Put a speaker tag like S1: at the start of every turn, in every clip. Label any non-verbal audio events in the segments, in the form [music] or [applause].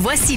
S1: Voici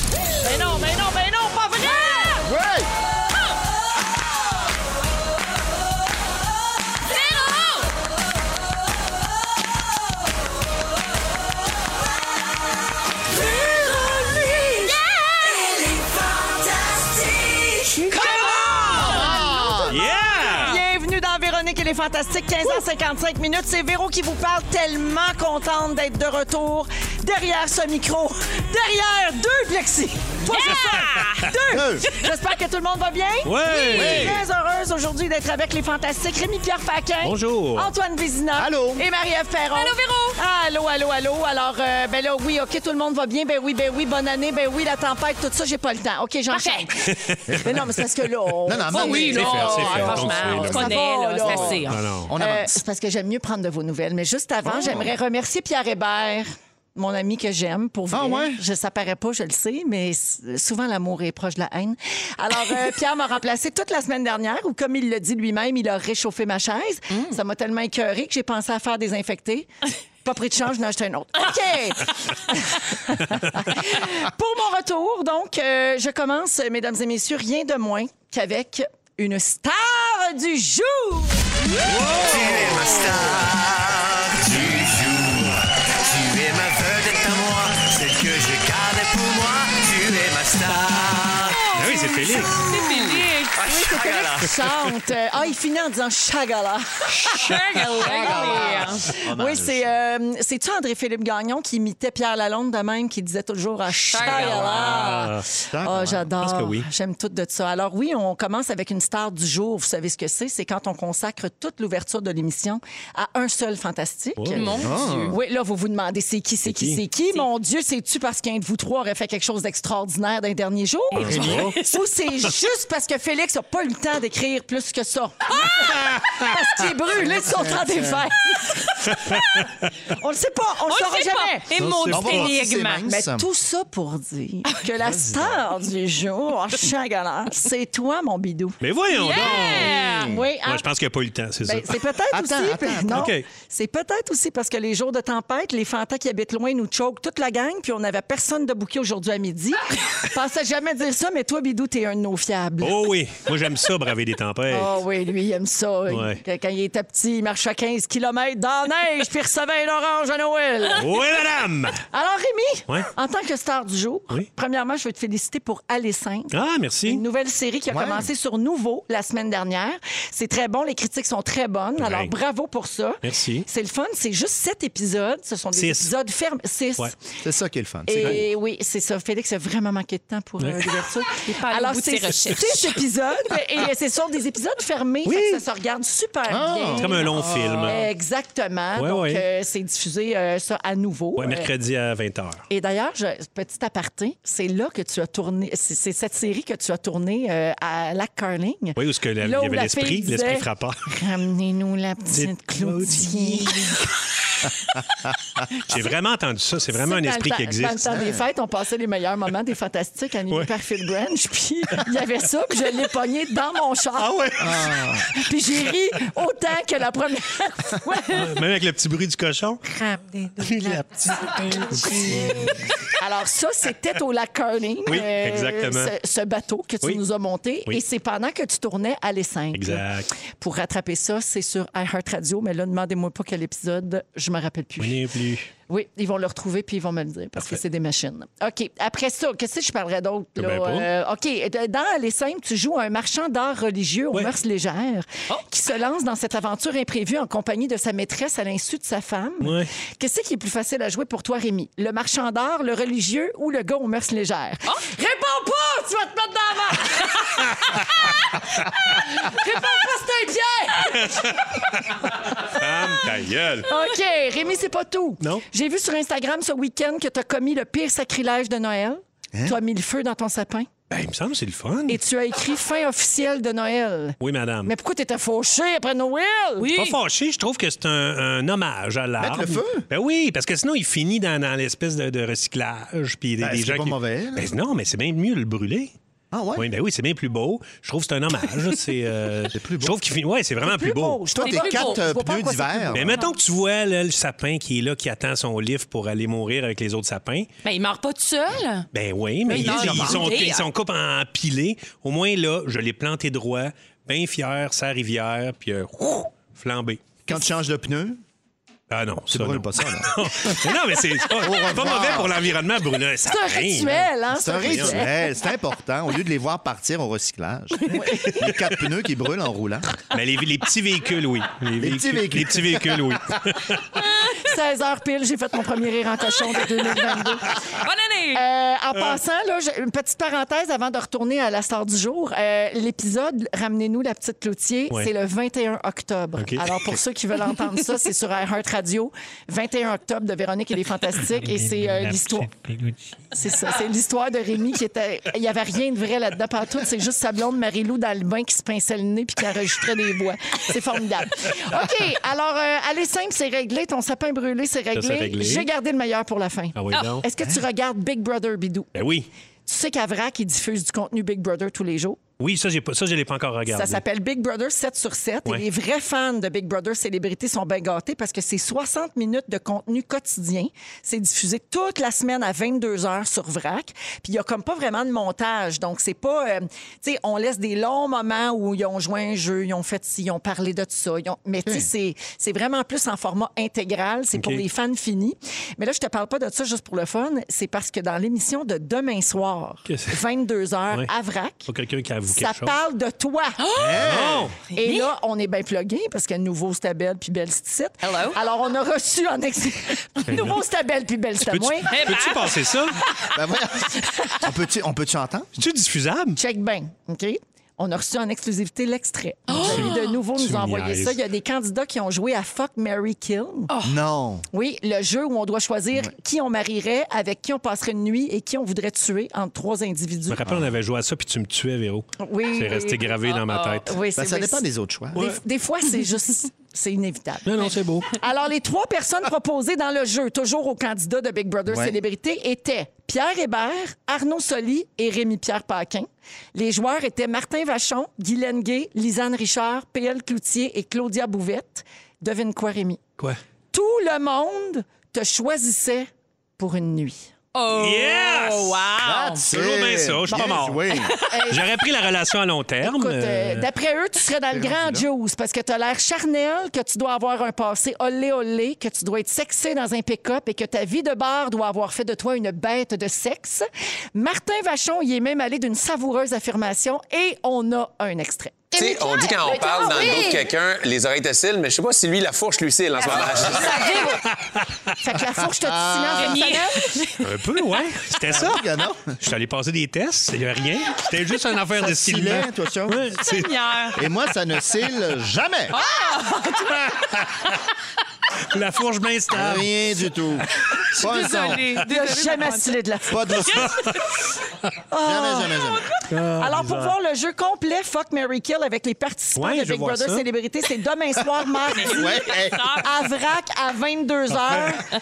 S2: Mais non, mais non, mais non, pas vrai!
S3: Yeah!
S2: Bienvenue dans Véronique et les Fantastiques, 15h55 minutes. C'est Véro qui vous parle, tellement contente d'être de retour derrière ce micro, derrière deux plexis. Toi, c'est ça. Deux. J'espère que tout le monde va bien.
S3: Ouais!
S2: Je suis Très heureuse aujourd'hui d'être avec les fantastiques Rémi-Pierre Faquin.
S3: Bonjour.
S2: Antoine Vézina.
S3: Allô.
S2: Et Marie-Ève Ferron. Allô, Véro. Allô, allô, allô. Alors, euh, ben là, oui, OK, tout le monde va bien. Ben oui, ben oui, bonne année. Ben oui, la tempête, tout ça, j'ai pas le temps. OK, j'enchaîne. mais non, mais c'est parce que là, on...
S4: Non, non, mais
S5: oui,
S4: c'est
S5: non,
S4: fait, c'est fait,
S5: franchement,
S4: on
S5: on
S4: le
S5: se
S4: sait,
S2: là.
S5: connaît,
S2: Ça va,
S5: là,
S2: là.
S5: c'est assez. hein.
S4: Non, non. Oh.
S2: Euh,
S4: On avance.
S2: c'est parce que j'aime mieux prendre de vos nouvelles. Mais juste avant, j'aimerais remercier Pierre Hébert. Mon ami que j'aime, pour vrai.
S4: Ah ouais?
S2: Je ça paraît pas, je le sais, mais s- souvent l'amour est proche de la haine. Alors,
S4: [laughs]
S2: euh, Pierre m'a remplacé toute la semaine dernière, ou comme il le dit lui-même, il a réchauffé ma chaise.
S4: Mm.
S2: Ça m'a tellement écœuré que j'ai pensé à faire
S4: [laughs]
S2: désinfecter. Pas pris de change, j'en ai acheté un autre. OK! [laughs] pour mon retour, donc, euh, je commence, mesdames et messieurs, rien de moins qu'avec une star du jour!
S6: Tu es ma star du jour. Tu es ma vedette à moi, celle que je gardais pour moi. Tu es ma star.
S3: Ah oui, c'est Félix.
S6: Ah,
S2: Oui, c'est Félix
S6: chagala.
S2: qui chante. Euh, Ah, il finit en disant Chagala.
S5: Chagrin.
S2: oui, c'est euh, c'est-tu André-Philippe Gagnon qui imitait Pierre Lalonde de même, qui disait toujours ah, Chagala. Ah,
S3: Je pense que
S2: j'adore.
S3: oui.
S2: J'aime tout de ça. Alors oui, on commence avec une star du jour. Vous savez ce que c'est? C'est quand on consacre toute l'ouverture de l'émission à un seul fantastique.
S5: Mon Dieu.
S2: Oui, là, vous vous demandez c'est qui, c'est qui,
S3: qui?
S2: c'est qui. Mon Dieu, c'est-tu parce qu'un de vous trois aurait fait quelque chose d'extraordinaire d'un dernier jour? Ou c'est juste parce que Félix n'a pas eu le temps d'écrire plus que ça? parce qu'il est brûlé de son temps des fêtes. on le sait pas, on le
S5: On
S2: saura
S5: le sait
S2: jamais.
S5: pas. Et
S4: On va
S5: mon
S4: voir si c'est
S5: énigme.
S4: mince.
S2: Mais tout ça pour dire que la star du jour, Chagallard, c'est toi, mon bidou.
S3: Mais voyons donc.
S2: Oui, hein?
S3: Moi, je pense qu'il n'y a pas eu le temps, c'est
S2: Ben,
S3: ça.
S2: c'est peut-être aussi.
S4: Attends, attends, attends.
S2: non,
S3: OK.
S2: c'est peut-être aussi parce que les jours de tempête, les fantas qui habitent loin nous choquent toute la gang, puis on n'avait personne de bouquet aujourd'hui à [laughs] midi. Je pensais jamais dire ça, mais toi, Bidou, t'es un de nos fiables.
S3: Oh oui, moi j'aime ça, braver des tempêtes.
S2: Ah oui, lui, il aime ça. Il-
S3: Ouais.
S2: que- Quand il était petit, il marchait à 15 km dans la neige, puis il recevait une orange à Noël.
S3: Oui, madame!
S2: Alors, Rémi,
S3: Oh. Ouais.
S2: en tant que star du jour,
S3: Oui.
S2: premièrement, je veux te féliciter pour Aller simple.
S3: Ah, merci.
S2: Une nouvelle série qui a
S4: Ouais.
S2: commencé sur Nouveau la semaine dernière. C'est très bon, les critiques sont très bonnes. Alors
S3: Ouais.
S2: bravo pour ça.
S3: Merci.
S2: C'est le fun, c'est juste sept épisodes. Ce sont des
S3: Six.
S2: épisodes fermes. Six.
S3: Ouais.
S4: C'est ça qui est le fun. c'est
S2: Et oui, c'est ça. Félix a vraiment manqué de temps pour euh, l'ouverture.
S5: allé au
S2: Alors,
S5: bout de
S2: c'est
S5: ses recherches.
S2: six épisodes et euh, ce sont des épisodes fermés.
S3: Oui.
S2: fait que ça se regarde super bien.
S3: C'est comme un
S2: oh.
S3: long film.
S2: Exactement.
S3: Ouais,
S2: Donc,
S3: ouais.
S2: euh, c'est diffusé euh, ça à nouveau.
S3: Ouais,
S2: Euh,
S3: mercredi à 20h.
S2: et d'ailleurs, je, petit aparté, c'est là que tu as tourné, c'est c'est cette série que tu as tournée euh, à Lac Carling.
S3: Oui, où ce que la- il y
S2: Là où
S3: avait
S2: la fille
S3: l'esprit,
S2: disait-
S3: l'esprit
S2: [laughs]
S3: frappeur.
S2: Ramenez-nous la petite
S3: Petite
S2: Claudie.
S3: J'ai vraiment entendu ça. C'est vraiment un
S2: Dans le
S3: esprit
S2: temps-
S3: qui existe.
S2: Dans le temps des fêtes, on passait les meilleurs moments des fantastiques animés
S3: Ouais.
S2: par Phil Branch. Puis il y avait ça, puis je l'ai pogné dans mon char.
S3: Ah ouais!
S2: Puis j'ai ri autant que la première
S3: [laughs]
S2: fois.
S3: Même avec le petit bruit du cochon.
S2: Alors ça, c'était au lac Curling.
S3: Oui, exactement.
S2: Ce, ce bateau que tu
S3: Oui.
S2: nous as monté.
S3: Oui.
S2: Et c'est pendant que tu tournais à Les Cinq.
S3: Exact.
S2: Pour rattraper ça, c'est sur iHeartRadio. Mais là, demandez-moi pas quel épisode, je me rappelle plus.
S3: On
S2: Oui,
S3: n'est plus.
S2: ils vont le retrouver puis ils vont me le dire parce que
S3: Parfait.
S2: c'est des machines. OK. Après ça, qu'est-ce que je parlerais d'autre? là?
S3: Ben pas.
S2: Euh, OK. de- Dans Les Cinq, tu joues un marchand d'art religieux aux
S3: Ouais. Ah!
S2: mœurs légères qui se lance dans cette aventure imprévue en compagnie de sa maîtresse à l'insu de sa femme.
S3: Ouais.
S2: Qu'est-ce qui est plus facile à jouer pour toi, Rémi? Le marchand d'art, le religieux ou le gars aux mœurs légères?
S3: Ah!
S2: Réponds pas, tu vas te mettre dans
S3: [laughs]
S2: la main! Réponds pas, c'est un piège!
S3: Femme, ta gueule!
S2: OK, Rémi, c'est pas tout.
S3: Non.
S2: J'ai
S5: Hein?
S2: vu sur Instagram ce week-end que t'as commis le pire sacrilège de Noël. Tu as mis le feu dans ton sapin.
S3: Ben, il me semble que c'est le fun.
S2: Et tu as écrit fin officielle de Noël.
S3: Oui, madame.
S2: Mais pourquoi t'étais fauché après Noël?
S4: Oui.
S3: Pas fâché, je trouve que c'est un, un hommage à l'art.
S5: Mettre le feu?
S3: Ben oui, parce que sinon, il finit dans, dans l'espèce de, de recyclage. Puis des,
S5: Ben,
S3: des
S5: c'est
S3: gens
S5: pas
S3: qui-
S5: mauvais, là.
S3: Ben non, mais c'est bien mieux le brûler.
S5: Ah ouais?
S3: Oui, ben oui, c'est bien plus beau. Je trouve que c'est un hommage. c'est
S5: [laughs]
S3: euh,
S5: plus beau.
S3: Je trouve qu'il finit. Ouais, c'est vraiment plus, beau.
S2: Je
S5: Toi,
S2: trouve
S5: tes
S2: pas-
S5: quatre
S2: je
S5: euh,
S2: vois pas en
S5: pneus
S2: quoi c'est plus
S5: d'hiver.
S3: Mais mettons que tu vois là, le sapin qui est là, qui attend son livre pour aller mourir avec les autres sapins.
S4: Mais Ben, il meurt pas tout seul.
S3: Ben oui, mais
S4: Mais
S3: ils,
S4: non,
S3: ils
S4: j'ai
S3: sont,
S4: manqué,
S3: ils
S4: hein.
S3: sont coupés en pilés. Au moins, là, je l'ai planté droit, bien fier, sa rivière, puis euh, ouf, flambé.
S5: Quand tu changes de pneu,
S3: Ah non,
S5: tu
S3: ça,
S5: brûles
S3: non.
S5: pas ça. là.
S4: Ah,
S3: non, mais non, mais c'est c'est pas, c'est pas mauvais pour l'environnement, brûler un sapin.
S2: C'est un rituel, hein?
S5: C'est un rituel, c'est important. Au lieu de les voir partir au recyclage, les quatre pneus qui brûlent en roulant.
S3: Mais les, les petits véhicules, oui. Les,
S5: petits véhicules.
S3: Les petits véhicules, oui.
S2: 16 heures pile, j'ai fait mon premier rire en cochon de 2022.
S4: Bonne année!
S2: Euh, en passant, là, j'ai une petite parenthèse avant de retourner à la star du jour. Euh, L'épisode Ramenez-nous la petite Cloutier,
S3: Ouais.
S2: c'est le 21 octobre.
S3: OK.
S2: Alors, pour ceux qui veulent entendre ça, c'est sur iHeart Radio, 21 octobre de Véronique et les Fantastiques. Et c'est euh, l'histoire. C'est ça, c'est l'histoire de Rémi qui était. Il n'y avait rien de vrai là-dedans, pas tout. C'est juste sa blonde Marie-Lou dans le bain qui se pinçait le nez puis qui enregistrait des voix. C'est formidable. OK, alors, euh, allez simple, c'est réglé. Ton sapin brûlé, c'est
S3: c'est
S2: réglé.
S3: réglé.
S2: J'ai gardé le meilleur pour la fin.
S3: Ah oui, donc.
S2: Est-ce que tu regardes Big Brother Bidou?
S3: Ben oui.
S2: Tu sais qu'Avrac, il diffuse du contenu Big Brother tous les jours.
S3: Oui, ça, j'ai pas- ça, je ne l'ai pas encore regardé.
S2: Ça s'appelle Big Brother 7 sur 7.
S3: Ouais.
S2: Et les vrais fans de Big Brother célébrités sont bien gâtés parce que c'est 60 minutes de contenu quotidien. C'est diffusé toute la semaine à 22 heures sur VRAC. Puis il n'y a comme pas vraiment de montage. Donc, c'est pas... euh, tu sais, on laisse des longs moments où ils ont joué un jeu, ils ont fait ci, ils ont parlé de ça. ils ont- Mais tu sais, c'est- c'est vraiment plus en format intégral. C'est pour
S3: OK.
S2: les fans finis. Mais là, je te parle pas de ça juste pour le fun. C'est parce que dans l'émission de demain soir,
S3: Qu'est-ce que-
S2: 22 heures
S3: Ouais.
S2: à VRAC,
S3: Faut quelqu'un qui avoue
S2: ça
S3: quelque chose.
S2: parle de toi.
S5: Ah!
S3: Non!
S2: Et là, on est bien plugué parce que Nouveau Stabelle puis Belle c'est ici.
S4: Hello.
S2: Alors, on a reçu en
S3: [laughs]
S2: ex... Nouveau Stabelle puis Belle c'est à
S3: Peux-tu
S2: moi.
S3: peux-tu passer ça?
S5: Ben voilà. On peut-tu on peut entendre?
S3: C'est-tu diffusable?
S2: Check bang, OK? On a reçu en exclusivité l'extrait.
S5: Oh!
S2: Julie de Nouveau
S3: Tu
S2: nous a envoyé
S3: niaises.
S2: ça. Il y a des candidats qui ont joué à Fuck, Mary Kill.
S5: Oh!
S4: Oh.
S5: Non.
S2: Oui, le jeu où on doit choisir qui on marierait, avec qui on passerait une nuit et qui on voudrait tuer entre trois individus.
S3: Je me rappelle, on avait joué à ça, puis tu me tuais, Véro.
S2: Oui,
S3: C'est
S2: oui,
S3: resté
S2: oui.
S3: gravé dans ma tête.
S2: Oui,
S5: Ben,
S2: c'est
S5: ça
S2: oui,
S5: dépend
S2: c'est-
S5: des autres choix.
S2: des- des fois, c'est juste... C'est inévitable.
S3: Non, non, c'est beau.
S2: Alors, les trois personnes proposées dans le jeu, toujours aux candidats de Big Brother
S5: Ouais.
S2: Célébrité, étaient Pierre Hébert, Arnaud Soli et Rémi-Pierre Paquin. Les joueurs étaient Martin Vachon, Guylaine Gay, Lisanne Richard, PL Cloutier et Claudia Bouvette. Devine quoi, Rémi?
S3: Quoi?
S2: Tout le monde te choisissait pour une nuit.
S4: Oh!
S3: Yes!
S4: Wow!
S3: Toujours bien ça, je suis pas
S5: Bien
S3: mort.
S5: joué.
S3: J'aurais pris la relation à long terme.
S2: Écoute, euh,
S3: euh,
S2: d'après eux, tu serais dans le
S5: [laughs] c'est
S2: grand
S5: rendu
S2: juice parce que tu as l'air charnel, que tu dois avoir un passé olé olé, que tu dois être sexé dans un pick-up et que ta vie de bar doit avoir fait de toi une bête de sexe. Martin Vachon y est même allé d'une savoureuse affirmation et on a un extrait.
S7: Tu sais, on dit quand on parle dans le dos de quelqu'un, les oreilles tessile, mais je sais pas si lui, la fourche lucile en ce moment.
S2: Fait que la fourche
S5: [laughs]
S2: te silence dans ta gueule.
S3: Un peu, ouais. C'était ça.
S5: Ah, non.
S3: Je suis allé passer des tests, il y a rien. C'était juste une affaire de silence.
S5: Silent, toi, ça.
S3: Ouais, c'est-
S4: Seigneur.
S5: Et moi, ça ne cille jamais.
S3: la fourche bien stable.
S5: Rien du tout. Pas un son.
S4: Ah. Désolée,
S2: Il a
S4: désolée de
S2: jamais
S4: prendre ça.
S2: stylé de la fourche.
S5: Pas de
S4: Oh,
S5: Jamais, jamais, jamais.
S2: Alors, pour voir le jeu complet Fuck, Mary Kill avec les participants
S3: Ouais,
S2: de
S3: je veux
S2: Big
S3: voir
S2: Brother
S3: ça.
S2: Célébrité, c'est demain soir, mardi.
S5: [laughs] Ouais, hey.
S2: à Vrac à 22h.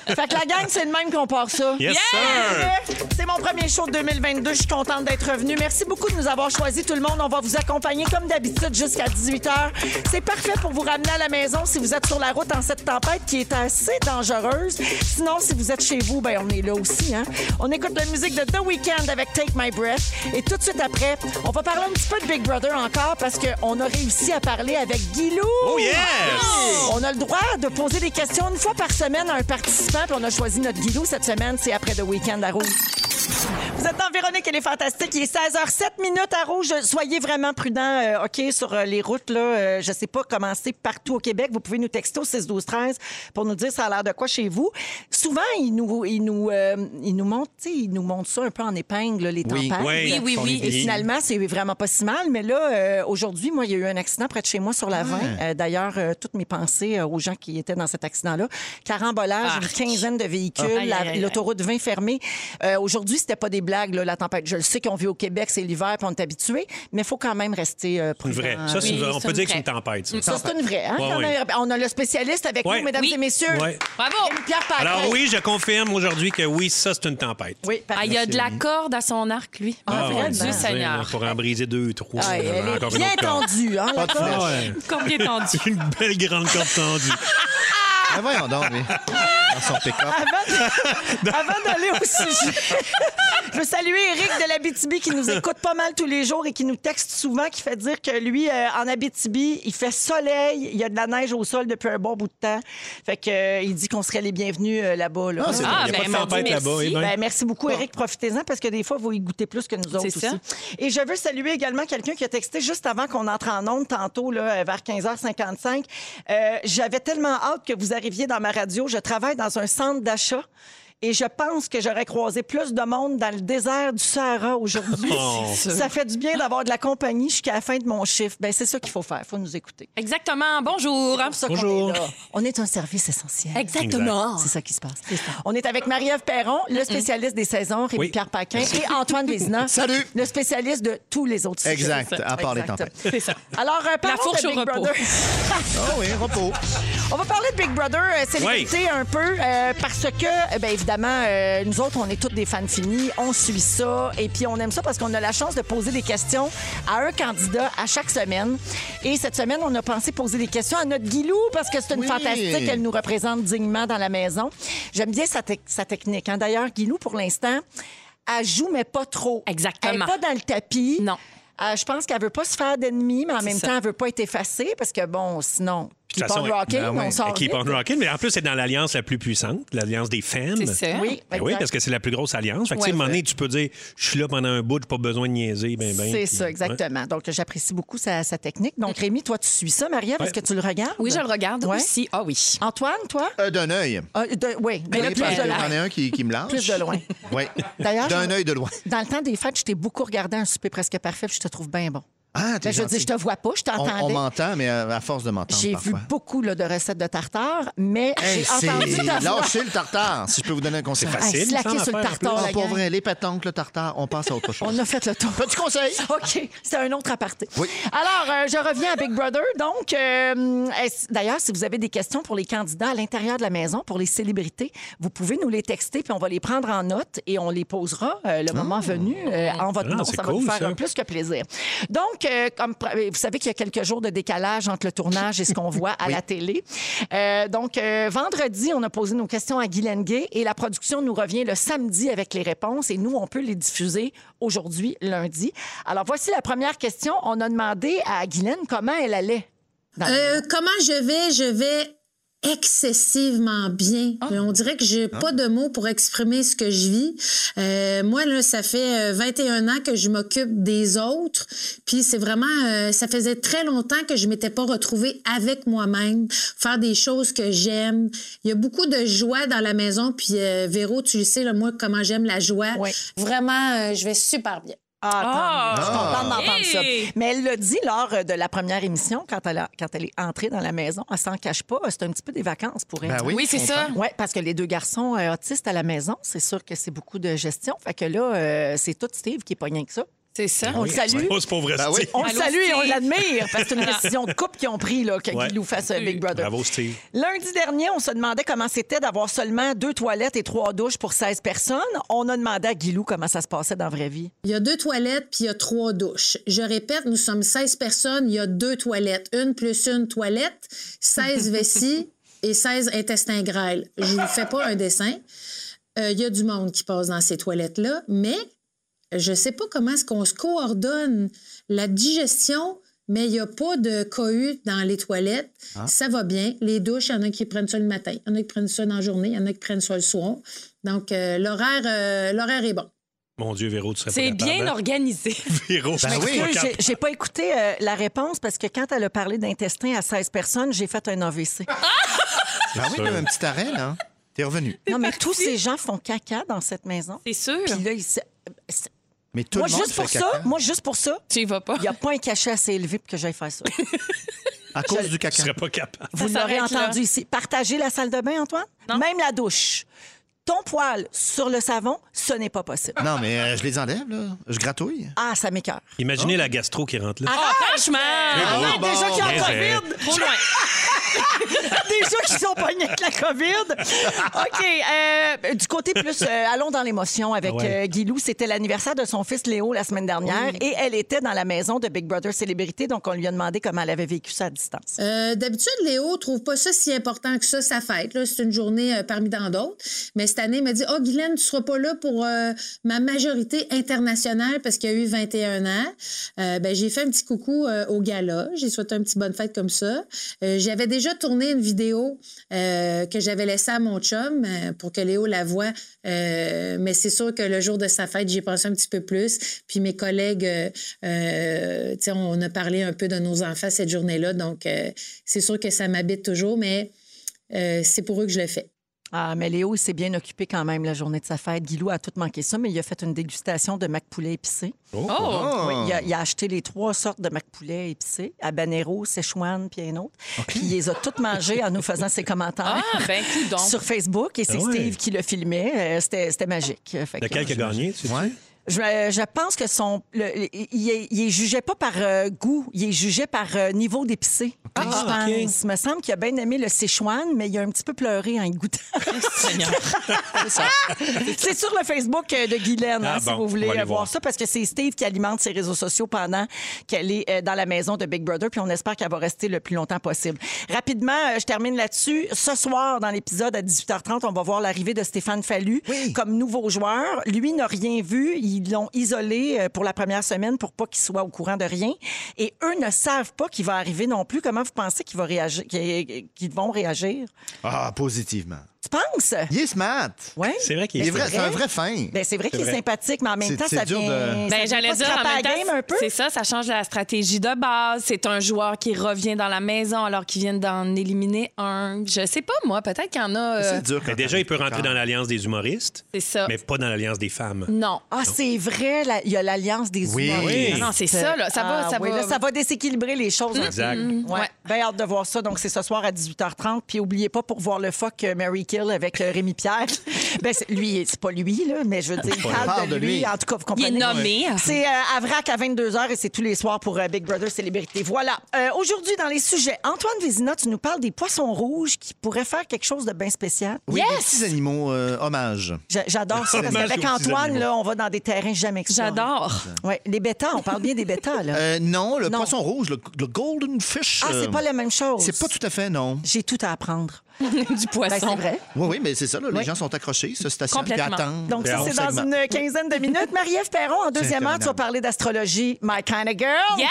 S2: fait que la gang, c'est le même qu'on part ça.
S3: Yes, sir!
S2: C'est mon premier show de 2022. Je suis contente d'être revenue. Merci beaucoup de nous avoir choisis, tout le monde. On va vous accompagner comme d'habitude jusqu'à 18h. C'est parfait pour vous ramener à la maison si vous êtes sur la route en cette tempête qui est assez dangereuse. Sinon, si vous êtes chez vous, ben on est là aussi. Hein? On écoute la musique de The Weeknd avec Take My Breath. Et tout de suite après, on va parler un petit peu de Big Brother encore parce qu'on a réussi à parler avec Guilou.
S3: Oh, yes!
S2: On a le droit de poser des questions une fois par semaine à un participant, puis on a choisi notre guidou cette semaine. C'est après The Weekend à Rouge. Vous êtes dans Véronique, elle est fantastique. Il est 16h07 minutes à Rouge. Soyez vraiment prudents, euh, OK, sur euh, les routes. Là, Euh, je sais pas comment c'est partout au Québec. Vous pouvez nous texter au 6 12 13 pour nous dire ça a l'air de quoi chez vous. Souvent, ils nous, ils nous, euh, ils nous montrent, tu sais, ils nous montrent ça un peu en épingle, là, les
S5: Oui.
S2: tempêtes.
S4: Oui, oui, oui.
S2: Et finalement, c'est vraiment pas si mal. Mais là, euh, aujourd'hui, moi, il y a eu un accident près de chez moi sur la 20. Euh, D'ailleurs, euh, toutes mes pensées euh, aux gens qui étaient dans cet accident-là. Carambolage, une
S4: Arc.
S2: quinzaine de véhicules,
S4: Ah.
S3: Oh,
S2: la-
S4: Aïe, aïe, aïe.
S2: l'autoroute 20 fermée. Euh, aujourd'hui, c'était pas des blagues, là, la tempête. Je le sais qu'on vit au Québec, c'est l'hiver, puis on est habitué, mais il faut quand même rester euh,
S3: Une
S2: prudent.
S3: vraie. Ça, c'est
S4: Oui,
S3: une vraie. On
S4: c'est
S3: peut
S4: une
S3: dire que c'est
S4: vraie.
S3: une tempête. ça.
S2: Ça, c'est une vraie. hein,
S3: Ouais,
S2: quand
S3: ouais.
S2: même. On a le spécialiste avec
S3: Ouais.
S2: nous, mesdames
S4: Oui.
S2: et messieurs.
S3: Ouais.
S4: Bravo!
S2: Pierre Paquin.
S3: Alors oui, je confirme aujourd'hui que oui, ça, c'est une tempête.
S2: Oui,
S4: Ah, il y a de la corde à son arc, lui.
S3: Ah,
S4: mon
S3: ouais,
S4: Dieu
S3: tu sais, là,
S4: Seigneur.
S3: Pour en briser deux ou trois.
S2: Ah,
S3: là,
S2: elle est
S3: encore une
S2: bien
S3: autre corde.
S2: tendue, hein, la
S5: Pas de
S2: corde.
S5: flèche.
S3: Ah, ouais.
S4: Combien tendu.
S3: [laughs] Une belle grande corde tendue.
S5: Mais Ben, voyons donc, lui. Dans son pick-up.
S4: Ah, ben.
S2: [laughs] Avant d'aller au sujet, je veux saluer Eric de l'Abitibi qui nous écoute pas mal tous les jours et qui nous texte souvent, qui fait dire que lui, euh, en Abitibi, il fait soleil, il y a de la neige au sol depuis un bon bout de temps. Fait que, euh, il dit qu'on serait les bienvenus euh, là-bas. là.
S5: Ah, c'est
S4: Ah,
S3: Il n'y a
S4: ben,
S3: pas de
S4: mon Dieu,
S3: tempête là-bas.
S4: merci.
S3: eh ben.
S2: Ben, merci beaucoup, Eric. Profitez-en parce que des fois, vous y goûtez plus que nous autres
S4: C'est ça.
S2: aussi. Et je veux saluer également quelqu'un qui a texté juste avant qu'on entre en onde tantôt, là, euh, vers 15h55. Euh, J'avais tellement hâte que vous arriviez dans ma radio. Je travaille dans un centre d'achat. Et je pense que j'aurais croisé plus de monde dans le désert du Sahara
S4: [laughs]
S2: aujourd'hui.
S3: Oh.
S2: Ça fait du bien d'avoir de la compagnie jusqu'à la fin de mon chiffre. Ben, c'est ça qu'il faut faire. Il faut nous écouter.
S4: Exactement. Bonjour.
S2: C'est pour ça qu'on
S3: Bonjour.
S2: est là. On est un service essentiel.
S3: Exactement.
S2: C'est ça qui se passe. On est avec Marie-Ève Perron, le spécialiste des saisons, Rémi
S3: Oui.
S2: Pierre Paquin, et Antoine Vézina.
S5: [laughs] Salut.
S2: Le spécialiste de tous les autres sujets.
S5: Exact, à part les
S2: Exact.
S5: tempêtes.
S4: C'est ça.
S2: Alors, euh, parlons
S4: fourche
S2: de
S4: au
S2: Big
S4: repos. [laughs]
S2: Brother.
S5: Ah oui, repos.
S2: On va parler de Big Brother, euh, célébrité un peu, euh, parce que, euh, ben, évidemment, euh, nous autres, on est toutes des fans finis, on suit ça, et puis on aime ça parce qu'on a la chance de poser des questions à un candidat à chaque semaine. Et cette semaine, on a pensé poser des questions à notre Guilou, parce que c'est une
S5: Oui.
S2: fantastique, elle nous représente dignement dans la maison. J'aime bien sa, tec- sa technique. hein. D'ailleurs, Guilou, pour l'instant, elle joue, mais pas trop.
S4: Exactement.
S2: Elle est pas dans le tapis.
S4: Non.
S2: Euh, je pense qu'elle veut pas se faire d'ennemis, mais en même
S4: ça.
S2: temps, elle veut pas être effacée parce que, bon, sinon,
S3: Puis de
S2: keep
S3: toute
S2: on
S3: façon,
S2: rocking,
S5: ben oui,
S2: on sort
S3: Keep
S2: vite.
S3: on rocking, mais en plus, c'est dans l'alliance la plus puissante, l'alliance des femmes.
S4: C'est ça.
S2: Oui,
S3: Ben oui,
S2: exact.
S3: parce que c'est la plus grosse alliance. Fait que, tu sais,
S4: Ouais.
S3: à un moment donné, tu peux dire, je suis là pendant un bout, j'ai pas besoin de niaiser. Ben, ben,
S2: C'est
S3: puis-
S2: ça,
S3: Ouais.
S2: exactement. Donc, j'apprécie beaucoup sa, sa technique. Donc, Rémi, toi, tu suis ça, Maria, est-ce que
S3: Ouais.
S2: tu le regardes?
S4: Oui, je le regarde
S2: Ouais.
S4: aussi. Ah oui.
S2: Antoine, toi?
S5: Euh, D'un œil.
S2: Euh, de- oui, mais
S5: Oui,
S2: le plus
S5: parce
S2: de
S5: que
S2: loin.
S5: J'en ai un qui, qui me lâche.
S2: Plus de loin.
S5: Oui.
S2: [laughs] D'ailleurs,
S5: D'un
S2: j'en-
S5: œil de loin.
S2: Dans le temps des fêtes, je t'ai beaucoup regardé un souper presque parfait, puis je te trouve bien bon. Ben,
S5: Ah, t'es
S2: je veux dire,
S5: gentil.
S2: je te vois pas, je
S5: On, on
S2: t'entendais.
S5: m'entend, mais euh, à, à force de m'entendre.
S2: J'ai vu
S5: parfois.
S2: beaucoup là, de recettes de tartare, mais
S5: Hey,
S2: j'ai entendu
S5: c'est-
S2: ta voix.
S5: Lâchez le tartare, si je peux vous donner un conseil.
S3: C'est facile.
S2: Hey,
S3: il me semble,
S2: slacker sur le
S3: à faire, en plus.
S2: tartare,
S5: Ah,
S2: la
S5: pour
S2: gang.
S5: vrai, les pétanques, le tartare, on passe à autre chose.
S2: On a fait le tour.
S5: Petit conseil.
S2: [laughs] OK, c'est un autre aparté.
S5: Oui.
S2: Alors, euh, je reviens à Big Brother. Donc, euh, est-ce- d'ailleurs, si vous avez des questions pour les candidats à l'intérieur de la maison, pour les célébrités, vous pouvez nous les texter, puis on va les prendre en note et on les posera euh,
S5: Ah.
S2: le moment venu euh, en votre
S3: Ah,
S2: nom.
S3: c'est
S2: Ça va vous
S3: cool,
S2: faire
S3: ça.
S2: un plus que plaisir. Donc, euh, comme, pr- euh, vous savez qu'il y a quelques jours de décalage entre le tournage et ce qu'on
S3: [laughs]
S2: voit à la télé. Euh, donc, euh, vendredi, on a posé nos questions à Guylaine Gay et la production nous revient le samedi avec les réponses et nous, on peut les diffuser aujourd'hui, lundi. Alors, voici la première question. On a demandé à Guylaine comment elle allait. dans-
S8: Euh, comment je vais? Je vais excessivement bien.
S4: Ah.
S8: Euh, On dirait que j'ai pas de mots pour exprimer ce que je vis. Euh, moi, là, ça fait euh, 21 ans que je m'occupe des autres. Puis c'est vraiment, euh, ça faisait très longtemps que je m'étais pas retrouvée avec moi-même, faire des choses que j'aime. Il y a beaucoup de joie dans la maison. Puis euh, Véro, tu le sais, là, moi, comment j'aime la joie.
S2: Oui.
S8: Vraiment, euh, je vais super bien.
S2: Ah, tant mieux. je suis contente d'entendre
S4: Hey!
S2: ça. Mais elle l'a dit lors de la première émission, quand elle, a- quand elle est entrée dans la maison, elle s'en cache pas. C'est un petit peu des vacances pour elle. hein?
S5: Ben
S4: Oui, c'est
S5: je
S4: ça.
S5: comprends.
S2: Oui, parce que les deux garçons euh, autistes à la maison, c'est sûr que c'est beaucoup de gestion. Fait que là, euh, c'est tout Steve qui est pas rien que ça.
S4: Ah C'est ça.
S2: On le salue.
S3: Oh, c'est pour vrai,
S2: [laughs]
S5: Ben oui.
S3: Steve.
S2: On le
S4: Allô,
S2: salue et on
S4: Steve.
S2: l'admire parce que c'est une décision de couple qu'ils ont pris là, que
S3: Ouais.
S2: Guilou fasse euh, Big Brother.
S3: Bravo, Steve.
S2: Lundi dernier, on se demandait comment c'était d'avoir seulement deux toilettes et trois douches pour 16 personnes. On a demandé à Guilou comment ça se passait dans la vraie vie.
S8: Il y a deux toilettes puis il y a trois douches. Je répète, nous sommes 16 personnes, il y a deux toilettes. Une plus une toilette,
S5: [laughs]
S8: 16 vessies et 16 intestins grêles. Je ne vous fais pas un dessin. Euh, il y a du monde qui passe dans ces toilettes-là, mais je ne sais pas comment est-ce qu'on se coordonne la digestion, mais il n'y a pas de cohue dans les toilettes.
S5: Ah.
S8: Ça va bien. Les douches, il y en a qui prennent ça le matin, il y en a qui prennent ça dans la journée, il y en a qui prennent ça le soir. Donc, euh, l'horaire euh, l'horaire est bon.
S3: Mon Dieu, Véro, tu serais
S4: C'est
S3: pas
S4: bien Ben
S3: capable, hein?
S4: organisé.
S3: Véro, tu serais
S5: oui.
S3: pas
S2: Excuse,
S3: capable.
S2: j'ai- J'ai pas écouté euh, la réponse parce que quand elle a parlé d'intestin à 16 personnes, j'ai fait un AVC.
S5: Ben oui, t'as eu un petit arrêt, là. T'es revenu.
S2: Non, mais tous ces gens font caca dans cette maison.
S4: [laughs] C'est sûr.
S2: Puis là, ils se- c'est-
S5: Mais tout
S2: moi,
S5: le monde
S2: juste
S5: fait
S2: pour ça,
S5: caca.
S2: moi, juste pour ça,
S4: Tu y vas pas.
S2: il n'y a pas un cachet assez élevé pour que j'aille faire
S4: [laughs]
S2: ça.
S5: À cause du
S3: Tu
S5: caca.
S3: serais pas capable.
S2: Vous
S4: Ça
S2: l'aurez
S4: s'arrête là.
S2: entendu ici. Partagez la salle de bain, Antoine. Même la douche. ton poil sur le savon, ce n'est pas possible.
S5: Non, mais euh, je les enlève, là. Je gratouille.
S2: Ah, ça
S4: [laughs]
S2: m'écoeure.
S3: Imaginez la gastro qui rentre là.
S4: Ah, franchement!
S2: Ah,
S5: bon,
S2: déjà qu'il y a
S3: mais
S2: la COVID!
S4: Trop loin.
S2: Déjà qu'ils sont pognés avec la COVID. OK. euh, du côté plus, euh, allons dans l'émotion avec
S3: Ouais.
S2: euh, Guilou. C'était l'anniversaire de son fils Léo la semaine dernière et elle était dans la maison de Big Brother Célébrité. Donc, on lui a demandé comment elle avait vécu ça à distance.
S8: Euh, D'habitude, Léo trouve pas ça si important que ça, sa fête. là. C'est une journée euh, parmi tant d'autres. Mais cette année, il m'a dit Ah, Guylaine, tu seras pas là pour euh, ma majorité internationale parce qu'il y a eu 21 ans. Euh, ben, j'ai fait un petit coucou euh, au gala. J'ai souhaité un petit bonne fête comme ça. Euh, j'avais déjà tourné une vidéo euh, que j'avais laissée à mon chum euh, pour que Léo la voie. Euh, mais c'est sûr que le jour de sa fête, j'ai pensé un petit peu plus. Puis mes collègues, euh, euh, tu sais, on a parlé un peu de nos enfants cette journée-là. Donc, euh, c'est sûr que ça m'habite toujours, mais euh, c'est pour eux que je le fais.
S2: Ah, mais Léo, il s'est bien occupé quand même la journée de sa fête. Guilou a tout manqué ça, mais il a fait une dégustation de mac poulet épicé.
S4: Oh!
S3: Ah.
S2: Oui, il, a, il a acheté les trois sortes de mac poulet épicé à Banero, Sichuan, puis un autre. Puis il les a toutes mangées en nous faisant ses commentaires.
S4: Ah, ben, coudonc.
S2: Sur Facebook, et c'est
S3: Ah ouais.
S2: Steve qui le filmait. Euh, C'était c'était magique. Euh, fait que,
S3: Lequel qui a gagné? tu sais?
S5: Ouais.
S2: Je, euh, je pense que son. le- le- il, est- il est jugé pas par euh, goût, il est jugé par euh, niveau d'épicé.
S3: Ah,
S2: je
S3: ok.
S2: pense. Il me semble qu'il a bien aimé le Sichuan, mais il a un petit peu pleuré en y goûtant.
S4: [laughs] Seigneur.
S2: [laughs] c'est sur le Facebook euh, de Guylaine,
S3: Ah
S2: hein, si
S3: bon,
S2: vous voulez
S3: on va aller
S2: euh, voir
S3: voir.
S2: ça, parce que c'est Steve qui alimente ses réseaux sociaux pendant qu'elle est euh, dans la maison de Big Brother, puis on espère qu'elle va rester le plus longtemps possible. Rapidement, euh, je termine là-dessus. Ce soir, dans l'épisode à 18h30, on va voir l'arrivée de Stéphane Fallu comme nouveau joueur. Lui n'a rien vu. Ils l'ont isolé euh, pour la première semaine pour pas qu'il soit au courant de rien. Et eux ne savent pas qu'il va arriver non plus. Comment vous pensez qu'ils va réagir, qu'il- qu'ils vont réagir?
S5: Ah, positivement.
S2: Tu penses?
S5: Il est smart.
S2: Ouais.
S3: C'est vrai qu'il
S5: Il
S3: est
S5: est vrai,
S3: smart.
S5: c'est un vrai fin.
S2: Ben, c'est vrai qu'il est
S3: vrai.
S2: sympathique, mais en même
S5: C'est-
S2: temps,
S5: c'est
S2: ça
S5: dur
S2: vient.
S5: de-
S2: ça
S4: Ben,
S2: vient
S4: j'allais
S2: pas
S4: dire en
S2: scraper
S4: même
S2: la game un
S4: temps,
S2: peu.
S4: c'est ça, ça change la stratégie de base. C'est un joueur qui revient dans la maison alors qu'il vient d'en éliminer un. Je sais pas, moi, peut-être qu'il y en a. euh,
S5: C'est dur.
S3: Mais
S5: quand
S3: déjà, il peut rentrer
S5: quand-
S3: dans l'alliance des humoristes,
S4: C'est ça.
S3: mais pas dans l'alliance des femmes.
S4: Non.
S2: Ah, c'est vrai, la- il y a l'alliance des
S5: Oui.
S2: humoristes.
S3: Oui.
S4: Non, non, c'est ça, là. Ça va,
S2: Ah
S4: ça
S2: oui,
S4: va. Mm-hmm.
S2: là, ça va déséquilibrer les choses. un peu. Mm-hmm.
S3: Exact.
S2: Ouais.
S4: Ouais.
S2: Bien hâte de voir ça. Donc, c'est ce soir à 18h30. Puis, oubliez pas pour voir le fuck euh, Mary Kill avec euh, Rémi
S4: [laughs]
S2: Pierre. Ben, c'est- lui, c'est pas lui, là, mais je veux dire, il
S5: lui.
S2: parle de lui. En tout cas, vous
S4: Il
S2: comprenez.
S4: est nommé. hein.
S2: C'est euh, à Vrac à 22h et c'est tous les soirs pour euh, Big Brother Célébrité. Voilà. Euh, Aujourd'hui, dans les sujets, Antoine Vézina, tu nous parles des poissons rouges qui pourraient faire quelque chose de bien spécial.
S5: Oui,
S4: Yes!
S5: des petits animaux, euh, hommage.
S2: J'a- J'adore ça. Parce
S3: Hommage
S2: qu'avec
S3: aux petits
S2: Antoine,
S3: animaux.
S2: là, on va dans des terrains jamais explorés.
S4: J'adore.
S2: Ouais, les bêtas, on parle bien des bêtas, là.
S5: Euh, non, le
S2: Non.
S5: poisson rouge, le, le golden fish.
S2: ah,
S5: euh,
S2: c'est pas la même chose.
S5: C'est pas tout à fait, non.
S2: J'ai tout à apprendre.
S4: du
S2: Ben,
S4: poisson.
S2: c'est vrai.
S5: Oui, oui, mais c'est ça, là, les gens sont accrochés, se stationnent puis
S4: Complètement.
S5: attendent.
S2: Donc, ça,
S5: leur
S2: c'est dans
S5: segment.
S2: une quinzaine de minutes. Marie-Ève Perron, en deuxième heure, tu vas
S5: interminable.
S2: parler d'astrologie. My kind of girl.
S4: Yeah!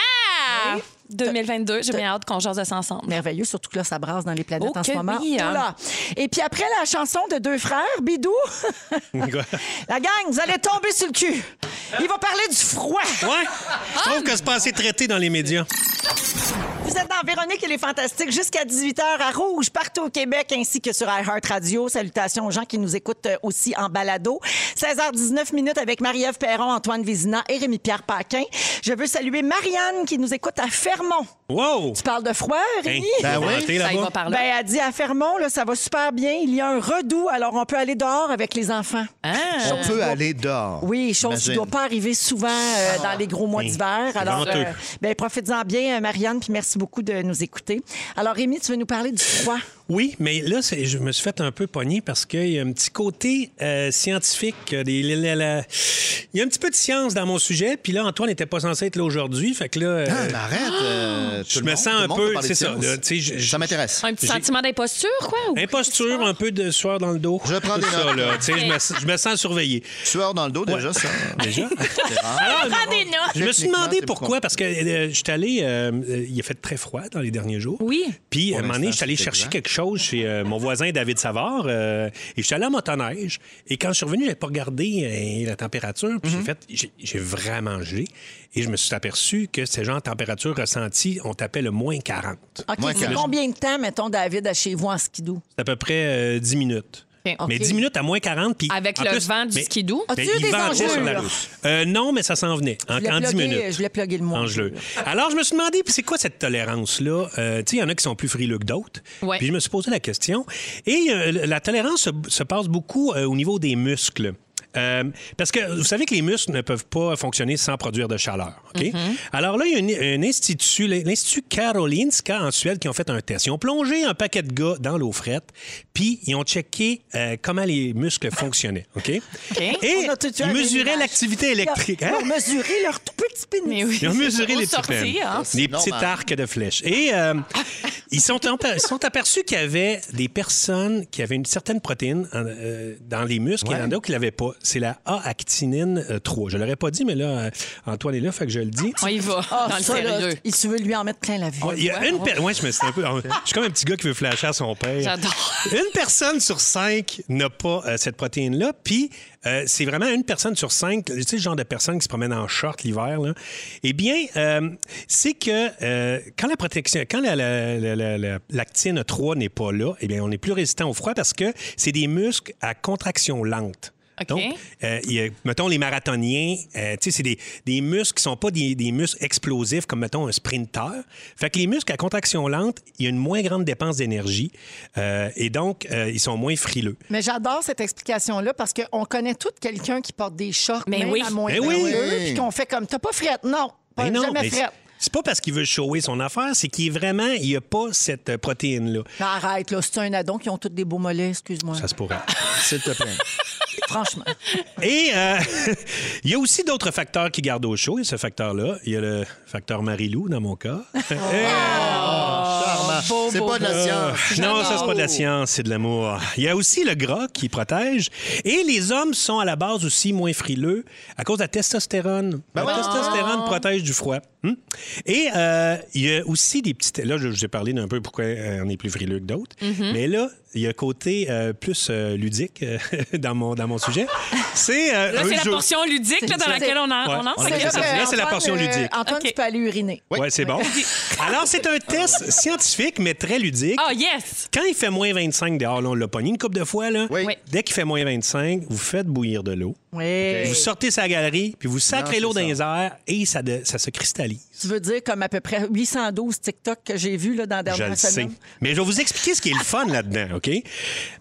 S9: Ah!
S4: 2022, j'ai bien hâte qu'on jase de ça ensemble.
S2: Merveilleux, surtout que là, ça brasse dans les planètes
S4: Oh
S2: en ce
S4: que
S2: moment.
S4: oui, hein.
S2: Oula. Et puis après la chanson de deux frères, Bidou, [laughs] la gang, vous allez tomber sur le cul. Il va parler du froid.
S3: Ouais. Je trouve que c'est pas assez traité dans les médias.
S2: Vous êtes dans Véronique et les Fantastiques jusqu'à 18h à Rouge, partout au Québec, ainsi que sur iHeartRadio. Radio. Salutations aux gens qui nous écoutent euh, aussi en balado. 16h19 minutes avec Marie-Ève Perron, Antoine Vézina et Rémi-Pierre Paquin. Je veux saluer Marianne qui nous écoute à Fermont.
S3: Wow!
S2: Tu parles de froid,
S3: Hein,
S2: Rémi?
S5: Ben
S3: faut
S5: oui.
S3: vanter
S4: Ça y
S3: là-bas.
S4: va par
S2: Ben,
S4: là.
S2: elle dit à Fermont, là, ça va super bien. Il y a un redout, alors on peut aller dehors avec les enfants.
S4: Ah.
S5: On peut aller dehors.
S2: euh, Oui, chose qui ne
S5: Imagine.
S2: doit pas arriver souvent euh, dans les gros mois
S3: Oui.
S2: d'hiver.
S3: Ah. Hein. C'est
S2: Alors,
S3: venteux.
S2: ben, profitez-en bien, euh, Marianne, puis merci beaucoup de nous écouter. Alors, Rémi, tu veux nous parler du froid?
S3: Oui, mais là, c'est- je me suis fait un peu pogner parce qu'il y a un petit côté euh, scientifique. euh, des- la- la- la- Il y a un petit peu de science dans mon sujet. Puis là, Antoine n'était pas censé être là aujourd'hui. Fait que là,
S4: ben
S3: euh,
S5: Ah, mais arrête.
S2: Ah.
S5: euh, tout
S3: je
S5: le
S3: me
S5: monde-
S3: sens
S5: tout le
S3: un
S5: monde
S3: peu-
S5: peut parler de
S3: c'est ça,
S5: science.
S3: là, tu sais, je- je-
S5: ça m'intéresse.
S4: Un petit
S3: J'ai-
S4: sentiment d'imposture, quoi? ou-
S3: imposture, un peu de sueur dans le dos.
S5: Je prends
S3: Tout
S5: des
S3: ça,
S5: notes.
S3: là. Tu sais, je, me, je me sens surveillé.
S5: Sueur dans le dos,
S3: [laughs]
S5: déjà, ça.
S3: Déjà?
S5: C'est rare.
S3: Je me suis
S5: Techniquement,
S3: demandé
S5: c'est
S3: pourquoi,
S5: pourquoi.
S3: parce que euh, je suis allé, euh, euh, il a fait très froid dans les derniers jours.
S4: Oui.
S3: Puis, à un
S5: Pour
S3: moment donné, je suis allé
S5: l'instant,
S3: chercher
S5: c'est
S3: quelque chose chez euh, mon voisin David Savard euh, et je suis allé en motoneige. Et quand je suis revenu, j'avais pas regardé euh, la température.
S5: Mhm.
S3: Puis, j'ai fait, j'ai- j'ai vraiment gelé. Et je me suis aperçu que ces gens en température ressentie, on tapait le moins 40.
S2: OK,
S5: Moi,
S2: c'est [laughs]
S5: quand-
S2: combien de temps, mettons, David, à chez vous en skidoo?
S3: C'est à peu près euh, 10 minutes. Mais 10 minutes à moins 40. Puis
S4: Avec
S3: en
S4: le
S3: plus-
S4: vent du
S3: mais-
S4: skidoo?
S3: mais
S2: As-tu eu
S3: il
S2: des
S3: ventait
S2: engelures?
S3: sur la route. Euh, non, mais ça s'en venait. En,
S2: Je l'ai
S3: en 10
S2: plugué,
S3: minutes.
S2: je l'ai plugué le mot.
S3: Angeleux. Alors, je me suis demandé, puis c'est quoi cette tolérance-là? Euh, tu sais, il y en a qui sont plus frileux que d'autres.
S4: Ouais.
S3: Puis je me suis posé la question. Et euh, la tolérance se, se passe beaucoup euh, au niveau des muscles. Euh, parce que vous savez que les muscles ne peuvent pas fonctionner sans produire de chaleur. OK? Alors là, il y a une- un institut, l'Institut Karolinska en Suède, qui ont fait un test. Ils ont plongé un paquet de gars dans l'eau frette, puis ils ont checké euh, comment les muscles fonctionnaient. OK? Et
S2: On a tout de suite
S3: ils
S2: un
S3: mesuraient
S2: déminage.
S3: l'activité électrique. Hein?
S2: Ils ont mesuré leur tout petit pénis.
S4: Mais oui.
S3: Ils ont mesuré
S4: Aux
S3: les petites
S4: sorties,
S3: peines.
S4: hein?
S3: Des
S5: normal.
S3: petits arcs de flèches. Et
S4: [laughs]
S3: euh, ils sont, empa- ils sont aperçus qu'il y avait des personnes qui avaient une certaine protéine en- euh, dans les muscles et il y en a qui ne l'avaient pas. C'est la A-actinine euh, 3. Je ne l'aurais pas dit, mais là, euh, Antoine est là, fait que je le dis.
S4: On y va,
S2: Ah,
S4: dans le
S2: ça, là,
S4: sérieux.
S2: il se veut lui en mettre plein la vue.
S3: Ouais, Oh, Ah, Il y a une per- ouais, je me suis un peu. Je suis comme un petit gars qui veut flasher à son père.
S4: J'adore.
S3: Une personne sur cinq n'a pas euh, cette protéine-là. Puis, euh, c'est vraiment une personne sur cinq, tu sais, le genre de personne qui se promène en short l'hiver, là. Eh bien, euh, c'est que euh, quand la protection, quand la, la- la- la- la- l'actine 3 n'est pas là, eh bien, on est plus résistant au froid parce que c'est des muscles à contraction lente.
S4: OK.
S3: Donc, euh, il y a- mettons, les marathoniens, euh, tu sais, c'est des, des muscles qui sont pas des, des muscles explosifs comme, mettons, un sprinter. Fait que les muscles à contraction lente, il y a une moins grande dépense d'énergie euh, et donc, euh, ils sont moins frileux.
S2: Mais j'adore cette explication-là parce qu'on connaît tous quelqu'un qui porte des shorts,
S4: Mais
S2: même
S4: oui.
S2: à moins
S3: Mais
S2: de
S3: oui.
S2: deux, puis qu'on fait comme t'as pas frette, non, pas
S3: Ben non,
S2: jamais
S3: mais
S2: frette.
S3: c'est- c'est pas parce qu'il veut shower son affaire, c'est qu'il est vraiment, il n'y a pas cette euh, protéine-là.
S2: Mais arrête, là, c'est un adon qui ont tous des beaux mollets, excuse-moi.
S3: Ça
S2: [laughs]
S3: se pourrait.
S5: S'il te plaît.
S2: Franchement.
S3: Et euh, [laughs] il y a aussi d'autres facteurs qui gardent au chaud. Il y a ce facteur-là. Il y a le facteur Marie-Lou, dans mon cas.
S2: Oh,
S4: beau,
S5: Ah, C'est
S4: beau,
S5: pas de la
S3: Euh,
S5: science.
S3: non, ça, c'est pas de la science, c'est de l'amour. Il y a aussi le gras qui protège. Et les hommes sont à la base aussi moins frileux à cause de la testostérone.
S4: Ben
S3: la
S4: Ah.
S3: testostérone protège du froid. Hum? Et euh, il y a aussi des petites. Là, je vous ai parlé d'un peu pourquoi euh, on est plus frileux que d'autres.
S4: Mm-hmm.
S3: Mais là, il y a un côté euh, plus euh, ludique euh, [laughs] dans, mon, dans mon sujet. C'est euh,
S4: Là,
S3: un
S4: c'est la
S3: jeu.
S4: portion ludique là, dans
S2: C'est-
S4: laquelle on en,
S3: Ouais.
S4: on en
S3: On a
S4: sait.
S3: fait ça. Là, c'est la
S2: Antoine,
S3: portion
S2: euh,
S3: ludique.
S2: Antoine,
S4: OK.
S2: tu peux aller uriner.
S3: Oui, c'est bon.
S4: [laughs]
S3: Alors, c'est un test scientifique, mais très ludique.
S4: Ah, yes!
S3: Quand il fait moins 25 dehors, là, on l'a pogné une couple de fois, là.
S5: Oui.
S4: Oui.
S3: Dès qu'il fait moins 25, vous faites bouillir de l'eau.
S2: Oui.
S3: Vous sortez sa galerie, puis vous sacrez
S5: Non,
S3: l'eau
S5: c'est
S3: dans les airs et ça, de- ça se cristallise.
S2: Tu veux dire comme à peu près 812 TikTok que j'ai vus là, dans la
S3: Je
S2: dernière
S3: le sais.
S2: semaine?
S3: Mais je vais vous expliquer ce qui est le fun là-dedans, OK?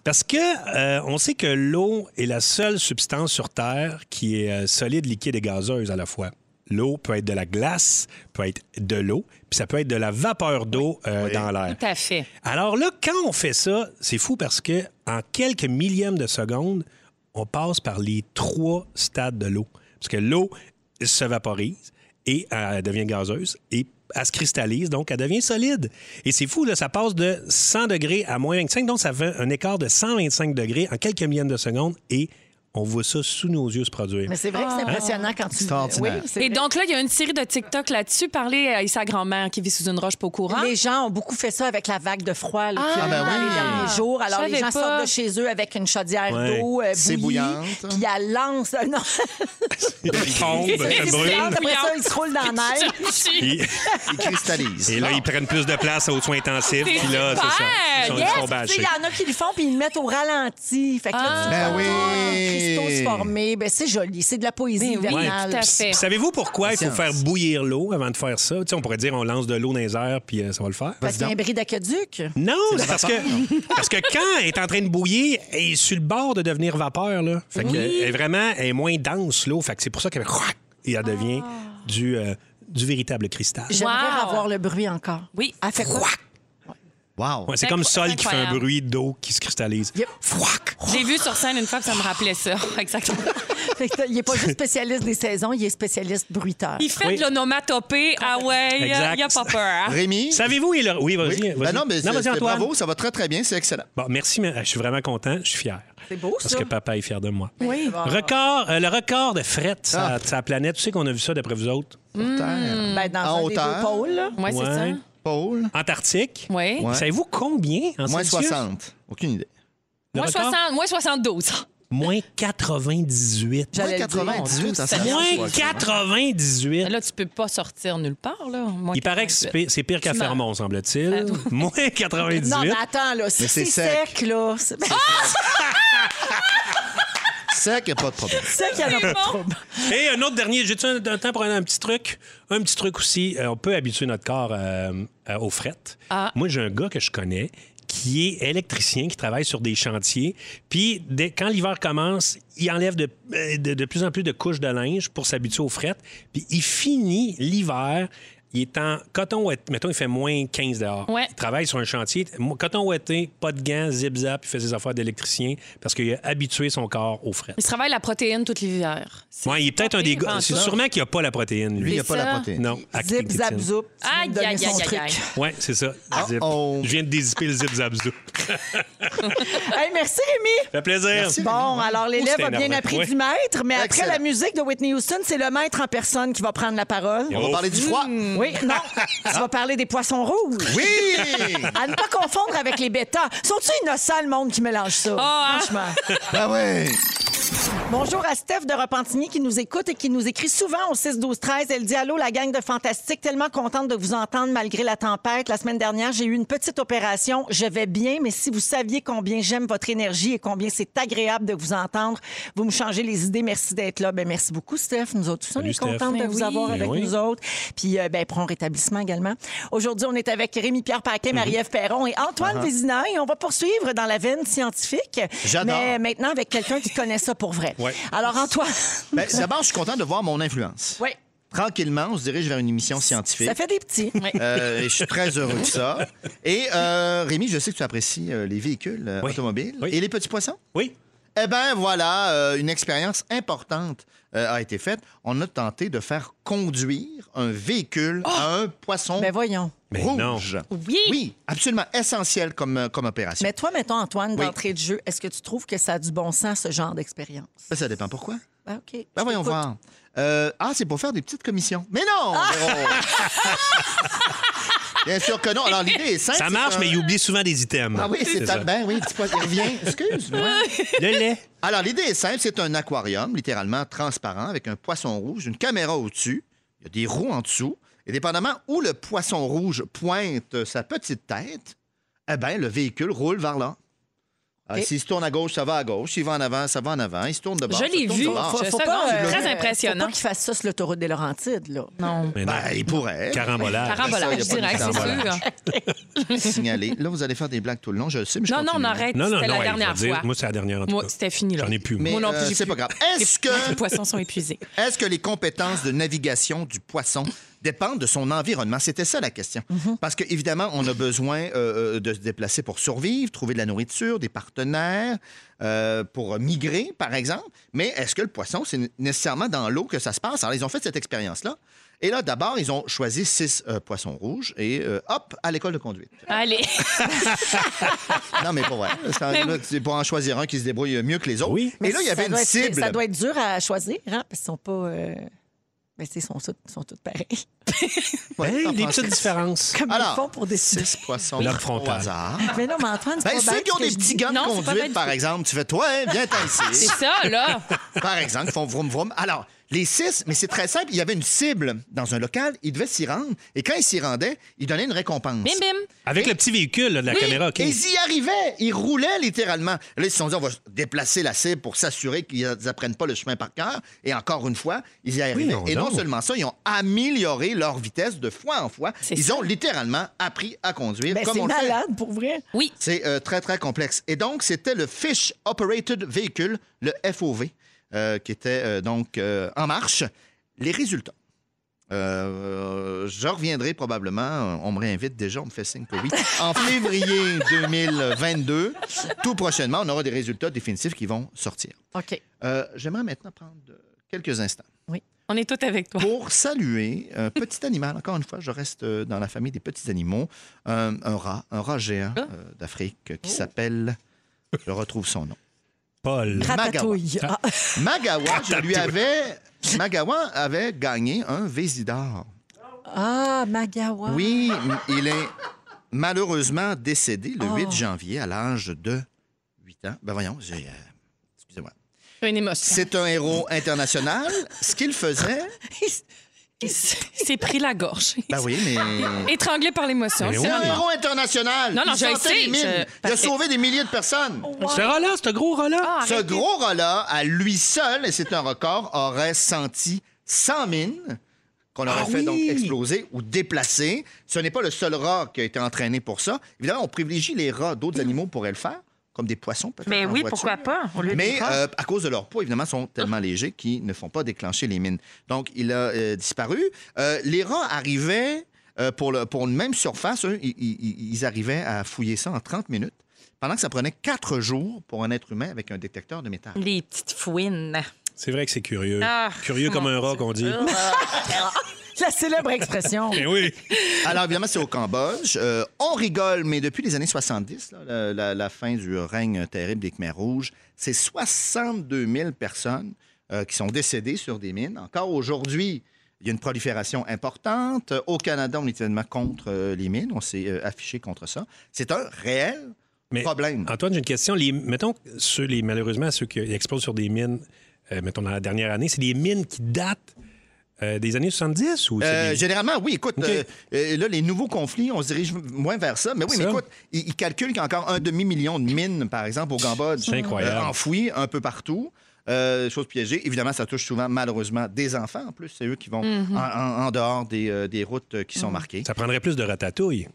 S3: Parce que euh, on sait que l'eau est la seule substance sur Terre qui est euh, solide, liquide et gazeuse à la fois. L'eau peut être de la glace, peut être de l'eau, puis ça peut être de la vapeur d'eau euh, dans l'air.
S4: Tout à fait.
S3: Alors là, quand on fait ça, c'est fou parce que en quelques millièmes de seconde, on passe par les trois stades de l'eau. Parce que l'eau se vaporise et euh, elle devient gazeuse et elle se cristallise, donc elle devient solide. Et c'est fou, là, ça passe de 100 degrés à moins 25, donc ça fait un écart de 125 degrés en quelques millièmes de seconde et on voit ça sous nos yeux se produire.
S2: Mais c'est vrai que c'est impressionnant quand tu... Oui,
S5: Extraordinaire.
S2: c'est
S4: Et
S2: vrai.
S4: donc là, il y a une série de TikTok là-dessus. Parler à sa grand-mère qui vit sous une roche pas au courant. Ah,
S2: Les gens ont beaucoup fait ça avec la vague de froid là, qu'il y a eu
S5: ben
S2: dans
S5: oui.
S2: les derniers jours. Alors,
S4: Je
S2: les gens
S4: savais pas.
S2: sortent de chez eux avec une chaudière
S3: Ouais.
S2: d'eau euh,
S5: C'est
S2: bouillie,
S5: bouillante.
S2: Puis ils la lancent. Non, [laughs]
S3: Il tombe,
S4: c'est
S3: il brûle.
S2: après ça, ils se roulent dans l'air.
S3: Et,
S5: Il cristallise.
S3: et là, ils
S5: Non.
S3: prennent plus de place aux soins intensifs.
S4: C'est
S3: Puis là, c'est ça. Ils sont, ils
S4: super!
S3: sont
S2: Tu sais,
S3: bâchés.
S2: Il y en a qui le font, puis ils le mettent au ralenti. Fait que là, tu
S5: Ben
S2: vois
S5: oui.
S2: les cristaux se former. Ben, c'est joli. C'est de la poésie
S4: Ben oui,
S2: hivernale.
S4: tout à fait.
S3: Puis Savez-vous pourquoi il faut
S5: Science.
S3: faire bouillir l'eau avant de faire ça? Tu sais, on pourrait dire on lance de l'eau dans les airs puis euh, ça va le faire.
S2: Parce qu'il y a un bris d'aqueduc.
S3: Non, c'est parce que, parce que quand elle est en train de bouillir, elle est sur le bord de devenir vapeur. Là. Fait que, euh, elle est vraiment elle est moins dense, l'eau. Fait que c'est pour ça qu'elle rouac, et elle devient du, euh, du véritable cristal.
S2: J'aimerais
S4: Wow.
S2: avoir le bruit encore.
S4: Oui.
S2: Elle fait quoi?
S5: Wow.
S3: Ouais, c'est comme
S4: Incro-
S3: sol qui fait un
S4: incroyable.
S3: bruit d'eau qui se cristallise.
S2: Yep.
S3: Fouac!
S4: [laughs] J'ai vu sur scène une fois, puis ça me rappelait ça. [laughs] Exactement.
S2: Fait que Il n'est pas juste spécialiste des saisons, il est spécialiste bruiteur.
S4: Il fait
S3: Oui.
S4: de l'onomatopée. Ah ouais, il a,
S3: Exact.
S4: il a pas peur. hein?
S5: Rémi?
S3: Savez-vous, il est là- Oui, vas-y.
S5: Oui.
S3: vas-y.
S5: Ben non, mais c'est-
S3: vas-y,
S5: c'est
S3: Antoine.
S5: bravo, ça va très, très bien, c'est excellent.
S3: Bon, merci, mais euh, je suis vraiment content. Je suis fier.
S2: C'est beau,
S3: Parce
S2: ça.
S3: que papa est fier de moi.
S2: Oui.
S3: Record, euh, le record de fret sur la-
S5: Ah.
S3: sur la planète. Tu sais qu'on a vu ça d'après vous autres?
S5: Terre.
S2: Ben, dans
S5: En
S2: un des
S5: hauteur.
S2: deux pôles, là.
S4: Ouais, c'est ça.
S3: Ouais.
S5: Paul?
S3: Antarctique.
S4: Oui.
S5: Ouais.
S3: Savez-vous combien en
S5: Moins
S3: Celsius?
S5: 60. Aucune idée.
S3: Le
S4: Moins,
S3: record?
S4: 60, moins 72.
S3: Moins 98.
S2: J'allais
S5: Moins
S2: le dire.
S5: 98, ça ça
S3: Moins 98.
S4: Là, tu peux pas sortir nulle part. Là. Moins
S3: Il paraît que c'est
S4: 48.
S3: pi- c'est pire qu'à
S4: Tu Ben, mens.
S3: Fermont,
S4: [laughs]
S3: semble-t-il. Moins 98.
S2: Non, mais attends, là, si
S5: Mais
S2: c'est
S5: c'est
S4: Ah!
S2: sec, là... c'est-
S5: Sec, y a pas de problème.
S2: C'est qu'il y en a pas de trouble.
S3: Et un autre dernier, j'ai-tu un, un temps pour un, un petit truc? Un petit truc aussi, euh, on peut habituer notre corps euh, euh, aux frettes.
S4: Ah.
S3: Moi, j'ai un gars que je connais qui est électricien, qui travaille sur des chantiers. Puis, dès- quand l'hiver commence, il enlève de, euh, de, de plus en plus de couches de linge pour s'habituer aux frettes. Puis, il finit l'hiver... Il est en coton ouaté. Mettons, il fait moins 15 dehors.
S4: Ouais.
S3: Il travaille sur un chantier. mo- Coton ouaté, pas de gants, zip-zap, il fait ses affaires d'électricien parce qu'il a habitué son corps aux frettes.
S4: Il se travaille la protéine toute l'hiver. C'est
S3: Ouais, il est peut-être un des
S4: pire
S3: gars.
S4: en
S3: C'est
S4: tout.
S3: sûrement qu'il n'y a pas la protéine,
S5: Lui, il
S3: lui.
S5: n'y a
S4: C'est
S5: pas
S4: ça.
S5: la protéine.
S3: Non,
S2: Zip, zap,
S3: zip.
S2: zoup. Tu viens de
S4: Aïe,
S2: donner
S4: aïe,
S2: son
S4: aïe,
S2: truc.
S4: aïe, aïe.
S3: Ouais, c'est ça. Zip.
S5: oh.
S3: Je viens de désiper le zip zap zoup.
S2: Hey, merci, Rémi.
S3: Fait plaisir.
S5: Merci.
S2: Bon, alors l'élève
S3: Ouh,
S2: a
S3: c'était
S2: bien
S3: énervant.
S2: appris
S3: Ouais.
S2: du maître, mais après
S5: Excellent.
S2: la musique de Whitney Houston, c'est le maître en personne qui va prendre la parole.
S5: On va
S3: Oh.
S5: parler du froid.
S2: Oui, non, tu vas parler des poissons rouges.
S5: Oui!
S2: À ne pas confondre avec les bêtas. Sont-tu innocents, le monde qui mélange ça?
S4: hein?
S2: Franchement.
S5: Ah ouais!
S2: Bonjour à Steph de Repentigny qui nous écoute et qui nous écrit souvent au 6-12-13. Elle dit Allô, la gang de Fantastique, tellement contente de vous entendre malgré la tempête. La semaine dernière, j'ai eu une petite opération. Je vais bien, mais si vous saviez combien j'aime votre énergie et combien c'est agréable de vous entendre, vous me changez les idées. Merci d'être là. Ben, merci beaucoup, Steph. Nous autres, tous, on
S3: Salut,
S2: est
S3: Steph.
S2: contents de
S4: Ben
S2: vous
S4: oui.
S2: avoir
S3: Ben
S2: avec
S3: oui.
S2: nous autres. Puis, euh, ben, prompt rétablissement également. Aujourd'hui, on est avec Rémi-Pierre
S3: Mhm.
S2: Paquet, Marie-Ève Perron et Antoine Vézina. Et on va poursuivre dans la veine scientifique.
S5: J'adore.
S2: Mais maintenant, avec quelqu'un qui connaît ça pour vrai.
S3: Ouais.
S2: Alors, Antoine,
S5: Ben, D'abord, je suis content de voir mon influence.
S2: ouais,
S5: Tranquillement, on se dirige vers une émission scientifique.
S2: ça fait des petits.
S5: Euh, et je suis très heureux de ça. Et euh, Rémi, je sais que tu apprécies euh, les véhicules euh,
S3: Oui.
S5: automobiles
S3: Oui.
S5: et les petits poissons.
S3: Oui.
S5: Eh bien, voilà, euh, une expérience importante euh, a été faite. On a tenté de faire conduire un véhicule à un poisson
S2: Ben voyons.
S3: Mais non.
S5: rouge.
S4: Oui.
S5: Oui, absolument essentiel comme, euh, comme opération.
S2: Mais toi, mettons, Antoine,
S5: Oui.
S2: d'entrée de jeu, est-ce que tu trouves que ça a du bon sens, ce genre d'expérience?
S5: Ben, ça dépend pourquoi.
S2: Ben, OK.
S5: Ben, voyons
S2: Écoute,
S5: voir. Euh, ah, c'est pour faire des petites commissions. Mais non!
S4: Ah!
S5: Véro! Bien sûr que non. Alors, l'idée est simple.
S3: Ça
S5: c'est
S3: marche,
S5: un-
S3: mais il oublie souvent des items.
S5: Ah oui, c'est
S3: ça.
S5: ça. Ben oui, petit poisson. Reviens. Excuse-moi.
S3: Le lait.
S5: Alors, l'idée est simple. C'est un aquarium, littéralement transparent, avec un poisson rouge, une caméra au-dessus. Il y a des roues en dessous. Et dépendamment où le poisson rouge pointe euh, sa petite tête, eh bien, le véhicule roule vers là. Alors,
S2: Ok.
S5: S'il se tourne à gauche, ça va à gauche. S'il va en avant, ça va en avant. Il se tourne de bord.
S4: Je
S5: ça
S4: l'ai
S5: tourne
S4: vu.
S5: de bord.
S4: Je-
S2: Faut
S4: Ça,
S2: pas,
S4: non, c'est
S2: euh,
S4: très
S2: Faut
S4: impressionnant.
S2: pas qu'il fasse ça sur l'autoroute des Laurentides, là. Non.
S3: Mais non.
S5: Ben, il pourrait.
S3: Carambolage.
S5: Ben, Ça, y a
S4: Carambolage,
S5: pas de
S4: direct, c'est
S5: carambolage. [laughs]
S4: sûr. [laughs]
S5: signaler. Là, vous allez faire des blagues tout le long, je le sais, mais je
S4: Non, non, on
S5: continue.
S4: arrête.
S3: Non, non,
S4: C'était
S3: non.
S4: la
S3: hey, je
S4: dernière
S3: veux dire,
S4: fois.
S3: Moi, c'est la dernière, en tout
S4: Moi,
S3: cas.
S4: c'était fini, là.
S3: J'en ai plus.
S5: Mais
S3: moi.
S4: Moi non plus,
S5: euh,
S4: j'ai
S5: c'est
S4: plus.
S5: pas grave.
S4: Les-
S5: Est-ce
S4: Les
S5: que,
S4: poissons
S5: [laughs]
S4: sont épuisés.
S5: est que les compétences de navigation du poisson dépendent de son environnement? C'était ça la question.
S4: Mm-hmm.
S5: Parce que évidemment, on a besoin euh, euh, de se déplacer pour survivre, trouver de la nourriture, des partenaires, euh, pour migrer, par exemple. Mais est-ce que le poisson, c'est nécessairement dans l'eau que ça se passe? Alors, ils ont fait cette expérience-là. Et là, d'abord, ils ont choisi six euh, poissons rouges et euh, hop, à l'école de conduite.
S4: Allez.
S5: Non, mais pas vrai.
S4: [laughs]
S5: Ça, là, C'est pour en choisir un qui se débrouille mieux que les autres.
S3: Oui.
S5: Et là, il y
S2: ça
S5: avait une
S2: doit être-
S5: cible.
S2: Ça doit être dur à choisir, hein? Parce qu'ils sont pas. euh, Ben, tu sais, ils sont, tous- ils sont tous pareils.
S5: Ouais,
S3: Hey,
S5: en
S3: des
S5: français.
S3: petites différences.
S2: [laughs] Comme
S5: Alors,
S2: ils font pour décider.
S5: Six poissons
S3: Lobe
S5: au
S3: frontal.
S5: hasard.
S2: Mais non, mais Antoine, c'est
S5: Ben,
S2: pas
S5: ceux
S2: bête
S5: qui ont
S2: ce que
S5: des
S2: je
S5: petits
S2: dis.
S5: gants de
S4: Non, c'est pas
S5: conduite,
S4: bête
S5: par
S4: du tout.
S5: exemple, tu fais toi, hein, viens t'en
S4: C'est
S5: ici.
S4: ça, là.
S5: Par exemple, ils font vroom vroom. Alors, les six, mais c'est très simple, il y avait une cible dans un local, ils devaient s'y rendre, et quand ils s'y rendaient, ils donnaient une récompense.
S4: Bim, bim.
S3: Avec le petit véhicule là, de la caméra, OK.
S5: Et ils y arrivaient, ils roulaient littéralement. Là, ils se sont dit, on va déplacer la cible pour s'assurer qu'ils n'apprennent pas le chemin par cœur. Et encore une fois, ils y arrivaient.
S3: non,
S5: et non
S3: non.
S5: seulement ça, ils ont amélioré leur vitesse de fois en fois.
S4: C'est
S5: Ils
S4: ça.
S5: ont littéralement appris à conduire
S2: Ben,
S5: comme
S2: c'est
S5: on le fait.
S2: malade, pour vrai.
S4: Oui.
S5: C'est euh, très, très complexe. Et donc, c'était le Fish Operated Vehicle, le FOV, euh, qui était euh, donc euh, en marche. Les résultats. Euh, je reviendrai probablement. euh, On me réinvite déjà, on me fait signe que oui. En février 2022, tout prochainement, on aura des résultats définitifs qui vont sortir.
S2: OK.
S5: Euh, J'aimerais maintenant prendre euh, quelques instants
S4: On est tous avec toi.
S5: pour saluer
S4: [laughs]
S5: un petit animal. Encore une fois, je reste euh, dans la famille des petits animaux. Un- un rat, un rat géant
S4: Ah.
S5: euh, d'Afrique euh,
S4: Oh.
S5: qui s'appelle. Je retrouve son nom.
S3: Paul.
S2: Ratatouille. Ah,
S4: [laughs]
S5: Magawa, je lui avais. Magawa avait gagné un Vésidor.
S2: ah, Magawa.
S5: Oui, m- il est malheureusement décédé le
S4: Oh.
S5: 8 janvier à l'âge de 8 ans. Ben voyons, j'ai. euh, Excusez-moi.
S4: Une émotion.
S5: C'est un héros international. Ce qu'il faisait,
S4: [laughs] Il s- il s'est pris la gorge.
S5: Ben oui, mais.
S4: Étranglé par l'émotion.
S3: Mais
S5: C'est
S3: oui.
S5: un héros international.
S4: Non, non,
S5: il
S4: je
S5: chantait
S4: sais,
S5: les mines.
S4: je-
S5: Il a
S4: parfait.
S5: sauvé des milliers de personnes.
S3: Ce rat-là, ce gros rat-là.
S5: Ce gros rat-là, à lui seul, et c'est un record, aurait senti 100 mines qu'on aurait
S3: Ah
S5: fait
S3: oui!
S5: donc exploser ou déplacer. Ce n'est pas le seul rat qui a été entraîné pour ça. Évidemment, on privilégie les rats. D'autres animaux pourraient le faire, comme des poissons peut-être.
S9: Mais
S5: en
S9: oui,
S5: voiture.
S9: pourquoi pas? On le
S5: Mais euh, à cause de leur poids, évidemment, sont
S9: Ah.
S5: tellement légers qu'ils ne font pas déclencher les mines. Donc, il a euh, disparu. Euh, les rats arrivaient euh, pour, le, pour une même surface, eux, ils, ils- ils arrivaient à fouiller ça en 30 minutes, pendant que ça prenait 4 jours pour un être humain avec un détecteur de métal.
S9: Les petites fouines.
S3: C'est vrai que c'est curieux.
S9: Ah,
S3: curieux comme un rat qu'on dit.
S4: Ah.
S5: [laughs]
S2: La célèbre expression.
S3: Mais oui.
S5: Alors, évidemment, c'est au Cambodge. Euh, on rigole, mais depuis les années 70, là, la, la- la fin du règne terrible des Khmers rouges, c'est 62 000 personnes euh, qui sont décédées sur des mines. Encore aujourd'hui, il y a une prolifération importante. Au Canada, on est évidemment contre euh, les mines. On s'est euh, affiché contre ça. C'est un réel
S3: Mais
S5: problème.
S3: Antoine, j'ai une question. Les, mettons, ceux, les, malheureusement, ceux qui explosent sur des mines, euh, mettons, dans la dernière année, c'est des mines qui datent euh, des années 70 ou c'est
S5: Euh,
S3: des-
S5: Généralement, oui. Écoute,
S3: OK.
S5: euh, euh, là, les nouveaux conflits, on se dirige moins vers ça. Mais oui, mais
S3: Ça.
S5: écoute, ils, ils calculent qu'il y a encore un demi-million de mines, par exemple, au Cambodge.
S3: C'est incroyable.
S5: euh, enfouies un peu partout. Euh, chose piégée. Évidemment, ça touche souvent, malheureusement, des enfants. En plus, c'est eux qui vont
S2: Mhm.
S5: en, en- en dehors des, euh, des routes euh, qui sont marquées.
S3: Ça prendrait plus de ratatouille.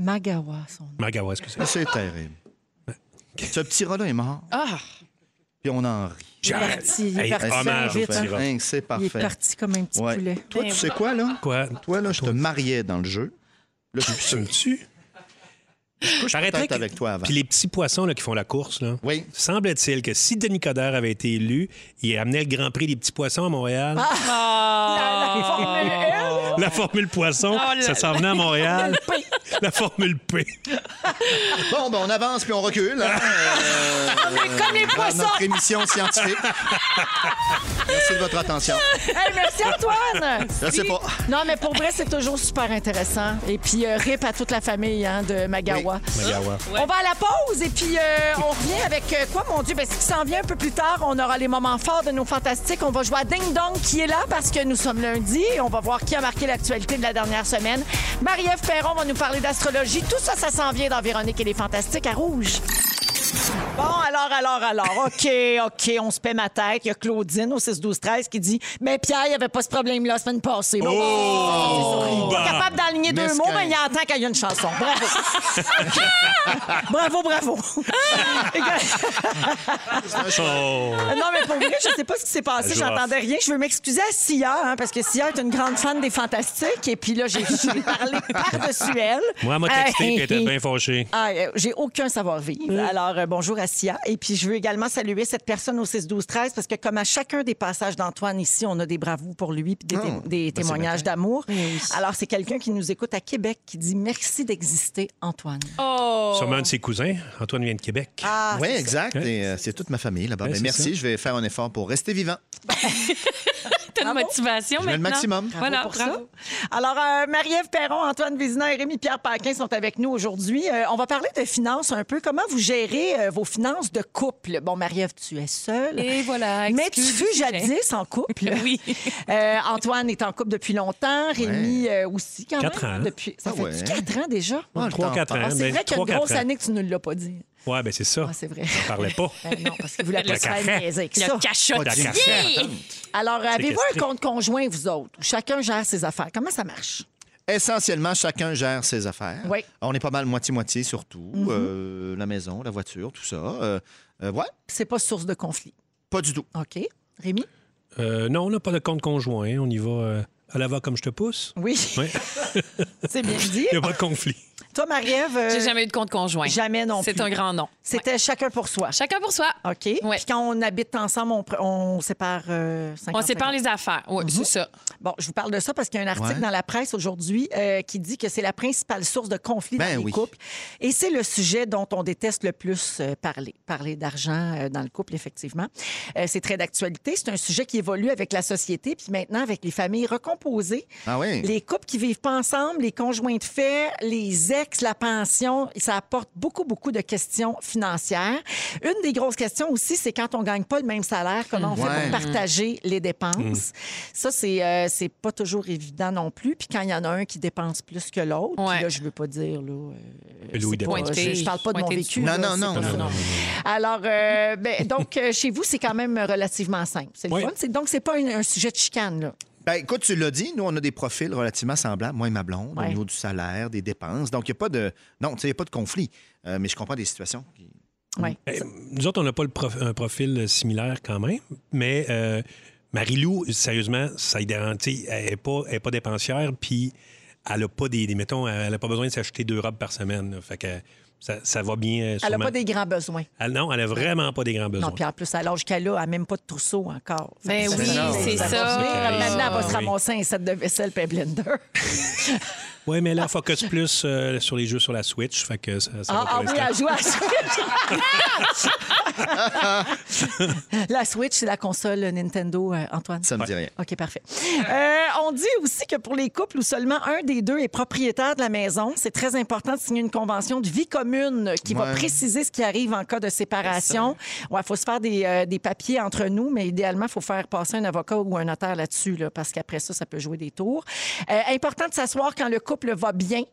S2: Magawa, son nom.
S3: Magawa, est-ce que c'est?
S5: C'est terrible. Ce petit rat-là est mort,
S4: Ah!
S5: puis on en rit.
S2: parti, il est
S3: Hey,
S2: parti
S3: hommage
S2: bien
S3: au
S2: vite,
S3: petit rat.
S5: Hein, c'est
S2: Il est
S5: parfait.
S2: parti comme un petit
S5: Ouais.
S2: poulet. Eh
S5: Toi, tu sais quoi, là?
S3: Quoi?
S5: Toi, là, je te mariais dans le jeu. Là, je
S3: Tu
S5: suis
S3: me tues? Paraîtrait
S5: peut-être avec toi avant.
S3: Puis les petits poissons là, qui font la course, là.
S5: Oui.
S3: Semble-t-il que si Denis Coderre avait été élu, il amenait le Grand Prix des petits poissons à Montréal. Oh! La formule poisson, ça s'en venait à Montréal. Ah, La formule P.
S5: Bon, ben on avance puis on recule. hein. Euh,
S2: comme les
S5: dans
S2: poissons.
S5: Notre émission scientifique. Merci de votre attention.
S2: Hey, merci Antoine!
S5: Je sais pas.
S2: Non, mais pour vrai, c'est toujours super intéressant. Et puis, euh, rip à toute la famille hein, de Magawa.
S3: Magawa.
S2: On va à la pause et puis euh, on revient avec euh, quoi, mon Dieu? Ben, ce qui s'en vient un peu plus tard, on aura les moments forts de nos fantastiques. On va jouer à Ding Dong qui est là parce que nous sommes lundi et on va voir qui a marqué l'actualité de la dernière semaine. Marie-Ève Perron va nous parler d'astrologie. Tout ça, ça s'en vient dans Véronique et les Fantastiques à Rouge. Bon, alors, alors, alors. OK, OK, on se paie ma tête. Il y a Claudine au 6-12-13 qui dit Mais Pierre, il n'y avait pas ce problème-là la semaine passée. Bon,
S3: Oh!
S2: pas
S3: Bah!
S2: capable d'aligner deux
S5: Mesquin.
S2: mots, mais il entend quand il y a une chanson. Bravo. [laughs] bravo, bravo. [laughs]
S3: Oh!
S2: non, mais pour vrai, je sais pas ce qui s'est passé.
S3: Joie.
S2: J'entendais rien. Je veux m'excuser à Sia, hein, parce que Sia est une grande fan des Fantastiques. Et puis là, j'ai j'ai parlé par-dessus elle.
S3: Moi, elle m'a texté
S2: Hey,
S3: puis elle était
S2: hey.
S3: bien fâchée.
S2: Ah, euh, j'ai aucun savoir-vivre. Alors, euh, bonjour à Sia. Et puis, je veux également saluer cette personne au 6-12-13 parce que, comme à chacun des passages d'Antoine ici, on a des bravos pour lui puis des, té- des témoignages d'amour. Alors, c'est quelqu'un qui nous écoute à Québec qui dit merci d'exister, Antoine.
S3: Sûrement un de ses cousins. Antoine vient de Québec.
S2: Ah,
S5: oui, exact. Et, euh, c'est toute ma famille là-bas.
S3: Ouais,
S5: Ben,
S3: c'est
S5: merci,
S3: ça.
S5: je vais faire un effort pour rester vivant.
S4: T'as une motivation
S5: Je mets le
S4: maintenant.
S5: maximum. Bravo
S4: Voilà,
S2: pour
S4: bravo.
S2: ça. Alors, euh, Marie-Ève Perron, Antoine Vézina et Rémi-Pierre Paquin sont avec nous aujourd'hui. Euh, on va parler de finances un peu. Comment vous gérez euh, vos finances de couple? Bon, Marie-Ève, tu es seule.
S4: Et voilà,
S2: Mais tu
S4: excuse
S2: fus
S4: du sujet.
S2: jadis en couple.
S4: [laughs] Oui.
S2: Euh, Antoine est en couple depuis longtemps. Rémi euh, aussi, quand
S3: Quatre
S2: même.
S3: ans.
S2: Depuis... Ça
S5: Ah
S2: fait
S5: ouais.
S2: 4 ans déjà?
S5: Ah, le temps
S3: 3-4 ans.
S5: passe.
S2: Ah, c'est
S3: mais
S2: vrai qu'il y a une
S3: 3-4
S2: grosse
S3: ans.
S2: année que tu ne l'as pas dit.
S3: Ouais, ben c'est ça.
S2: Ah, c'est vrai.
S3: On parlait pas.
S2: [laughs] Ben non, parce qu'il voulait pas
S3: Le
S2: se faire
S3: café.
S2: niaiser avec
S9: Le
S2: ça.
S9: cachot.
S3: Pas de cachette.
S2: Alors, avez-vous un
S3: Séquestré.
S2: compte conjoint, vous autres, où chacun gère ses affaires? Comment ça marche?
S5: Essentiellement, chacun gère ses affaires.
S2: Oui.
S5: On est pas mal moitié-moitié surtout. Euh, la maison, la voiture, tout ça. Euh, euh, ouais,
S2: C'est pas source de conflit.
S5: pas du tout.
S2: OK. Rémi?
S3: Euh, non, on n'a pas de compte conjoint. On y va euh, à la va comme je te pousse.
S2: Oui,
S3: Ouais.
S2: [laughs] c'est bien dit.
S3: Il n'y a pas de conflit.
S2: Toi, Marie-Ève, euh,
S4: J'ai jamais eu de compte conjoint.
S2: jamais non
S4: C'est
S2: plus.
S4: un grand nom.
S2: c'était chacun pour soi.
S4: Chacun pour soi.
S2: OK.
S4: Ouais.
S2: Puis quand on habite ensemble, on, pr- on sépare euh, 50
S4: On sépare les affaires. Oui, c'est ça.
S2: Bon, je vous parle de ça parce qu'il y a un article
S5: Ouais.
S2: dans la presse aujourd'hui euh, qui dit que c'est la principale source de conflits
S5: Ben
S2: dans les
S5: oui.
S2: couples. Et c'est le sujet dont on déteste le plus euh, parler. Parler d'argent euh, dans le couple, effectivement. Euh, c'est très d'actualité. C'est un sujet qui évolue avec la société, puis maintenant avec les familles recomposées. composé.
S5: Ah oui?
S2: Les couples qui vivent pas ensemble, les conjoints de fait, les ex, la pension, ça apporte beaucoup, beaucoup de questions financières. Une des grosses questions aussi, c'est quand on gagne pas le même salaire, comment on fait
S5: Ouais. Mm.
S2: pour partager les dépenses. Ça, c'est euh, c'est pas toujours évident non plus. Puis quand il y en a un qui dépense plus que l'autre, puis
S4: Ouais.
S2: là, je veux pas dire, là... euh, [laughs]
S3: Louis
S2: c'est
S3: dépense.
S2: pas- je, je parle pas de mon
S4: Pointer du-
S2: vécu.
S5: Non,
S2: là,
S5: non,
S2: c'est
S5: non,
S2: pas
S5: non,
S2: ça.
S5: non, non.
S2: Alors, euh, [laughs] ben, donc, euh, chez vous, c'est quand même relativement simple. C'est le
S3: Oui.
S2: fun. C'est- Donc, c'est pas une- un sujet de chicane, là.
S5: Ben, écoute, tu l'as dit, nous, on a des profils relativement semblables, moi et ma blonde,
S2: Ouais.
S5: au niveau du salaire, des dépenses. Donc, il n'y a pas de. Non, tu sais, il n'y a pas de conflit. Euh, mais je comprends des situations. qui-
S2: Ouais.
S3: Eh, Nous autres, on n'a pas le prof- un profil similaire quand même, mais euh, Marie-Lou, sérieusement, ça y garantit, elle n'est pas, elle est pas dépensière, puis elle n'a pas des, des- mettons, elle n'a pas besoin de s'acheter deux robes par semaine. là. Fait que ça, ça va bien. euh,
S2: Elle n'a
S3: sûrement.
S2: pas des grands besoins.
S3: Elle- non, elle n'a vraiment pas des grands besoins.
S2: Non, puis en plus, à l'âge qu'elle a, elle n'a même pas de trousseau encore.
S4: Ben
S2: Fait que
S4: oui, c'est
S2: va
S4: ça.
S2: venir.
S3: Ah,
S2: Maintenant, elle va
S3: oui.
S2: se ramasser un set de vaisselle puis un blender.
S3: Oui, mais là, focus plus euh, sur les jeux sur la Switch. Fait que ça, ça va
S2: Ah,
S3: pour
S2: ah oui,
S3: l'instant.
S2: elle joue à la Switch. [laughs] la Switch, c'est la console Nintendo, euh, Antoine.
S5: Ça ne me dit rien.
S2: OK, parfait. Euh, on dit aussi que pour les couples où seulement un des deux est propriétaire de la maison, c'est très important de signer une convention de vie commune qui va
S5: Ouais.
S2: préciser ce qui arrive en cas de séparation. Il faut se faire des, euh, des papiers entre nous, mais idéalement, il faut faire passer un avocat ou un notaire là-dessus, là, parce qu'après ça, ça peut jouer des tours. Euh, important de s'asseoir quand le couple va bien.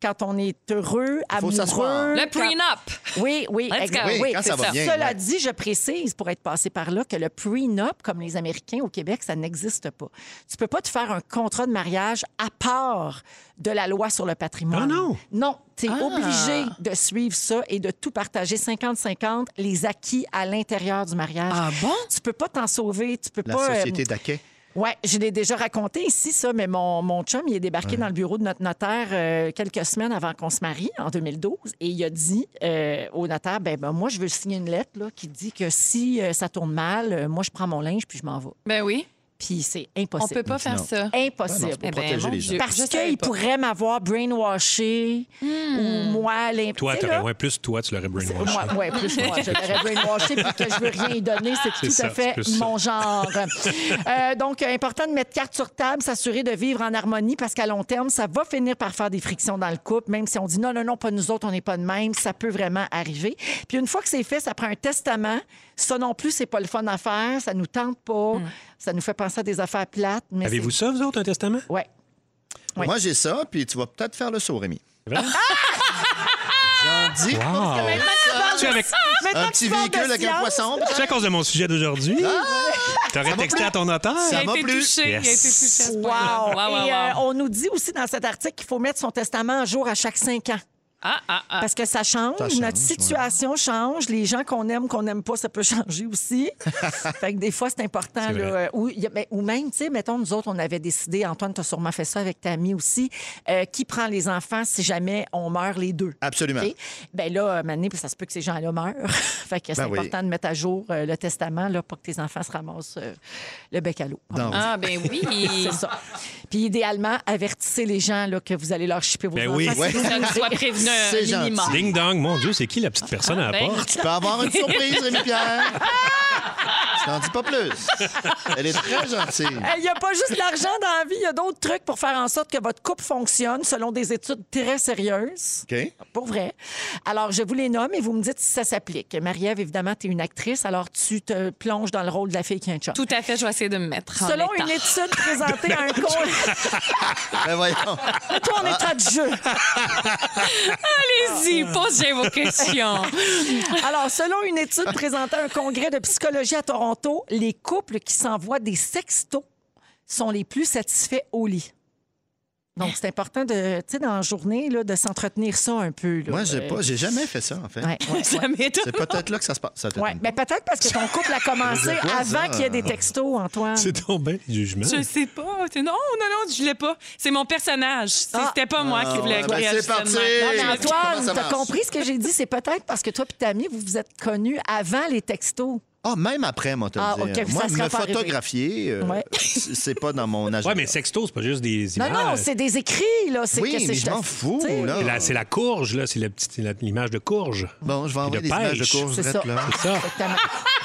S2: Quand on est heureux,
S5: faut
S2: amoureux.
S5: s'asseoir.
S4: Le
S2: quand-
S4: prenup. Hein,
S2: oui, oui,
S4: Let's
S2: exact-
S4: go.
S5: Oui, quand
S2: c'est
S5: ça va bien,
S2: Cela
S5: ouais.
S2: dit, je précise, pour être passé par là, que le prenup, comme les Américains au Québec, ça n'existe pas. Tu peux pas te faire un contrat de mariage à part de la loi sur le patrimoine.
S3: Ah non?
S2: Non, tu es
S4: Ah.
S2: obligé de suivre ça et de tout partager 50-50, les acquis à l'intérieur du mariage.
S4: Ah bon?
S2: Tu peux pas t'en sauver, tu peux
S5: La
S2: pas... euh,
S5: société d'Aquet.
S2: oui, je l'ai déjà raconté ici, ça, mais mon, mon chum, il est débarqué dans le bureau de notre notaire euh, quelques semaines avant qu'on se marie, en 2012, et il a dit euh, au notaire ben, ben, moi, je veux signer une lettre là, qui dit que si euh, ça tourne mal, euh, moi, je prends mon linge puis je m'en vais.
S4: Ben oui.
S2: Puis c'est
S4: On
S2: impossible.
S4: peut pas faire
S5: Non.
S4: ça. Eh ben,
S2: Impossible.
S5: Pour protéger
S4: mon
S5: les
S4: Dieu,
S5: gens.
S4: je
S2: Parce
S4: savais
S2: qu'il
S4: pas. Hmm.
S2: pourrait m'avoir brainwashé ou moi, l'imp...
S3: Toi,
S2: tu sais,
S3: t'aurais-
S2: là,
S3: ouais, plus toi, tu l'aurais brainwashed.
S2: moi, ouais, plus moi. Je l'aurais brainwashé puis que je veux rien y donner. C'est
S3: C'est
S2: tout
S3: ça,
S2: à fait
S3: c'est plus ça.
S2: mon genre. Euh, donc, euh, important de mettre carte sur table, s'assurer de vivre en harmonie parce qu'à long terme, ça va finir par faire des frictions dans le couple, même si on dit non, non, non, pas nous autres, on n'est pas de même. Ça peut vraiment arriver. Puis une fois que c'est fait, ça prend un testament. Ça non plus, c'est pas le fun à faire. Ça nous tente pas. Ça nous fait penser à des affaires plates. Mais
S3: [laughs] Mm. Avez-vous ça, vous autres, un testament?
S2: Oui. Ouais.
S5: Moi, j'ai ça, puis tu vas peut-être faire le saut, Rémi.
S3: C'est vrai?
S5: [laughs] J'en dis.
S3: Wow! C'est avec-
S5: Un petit véhicule avec un poisson.
S3: Ah, c'est à cause de mon sujet d'aujourd'hui.
S2: Ah,
S3: T'aurais texté à ton notaire.
S4: Il
S5: Ça
S4: a
S5: m'a
S4: été
S5: plu.
S4: touché. Il a été touché à
S3: Yes.
S4: ce
S2: Wow!
S4: point-là. Wow,
S2: Et euh,
S4: wow, wow.
S2: on nous dit aussi dans cet article qu'il faut mettre son testament à jour à chaque cinq ans.
S4: Ah, ah, ah.
S2: Parce que ça change,
S5: Ça change,
S2: notre situation change, les gens qu'on aime, qu'on n'aime pas, ça peut [laughs] changer
S5: [laughs]
S2: aussi. fait que des fois, c'est important.
S3: C'est
S2: là,
S3: vrai.
S2: euh, ou, il y a- mais- ou même, tu sais, mettons, nous autres, on avait décidé, Antoine, tu as sûrement fait ça avec ta amie aussi, euh, qui prend les enfants si jamais on meurt les deux.
S5: Absolument.
S2: OK? Ben là, euh, Mané, ça se peut que ces gens-là meurent. [laughs] fait que c'est
S5: Ben oui.
S2: important de mettre à jour euh, le testament là, pour que tes enfants se ramassent euh, le bec à l'eau.
S5: Donc,
S4: Ah, ben [laughs] oui.
S2: C'est ça. Puis idéalement, avertissez les gens là, que vous allez leur chipper vos
S3: Ben
S2: enfants.
S3: oui.
S2: si
S5: Ouais.
S2: vous
S4: Ça
S2: osez.
S4: soit prévenu un
S5: C'est gentil.
S4: minimum.
S3: Ding dong, mon Dieu, c'est qui la
S2: Ah,
S3: petite personne à la
S4: ben.
S3: porte?
S5: tu peux avoir une surprise, Rémi-Pierre. Je t'en dis pas plus. Elle est très
S4: [laughs]
S5: gentille.
S2: Il n'y a pas juste l'argent dans la vie, il y a d'autres trucs pour faire en sorte que votre couple fonctionne selon des études très sérieuses.
S5: OK?
S2: Pour vrai. Alors, je vous les nomme et vous me dites si ça s'applique. Marie-Ève, évidemment, tu es une actrice, alors tu te plonges dans le rôle de la fille qui a un chum.
S4: Tout à fait, je vais essayer de me mettre en
S2: Selon
S4: état.
S2: une étude présentée
S4: [laughs]
S2: à un con...
S5: Ben voyons.
S2: Toi, en état de jeu.
S4: Allez-y, posez vos questions.
S2: Alors, selon une étude présentée à un congrès de psychologie à Toronto, les couples qui s'envoient des sextos sont les plus satisfaits au lit. Donc, c'est important de, tu sais, dans la journée, là, de s'entretenir ça un peu. là.
S5: Moi, j'ai
S2: Euh,
S5: pas, j'ai jamais fait ça, en fait.
S2: ouais, ouais.
S4: Ça m'étonne.
S5: C'est peut-être là que ça se passe. Ça t'étonne
S2: Ouais,
S5: pas.
S2: mais peut-être parce que ton couple a commencé
S5: C'est quoi,
S2: avant
S5: ça?
S2: qu'il y ait des textos, Antoine.
S3: C'est tombé les jugements.
S4: Je sais pas. C'est- Non, non, non, je l'ai pas. C'est mon personnage. C'est-
S2: Ah.
S4: C'était pas moi qui voulais
S5: ouais, ben,
S4: réagisse
S5: c'est parti.
S2: Non,
S4: tellement.
S2: mais
S5: Hey, comment
S2: Antoine,
S5: ça
S2: t'as
S5: marche?
S2: compris ce que j'ai dit? C'est peut-être parce que toi et ta amie, vous vous êtes connus avant les textos.
S5: Ah, même après, moi, te le
S2: Ah,
S5: dire.
S2: OK, ça
S5: Moi,
S2: sera
S5: me
S2: pas arrivé.
S5: photographier, euh,
S2: Ouais.
S5: c'est c'est pas dans mon agenda.
S3: Ouais, mais sexto, c'est pas juste des
S2: Non,
S3: images.
S2: non, c'est des écrits, là. C'est
S5: Oui,
S2: que c'est-
S5: mais je m'en fous,
S2: tu sais,
S5: là.
S3: La- C'est la courge, là. C'est la petite- la- l'image de courge.
S5: Bon, je vais
S3: Et
S5: envoyer
S3: de
S5: des images de
S3: pêche.
S5: course
S2: C'est ça.
S5: drette, là.
S3: C'est ça.
S2: Exactement.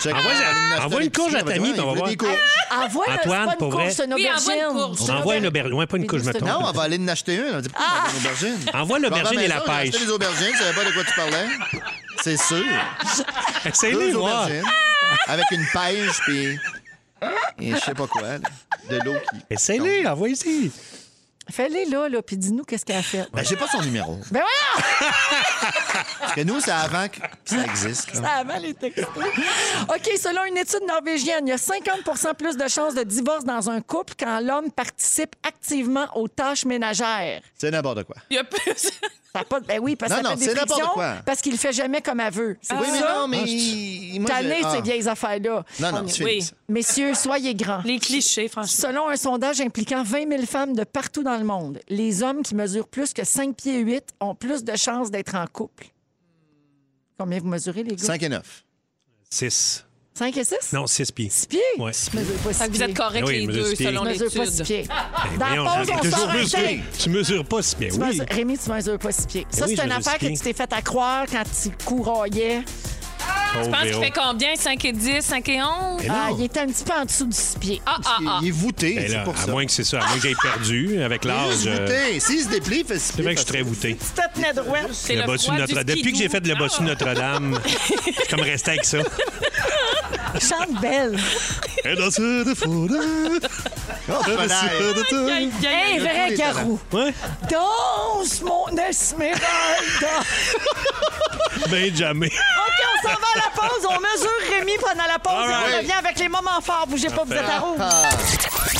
S5: Check. Ah,
S3: Envoie-
S5: Nostalgie,
S3: envoie une courge à
S5: va te
S3: ta amie,
S5: dire,
S3: puis on va
S5: il veut
S3: voir. Ah!
S5: des courges. [laughs]
S2: Envoie une-
S3: Antoine,
S2: c'est pas une
S3: pour
S2: courge,
S3: vrai.
S2: c'est une
S4: Oui, envoie une
S2: aubergine.
S4: courge.
S2: C'est
S3: On envoie une aubergine. Ouais, pas une courge, je me trompe.
S5: Non, on va aller en acheter une. On va dire, pourquoi on va aller une aubergine?
S3: Ah!
S5: ben,
S3: Envoie l'aubergine et la
S5: J'aurais acheté
S3: pêche.
S5: des aubergines, je savais pas de quoi tu parlais. C'est sûr.
S3: C'est les
S5: Deux
S3: voir.
S5: aubergines avec une pêche, puis... Et je sais pas quoi, là. de l'eau qui...
S3: Essaye-les, envoie-y.
S2: Fais-les là, là, puis dis-nous qu'est-ce qu'elle a fait.
S5: Ben, j'ai pas son numéro.
S2: Ben voyons!
S5: Parce que nous, c'est avant que ça existe. là.
S2: Ça a Ben [laughs] mal été textos. OK, selon une étude norvégienne, il y a 50 plus de chances de divorce dans un couple quand l'homme participe activement aux tâches ménagères.
S5: C'est n'importe quoi.
S4: Il y a plus.
S2: Ça a pas de- Ben oui, parce que ça
S5: Non, non,
S2: fait des
S5: c'est n'importe
S2: frictions,
S5: quoi.
S2: parce qu'il le fait jamais comme elle veut. C'est
S5: oui, mais
S2: ça?
S5: non, mais... moi, je-
S2: Tanné de
S5: ah.
S2: ces vieilles affaires-là.
S5: Non, non, tu
S4: Oui.
S5: finis ça.
S2: Messieurs, soyez grands.
S4: Les clichés, franchement.
S2: Selon un sondage impliquant 20 000 femmes de partout dans le monde, les hommes qui mesurent plus que 5 pieds 8 ont plus de chances d'être en couple. Combien vous mesurez, les gars?
S5: 5 et 9.
S3: 6.
S2: 5 et 6?
S3: Non, 6 pieds.
S2: 6 pieds?
S3: Ouais.
S2: Je mesure pas
S4: Fait
S2: 6
S4: que vous
S2: pieds.
S4: êtes corrects
S3: Ah oui,
S4: les
S3: mesure
S4: deux,
S3: six pieds.
S4: selon
S2: Je mesure pas 6
S4: l'étude.
S2: pieds.
S3: Ben
S2: Dans
S3: voyons,
S2: la pause,
S3: j'en ai
S2: on
S3: toujours
S2: sort un
S3: mesuré.
S2: thé.
S3: Tu mesures pas si bien,
S2: Tu
S3: oui. Ben
S2: mesures- Rémi, tu mesures pas 6 pieds. Ça,
S3: oui,
S2: c'est
S3: je
S2: une
S3: mesure
S2: affaire
S3: six
S2: que
S3: pieds.
S2: tu t'es fait à croire quand tu courroyais.
S3: Pauvre
S4: Je pense qu'il
S3: Véro.
S4: fait combien? 5 et 10, 5 et 11?
S3: Mais non.
S2: Ah, il était un petit peu en dessous du 6 pieds.
S4: Ah, ah,
S5: Il,
S4: ah.
S5: il est voûté,
S3: Ben
S5: c'est
S3: là,
S5: pour
S3: à
S5: ça.
S3: moins que c'est ça, à moins que j'aie perdu avec
S5: Il est
S3: l'âge.
S5: juste
S3: euh,
S5: voûté. S'il se déplie, il fait
S3: C'est vrai que je suis très voûté.
S2: Tu te tenais droit.
S4: C'est
S3: Le bossu de
S4: froid du
S3: Notre- Depuis que j'ai fait le
S4: skidoo.
S3: bossu de Notre-Dame, je suis comme resté avec ça.
S2: Chante
S4: [laughs]
S2: belle.
S3: Et dans ce défaut de-
S5: voûté.
S4: Ah, aïe, aïe,
S2: Un
S4: aïe.
S2: vrai
S5: est
S2: garou.
S3: Ouais.
S2: Danse, mon esmeralda.
S3: Benjamin.
S2: OK, on s'en va à la pause. On mesure Rémi pendant la pause
S3: All right.
S2: et on revient avec les moments forts. Bougez pas, vous êtes à
S5: Ah.
S2: rouge.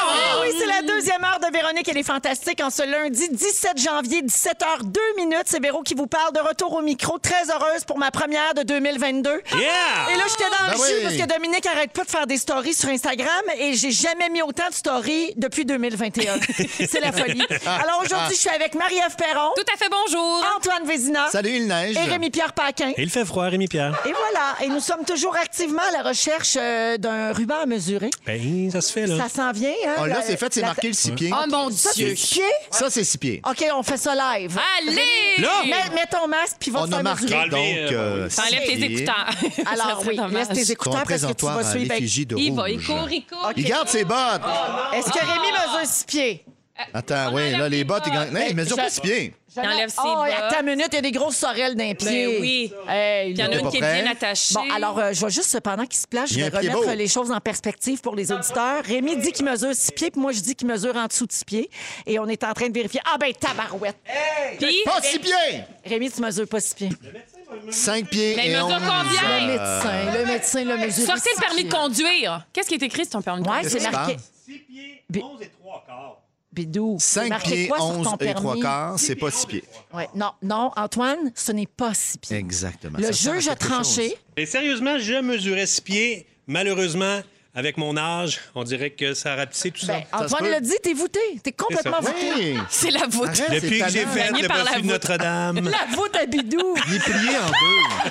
S2: oui, c'est la deuxième heure de Véronique et les Fantastiques en ce lundi 17 janvier, 17h02 minutes. C'est Véro qui vous parle de retour au micro. Très heureuse pour ma première de 2022.
S3: Yeah!
S2: Et là, j'étais dans
S5: Ben
S2: le jus
S5: oui.
S2: parce que Dominique arrête pas de faire des stories sur Instagram et j'ai jamais mis autant de stories depuis
S5: [laughs]
S2: 2021. c'est la folie. Alors aujourd'hui, je suis avec Marie-Ève Perron,
S4: Tout à fait bonjour.
S2: Antoine Vézina
S5: Salut, il neige.
S2: et Rémi-Pierre Paquin.
S3: Et il fait froid, Rémi-Pierre.
S2: Et voilà, et nous sommes toujours activement à la recherche euh, d'un ruban à mesurer.
S3: Ben, ça se fait, là.
S2: Ça s'en vient, hein?
S5: Euh. Ah, là,
S2: la-
S5: c'est fait, c'est
S2: la-
S5: marqué le 6 pieds.
S4: Oh mon
S2: Ça, c'est
S4: Dieu.
S2: six pieds?
S5: Ça, c'est 6 pieds.
S2: OK, on fait ça live.
S4: Allez!
S3: Là!
S2: Mets, mets ton masque, puis va te
S5: On a
S2: faire
S5: marqué,
S2: mesurer.
S4: [laughs]
S3: mesurer.
S5: donc... euh, six
S4: T'enlèves tes
S5: pieds.
S4: écouteurs. Ça
S2: Alors
S4: serait
S2: oui,
S4: dommage.
S2: laisse tes
S5: Ton
S2: écouteurs parce que tu
S5: présentoir
S2: vas
S5: à
S2: suivre. avec-
S5: l'effigie de
S4: Il va, il
S5: rouge.
S4: court, il court.
S5: Il garde ses bottes.
S2: Est-ce
S4: Ah!
S2: que Rémi mesure six pieds?
S5: Attends, oui,
S4: enlève
S5: là, les
S4: les
S5: bottes, il gagne. Non,
S2: bottes.
S5: il mesure
S2: Je-
S5: pas 6 pieds.
S2: J'en
S4: enlève ses
S2: oh,
S4: bottes. Ben
S2: attends une minute, il y a des grosses sorelles d'un pied.
S4: oui.
S2: Hey,
S4: Il y en a
S5: T'es
S4: une
S5: pas
S4: qui est
S5: prêt?
S4: bien attachée.
S2: Bon, alors, euh, je vais juste, pendant qu'il se place, je
S5: Il y
S2: vais
S5: a un pied
S2: remettre
S5: beau.
S2: les choses en perspective pour les auditeurs. Rémi dit qu'il mesure six pieds, puis moi, je dis qu'il mesure en dessous de six pieds. Et on est en train de vérifier. Ah, ben, tabarouette!
S4: Puis,
S5: Pas 6 pieds.
S2: Rémi, tu mesures pas six pieds.
S5: 5 pieds
S4: Mais il
S5: et
S4: mesure
S5: 11.
S4: combien?
S2: Le médecin, le médecin, le mesure.
S4: sortez le permis de conduire. Qu'est-ce qui est écrit sur ton permis de
S2: Ouais,
S4: conduire?
S5: Qu'est-ce
S2: c'est
S5: qui se
S2: marqué.
S5: passe?
S3: 6 pieds,
S2: Bi-
S3: 11 et 3 quarts.
S2: Bidou. c'est
S5: 5
S2: marqué
S5: pieds,
S2: quoi sur
S5: 11
S2: ton
S5: et 3
S2: permis?
S5: quarts, c'est pas 6 pieds.
S2: Ouais. Non, non, Antoine, ce n'est pas six pieds.
S5: Exactement.
S2: Le
S5: Ça sert à
S2: juge a
S5: quelque chose.
S2: tranché.
S3: Et sérieusement, je mesurais 6 pieds. Malheureusement, avec mon âge, on dirait que ça a rapetissé tout ça.
S2: Ben, Antoine
S5: peut.
S2: l'a dit, t'es voûté. T'es complètement
S3: C'est ça.
S2: voûté.
S5: Oui.
S4: [laughs] C'est la voûte.
S5: Arrête,
S3: Depuis
S5: c'est
S3: que j'ai
S5: tannant.
S3: fait
S4: Gagné
S3: le
S4: par la
S3: bossu de
S4: voûte.
S3: Notre-Dame.
S2: La voûte à Bidou.
S5: Il est plié en deux.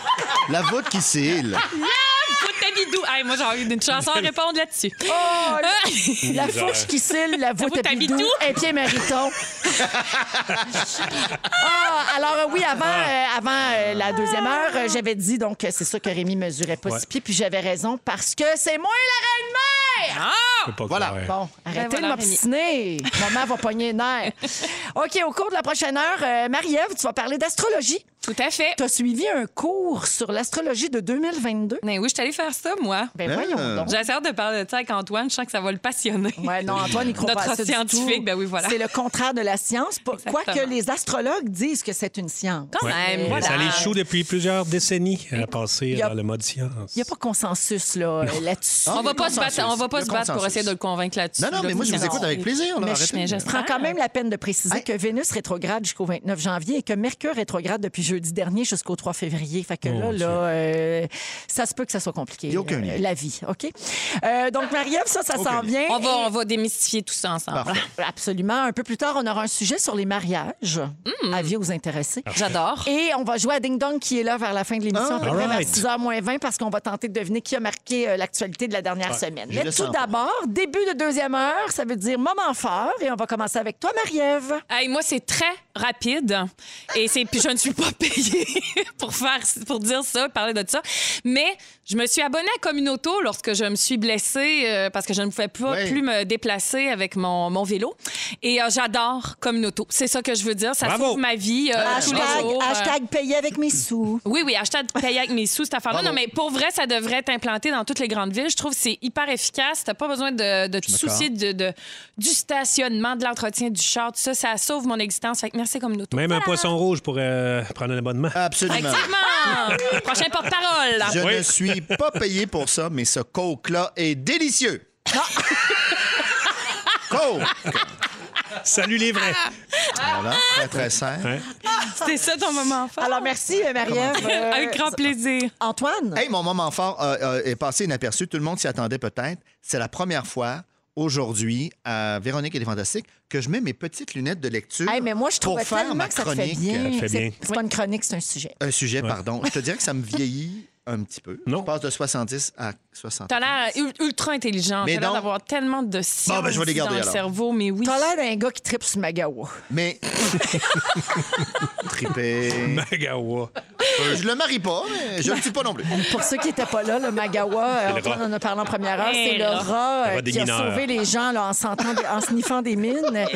S5: La voûte qui s'île.
S4: Voûte d'Abidou. Hey, moi, j'ai envie d'une chanson à répondre là-dessus.
S2: Oh,
S4: Euh,
S2: La
S3: Misère.
S2: fourche qui cille, la voûte
S4: voûte
S2: à
S4: à
S2: bidou,
S4: bidou.
S2: un pied mariton. ah, alors euh, oui, avant, euh, avant euh, la deuxième heure, euh, j'avais dit donc que c'est sûr que Rémi mesurait pas
S3: Ouais.
S2: six pieds, puis j'avais raison parce que c'est moi la reine mère!
S3: Je peux pas
S5: Voilà.
S3: croire.
S2: Bon, arrêtez
S4: voilà,
S2: de m'obstiner. Maman va pogner une air. OK, au cours de la prochaine heure, euh, Marie-Ève, tu vas parler d'astrologie.
S4: Tout à fait.
S2: Tu as suivi un cours sur l'astrologie de 2022.
S4: Mais oui, je suis allée faire ça, moi.
S2: Ben voyons donc.
S4: J'ai assez hâte de parler de ça avec Antoine. Je sens que ça va le passionner.
S2: Ouais, non, Antoine, il croit
S4: Notre
S2: pas à ça du
S4: scientifique,
S2: tout.
S4: ben oui, voilà.
S2: C'est le contraire de la science, pas-
S4: Exactement.
S2: quoique les astrologues disent que c'est une science.
S4: Quand
S3: Ouais.
S4: même,
S3: Mais
S4: voilà.
S3: Ça les choue depuis plusieurs décennies à passer
S2: ben, y a-
S3: dans le mode science.
S2: Il n'y a pas consensus là, euh, là-dessus.
S4: On va
S5: Le
S4: pas se battre,
S5: consensus.
S4: on va pas
S5: Le
S4: se battre pour
S5: consensus.
S4: essayer de le convaincre là-dessus.
S5: Non, non,
S4: là,
S5: mais moi, je vous
S4: non.
S5: écoute avec plaisir. Là,
S4: Mais je-
S5: arrêtez.
S4: mais je-
S2: Je prends quand même la peine de préciser
S5: Hey.
S2: que Vénus rétrograde jusqu'au 29 janvier et que Mercure rétrograde depuis jeudi dernier jusqu'au 3 février. Fait que là, là euh, ça se peut que ça soit compliqué.
S5: Il y a aucun
S2: euh,
S5: lien.
S2: La vie, OK? Euh, donc, Marie-Ève, ça, ça
S5: Aucun
S2: s'en
S5: lien.
S2: vient.
S4: On va, on va démystifier tout ça ensemble.
S5: Parfait.
S2: Absolument. Un peu plus tard, on aura un sujet sur les mariages.
S4: Hmm.
S2: Avis aux
S5: Ah.
S2: intéressés.
S4: J'adore.
S2: Et on va jouer à Ding Dong qui est là vers la fin de l'émission, à peu
S3: Ah,
S2: près vers
S3: alright.
S2: 6h moins 20, parce qu'on va tenter de deviner qui a marqué euh, l'actualité de la dernière semaine.
S5: je
S2: Mais
S5: le
S2: tout
S5: sens.
S2: d'abord, début de deuxième heure, ça veut dire moment fort. Et on va commencer avec toi, Marie-Ève.
S4: Hey, moi, c'est très rapide et c'est puis je ne suis pas [laughs] payée pour faire pour dire ça, parler de ça. Mais je me suis abonnée à Communauto lorsque je me suis blessée euh, parce que je ne pouvais plus,
S5: Ouais.
S4: plus me déplacer avec mon, mon vélo. Et euh, j'adore Communauto. C'est ça que je veux dire. Ça
S3: Bravo.
S4: sauve ma vie euh, tous les
S2: Hashtag,
S4: jours. euh.
S2: hashtag payer avec mes sous.
S4: Oui, oui, hashtag payer avec mes sous, cette affaire-là. Non, mais pour vrai, ça devrait être implanté dans toutes les grandes villes. Je trouve que c'est hyper efficace. T'as pas besoin de, de te soucier de, de- du stationnement, de l'entretien du char, tout ça. Ça sauve mon existence. Fait que merci comme une auto.
S3: Même un poisson rouge pourrait euh, prendre un abonnement.
S5: Ah. Absolument. [laughs]
S4: Exactement! Prochain porte-parole.
S5: Je
S3: Oui.
S5: ne suis pas payé pour ça, mais ce coke-là est délicieux.
S4: Ah.
S5: coke!
S3: Salut les vrais!
S2: Ah.
S3: [laughs]
S5: Voilà, très, très simple.
S4: C'était ça ton moment fort.
S2: Alors, merci, euh, Marie-Ève. Euh,
S4: avec grand plaisir.
S2: Antoine,
S5: Hey, mon moment fort euh, euh, est passé inaperçu. Tout le monde s'y attendait peut-être. C'est la première fois aujourd'hui à Véronique et les Fantastiques que je mets mes petites lunettes de lecture
S2: Hey, mais moi, je
S5: pour
S2: trouvais
S5: faire
S2: tellement
S5: ma
S2: que ça te fait
S5: chronique.
S2: bien.
S3: Ça te fait
S2: C'est-
S3: bien.
S2: C'est pas une chronique, c'est un sujet.
S5: Un sujet, pardon. Je te dirais que ça me vieillit un petit peu.
S3: Non.
S5: Je passe de 70 à 60.
S4: T'as l'air ul- ultra intelligent.
S5: Mais
S4: T'as l'air
S5: non.
S4: d'avoir tellement de science
S5: Bon, ben, je vais les garder,
S4: dans le
S5: alors.
S4: cerveau, mais oui.
S2: T'as l'air
S4: [laughs]
S2: d'un gars qui tripe sur Magawa.
S5: Mais... [laughs] Trippé.
S3: Ben,
S5: Euh,
S3: Magawa.
S5: Je le marie pas, mais je le tue pas non plus.
S2: Pour ceux qui n'étaient pas là, le Magawa, euh,
S3: le
S2: Antoine
S3: rat.
S2: en a parlé en première heure,
S4: Hey,
S2: c'est le
S4: Eh là.
S2: rat
S3: Le
S2: euh,
S3: rat des
S2: qui a
S3: mineurs.
S2: sauvé les gens là, en, sentant des- en sniffant des
S4: [laughs]
S2: mines.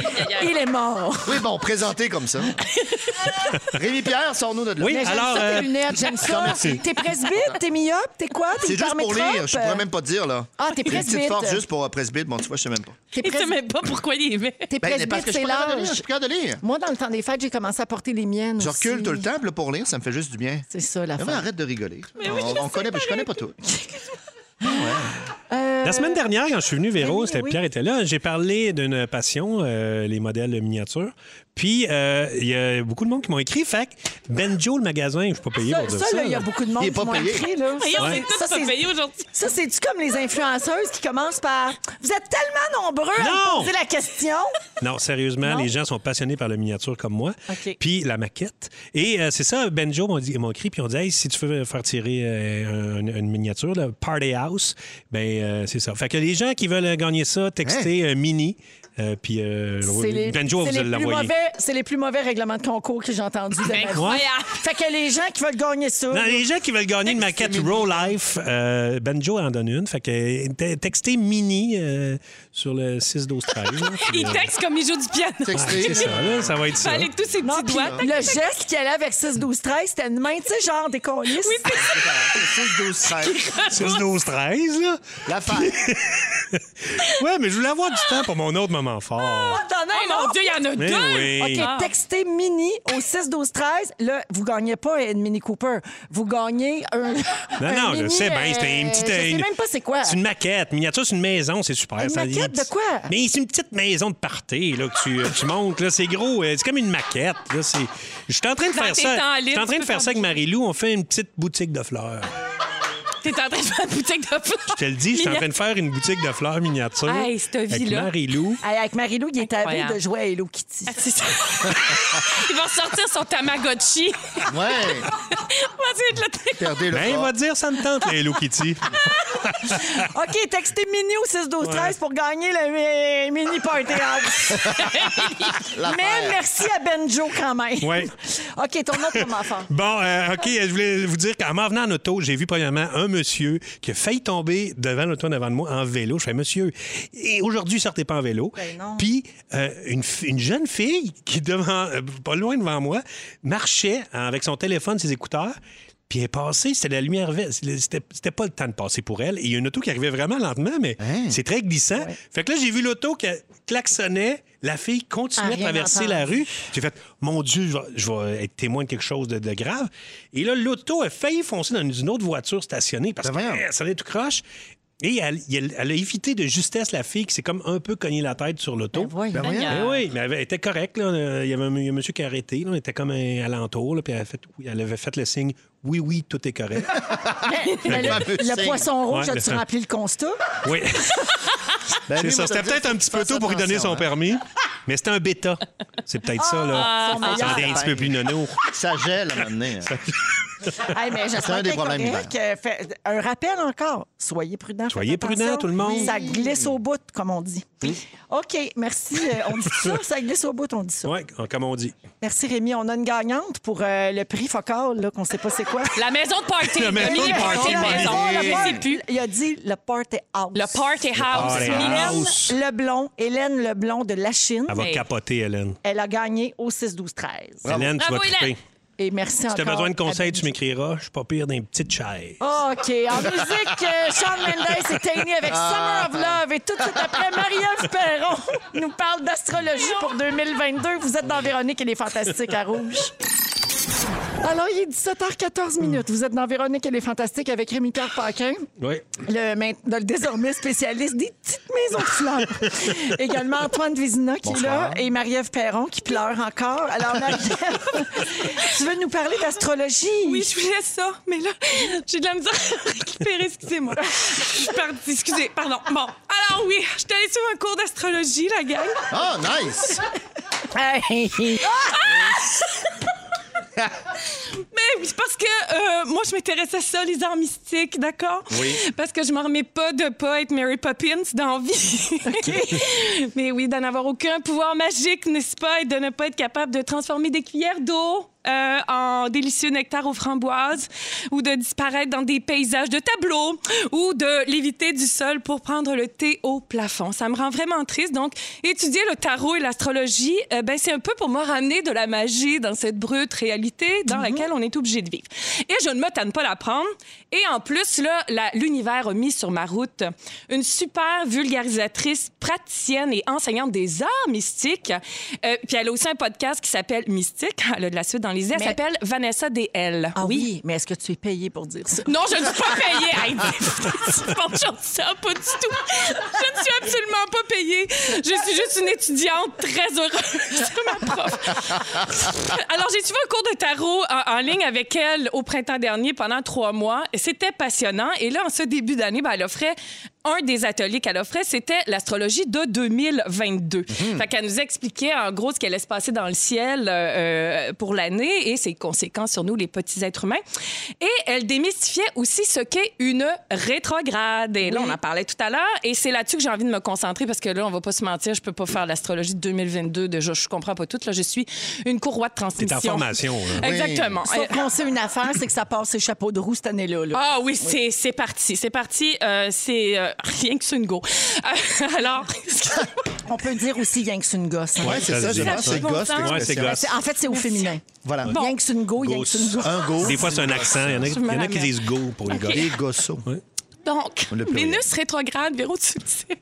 S2: Il est mort.
S5: Oui, bon, présenté
S2: [laughs]
S5: comme ça. Rémi-Pierre, sors-nous de là.
S3: Oui,
S2: Mais j'aime
S3: alors.
S2: ça,
S3: euh,
S2: tes lunettes, j'aime
S3: t'en
S2: ça.
S3: remercie.
S2: T'es presbyte, t'es myope, t'es quoi? T'es
S5: C'est juste pour
S2: hypermétrope?
S5: lire. Je pourrais même pas te dire, là.
S2: Ah, t'es
S5: J'ai Une
S2: presbyte.
S5: petite force juste pour euh, presbyte. Bon, tu vois, je sais même pas.
S2: T'es
S4: Il
S2: pres-
S4: sait même pas pourquoi il est met.
S2: t'es
S5: Ben, mais
S2: presbyte,
S5: je suis
S2: c'est
S5: pas capable de lire, Je
S2: l'âge.
S5: suis pas capable de lire.
S2: Moi, dans le temps des fêtes, j'ai commencé à porter les miennes.
S5: Je
S2: aussi.
S5: recule tout le temps puis là, pour lire, ça me fait juste du bien.
S2: C'est ça, la
S5: Mais
S2: fin.
S5: arrête de rigoler. on, on connaît, je connais pas tout.
S3: La semaine dernière, quand je suis venu, Véro,
S2: oui,
S3: c'était-
S2: oui.
S3: Pierre était là, j'ai parlé d'une passion, euh, les modèles miniatures. Puis, euh, il y a beaucoup de monde qui m'ont écrit. Fait que Benjo, le magasin, je ne suis pas payé
S2: Ça,
S3: pour dire
S2: ça,
S3: ça.
S2: là, il y a
S3: là.
S2: beaucoup de monde
S5: Il est
S2: qui
S5: pas
S2: m'ont
S5: payé.
S2: écrit. Là.
S4: Regarde,
S3: Ouais.
S4: c'est tout
S2: Ça,
S4: pas
S2: c'est-
S4: payé aujourd'hui.
S2: Ça, c'est-tu comme les influenceuses qui commencent par « Vous êtes tellement nombreux à
S3: Non!
S2: me poser la question!
S3: Non, sérieusement, les gens sont passionnés par la miniature comme moi.
S2: OK.
S3: Puis la maquette. Et euh, c'est ça, Benjo m'ont dit- m'ont écrit, puis on dit Hey, si tu veux faire tirer euh, un- une miniature, là, Party House, ben euh, c'est ça. Fait que les gens qui veulent gagner ça, textez euh, mini. euh, puis euh, »
S2: C'est les,
S3: Benjo
S2: c'est
S3: va vous
S2: les plus
S3: l'envoyer.
S2: mauvais- c'est les plus mauvais règlements de concours que j'ai entendus de
S4: Ben,
S2: ma vie.
S4: Incroyable.
S2: Fait que les gens qui veulent gagner ça...
S3: Non, les gens qui veulent gagner une maquette Row Life, euh, Benjo en donne une. Fait que euh, te- textez mini euh, sur le 6 12 13. là,
S2: [laughs]
S3: puis,
S4: Il
S3: euh,
S4: texte comme il joue du piano.
S3: ouais, c'est ça, là, ça va être ça.
S4: Avec tous ses
S2: Non, puis
S4: petits doigts.
S2: le geste qui allait avec 6, 12, 13, c'était une main, tu sais, genre des coulisses.
S5: C'est 12 16.
S3: 6 12 13 là.
S5: La fin.
S3: Ouais, mais je voulais avoir du temps pour mon autre moment fort.
S2: Attends, non,
S4: Hey,
S2: non.
S4: mon Dieu, il y en a
S3: Mais
S4: deux!
S3: oui.
S2: Ah, OK,
S4: Ah.
S2: textez mini au 6 12 13. Là, vous gagnez pas une Mini Cooper. Vous gagnez [laughs] un. Non,
S3: Non,
S2: Ah,
S3: non, je sais bien, c'était une petite.
S2: euh, Je sais
S3: une-
S2: même pas c'est quoi.
S3: euh, C'est une maquette. Miniature, c'est une maison, c'est super.
S2: Une
S3: Ça- il y a
S2: maquette de
S3: petit-
S2: quoi?
S3: Mais c'est une petite maison de party là, que tu, euh, tu montes. là. C'est gros. euh, C'est comme une maquette. Là, c'est... Je suis en train de
S4: Dans
S3: faire
S4: tes
S3: ça.
S4: temps libres,
S3: Je suis en
S4: tu
S3: train de
S4: peux
S3: faire ça
S4: faire
S3: avec Marie-Lou. On fait une petite boutique de fleurs.
S4: T'es en train de faire une boutique de fleurs.
S3: Je te le dis, je suis en train de faire une boutique de fleurs miniatures.
S4: Hey, cette
S3: Avec
S4: vie-là.
S3: Marie-Lou.
S2: Hey, Avec Marie-Lou, il est avide
S4: Incroyable.
S2: de jouer à Hello Kitty.
S4: C'est ça. [laughs] Il va ressortir son Tamagotchi. [laughs]
S5: Ouais.
S4: Vas-y, je le texte.
S5: Perdez le
S3: Ben, il
S5: fort.
S3: va dire, ça me tente, les Hello Kitty.
S2: OK, textez mini au 6 12 13 pour gagner le euh, mini party
S3: [laughs]
S2: house. Mais merci à Benjo quand même.
S3: Ouais.
S2: OK, ton autre moment fort.
S3: Bon, euh, OK, je voulais vous dire qu'en m'en venant en auto, j'ai vu premièrement un monsieur qui a failli tomber devant l'auto en avant de moi en vélo. Je fais, monsieur, et aujourd'hui, sortez pas en vélo.
S2: Ben non.
S3: Puis, euh, une, fi- une jeune fille qui, devant, euh, pas loin devant moi, marchait euh, avec son téléphone, ses écouteurs. Puis elle est passée, c'était la lumière verte. C'était c'était pas le temps de passer pour elle. Et il y a une auto qui arrivait vraiment lentement, mais
S5: Hein?
S3: c'est très glissant. Fait que là, j'ai vu l'auto qui klaxonnait. La fille
S2: Ah,
S3: continuait à
S2: rien
S3: traverser
S2: entendu.
S3: la rue. J'ai fait, mon Dieu, je vais, je vais être témoin de quelque chose de, de grave. Et là, l'auto a failli foncer dans une autre voiture stationnée parce
S5: Ben voyons.
S3: que eh, ça allait tout croche. Et elle, elle- elle a évité de justesse la fille qui s'est comme un peu cognée la tête sur l'auto.
S2: Ben voyons.
S5: Ben voyons.
S3: Eh oui, mais elle avait- elle était correcte. là. Euh, Il y avait un, il y a un monsieur qui a arrêté. là. On était comme un alentour. là, puis elle, a fait, oui, elle avait fait le signe Oui, oui, tout
S2: [laughs]
S3: est correct.
S2: Mais le,
S5: fameux
S2: le
S5: signe.
S2: poisson rouge,
S3: Ouais,
S2: as-tu
S3: le-
S2: rempli le
S3: [laughs]
S2: constat?
S5: [laughs]
S3: oui,
S5: Ben,
S3: c'est
S5: lui,
S3: ça.
S5: moi, je
S3: C'était
S5: te dis,
S3: peut-être un
S5: faut que
S3: petit
S5: tu
S3: peu
S5: fasses
S3: tôt pour lui donner
S5: attention,
S3: son
S5: hein. [laughs]
S3: permis, mais c'était un bêta. C'est peut-être ça. là.
S2: Ah,
S3: Ça en est un
S2: ah,
S3: petit peu plus nono.
S5: Ça gèle à un moment donné. hein.
S2: Hey, mais
S5: C'est un
S2: j'espère
S5: des
S2: qu'elle est
S5: problèmes
S2: correcte. Euh, fait- Un rappel encore. Soyez prudents.
S3: Soyez
S2: faites attention.
S3: prudents, tout le monde.
S2: Ça glisse au bout, comme on dit. OK, merci. Euh, On dit
S3: [laughs]
S2: ça, ça glisse au bout, on dit ça.
S3: Oui, comme on dit.
S2: Merci Rémi. On a une gagnante pour euh, le prix focal, là, qu'on sait pas
S5: [laughs]
S2: c'est quoi.
S4: La maison de party.
S3: La
S4: le
S3: maison de
S4: mini
S3: party,
S4: party de
S3: Marie.
S4: maison.
S3: Oui.
S4: Je sais plus.
S2: Il a dit le party house.
S4: Le party house.
S3: party
S4: Mylène,
S3: house.
S2: Leblon, Hélène Leblon de la Chine.
S3: Elle va
S4: Hey.
S3: capoter, Hélène.
S2: Elle a gagné au 6-12-13.
S3: Hélène, tu vas
S4: Bravo,
S3: triper.
S4: Hélène.
S2: Et merci
S3: Si
S2: encore.
S3: tu as besoin de conseils,
S2: à
S3: tu m'écriras. Je suis pas pire d'une petite chaise.
S5: Ah.
S2: OK.
S3: [laughs]
S2: En musique, euh, Shawn Mendes et Tiny avec
S4: Ah.
S2: Summer of Love. Et tout de suite après, Marie-Ève Perron [laughs] nous parle d'astrologie pour 2022. Vous êtes dans Véronique et les Fantastiques à Rouge. Alors, il est 17h14 minutes. Vous êtes dans Véronique et les Fantastiques avec Rémi-Pierre Paquin
S3: Oui.
S2: le, main- le désormais spécialiste des petites maisons de fleurs. Également Antoine Vézina qui
S5: Bonsoir.
S2: est là et Marie-Ève Perron qui pleure encore. Alors, Marie-Ève, [laughs] tu veux nous parler d'astrologie?
S4: Oui, je voulais ça, mais là, j'ai de la misère à récupérer, excusez-moi. Je suis partie, excusez, pardon. Bon, alors oui, je suis allée sur un cours d'astrologie, la gang.
S5: Ah, nice!
S2: Hey!
S4: Mais oui, c'est parce que euh, moi, je m'intéresse à ça, les arts mystiques, d'accord?
S3: Oui.
S4: Parce que je m'en remets pas de pas être Mary Poppins dans vie. [laughs] Mais oui, d'en avoir aucun pouvoir magique, n'est-ce pas? Et de ne pas être capable de transformer des cuillères d'eau euh, en délicieux nectar aux framboises ou de disparaître dans des paysages de tableaux ou de léviter du sol pour prendre le thé au plafond. Ça me rend vraiment triste. Donc, étudier le tarot et l'astrologie, euh, ben, c'est un peu pour moi ramener de la magie dans cette brute réalité
S2: Mhm.
S4: dans laquelle on est obligé de vivre. Et je ne me tanne pas d'apprendre. Et en plus, là, la- l'univers a mis sur ma route une super vulgarisatrice, praticienne et enseignante des arts mystiques. Euh, puis elle a aussi un podcast qui s'appelle Mystique. Elle a de la suite dans les airs. Elle
S2: Mais-
S4: s'appelle Vanessa DL.
S2: Ah oui. mais est-ce que tu es payé pour dire ça?
S4: Non, je ne suis pas payée. Hey, [laughs] tu penses ça pas du tout. Je ne suis absolument pas payée. Je suis juste une étudiante très heureuse [laughs] de ma prof. Alors, j'ai suivi un cours de tarot euh, en, en ligne avec elle au printemps dernier pendant trois mois. Et C'était passionnant. Et là, en ce début d'année, ben, elle offrait un des ateliers qu'elle offrait, c'était l'astrologie de 2022.
S3: Mhm.
S4: Fait qu'elle nous expliquait en gros ce qui allait se passer dans le ciel euh, euh, pour l'année et ses conséquences sur nous, les petits êtres humains. Et elle démystifiait aussi ce qu'est une rétrograde. Et là, on en parlait tout à l'heure. Et c'est là-dessus que j'ai envie de me concentrer parce que là, on va pas se mentir, je peux pas faire l'astrologie de 2022. Déjà, je comprends pas tout. Là, je suis une courroie de
S3: T'es
S4: transmission.
S3: en formation. là.
S4: Exactement.
S2: Sauf qu'on sait une affaire, c'est que ça passe ses chapeaux de roue cette année-là. là.
S4: Ah oui, c'est- c'est parti. C'est parti. Euh, c'est euh, [laughs] rien que c'est une go. Euh, alors, [laughs]
S2: On peut dire aussi Yang que c'est une gosse. hein.
S5: Ouais, c'est ça, je
S3: Ça
S5: pense que c'est
S4: fait
S5: gosse,
S4: bon sens.
S3: Ouais, c'est
S5: l'expression.
S3: gosse.
S2: C'est- En fait, c'est au féminin.
S5: Voilà.
S2: Bon. Yang que c'est une go, Yang que c'est une gosse.
S5: Un go.
S3: Des fois, c'est un accent. Il y en a, il y en a qui disent go pour les gars.
S5: Des gossos.
S4: Donc,
S5: Le pluriel.
S4: Vénus rétrograde, Véro, tu le sais,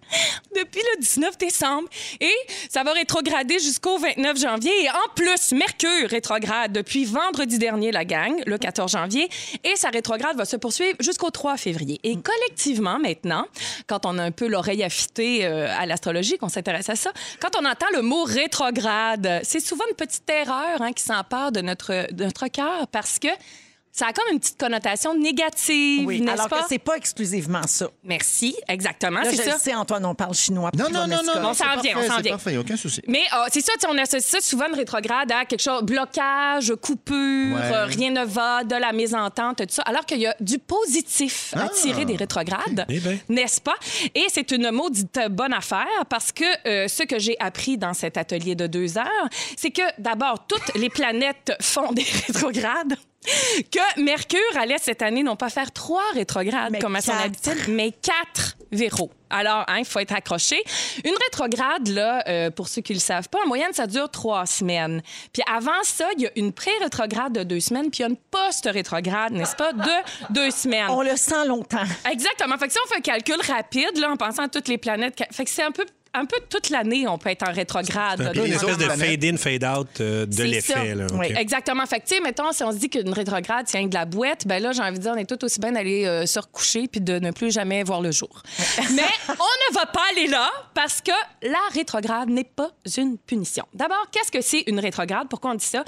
S4: depuis le 19 décembre. Et ça va rétrograder jusqu'au 29 janvier. Et en plus, Mercure rétrograde depuis vendredi dernier, la gang, le 14 janvier. Et sa rétrograde va se poursuivre jusqu'au 3 février. Et collectivement, maintenant, quand on a un peu l'oreille affûtée euh, à l'astrologie, qu'on s'intéresse à ça, quand on entend le mot rétrograde, c'est souvent une petite erreur hein, qui s'empare de notre, de notre cœur parce que ça a comme une petite connotation négative,
S2: Oui,
S4: n'est-ce
S2: alors
S4: pas?
S2: que c'est pas exclusivement ça.
S4: Merci, exactement,
S2: Là,
S4: c'est
S2: je
S4: ça.
S2: le sais, Antoine, on parle chinois.
S5: Non, non, non, non.
S4: On
S5: c'est
S4: s'en vient, on
S5: parfait,
S4: s'en
S5: C'est
S4: vient.
S5: parfait, aucun souci.
S4: Mais euh, c'est ça, tu sais, on associe ça souvent de rétrograde à quelque chose, blocage, coupure,
S5: Ouais.
S4: euh, rien ne va, de la mésentente, tout ça. Alors qu'il y a du positif à tirer des rétrogrades,
S3: Ah. Eh ben.
S4: n'est-ce pas? Et c'est une maudite bonne affaire parce que euh, ce que j'ai appris dans cet atelier de deux heures, c'est que d'abord, toutes les planètes [laughs] font des rétrogrades. Que Mercure allait cette année non pas faire trois rétrogrades
S2: Mais
S4: comme à son
S2: quatre.
S4: habitude, mais quatre Véro. Alors, hein, il faut être accroché. Une rétrograde, là, euh, pour ceux qui ne le savent pas, en moyenne, ça dure trois semaines. Puis avant ça, il y a une pré-rétrograde de deux semaines, puis il y a une post-rétrograde, n'est-ce pas, de deux semaines.
S2: On le sent longtemps.
S4: Exactement. Fait que si on fait un calcul rapide, là, en pensant à toutes les planètes, fait que c'est un peu un peu toute l'année, on peut être en rétrograde. là,
S3: Un peu
S4: dans
S3: une
S5: les
S3: espèce
S5: autres
S3: de
S5: planètes.
S3: fade-in, fade-out euh, de
S4: C'est ça.
S3: l'effet. là.
S2: Oui.
S3: OK.
S4: Exactement. Fait que, tu sais, mettons, si on se dit qu'une rétrograde, c'est rien que de la boîte, ben là, j'ai envie de dire, on est tout aussi bien d'aller euh, se recoucher puis de ne plus jamais voir le jour. Mais on ne va pas aller là parce que la rétrograde n'est pas une punition. D'abord, qu'est-ce que c'est une rétrograde? Pourquoi on dit ça?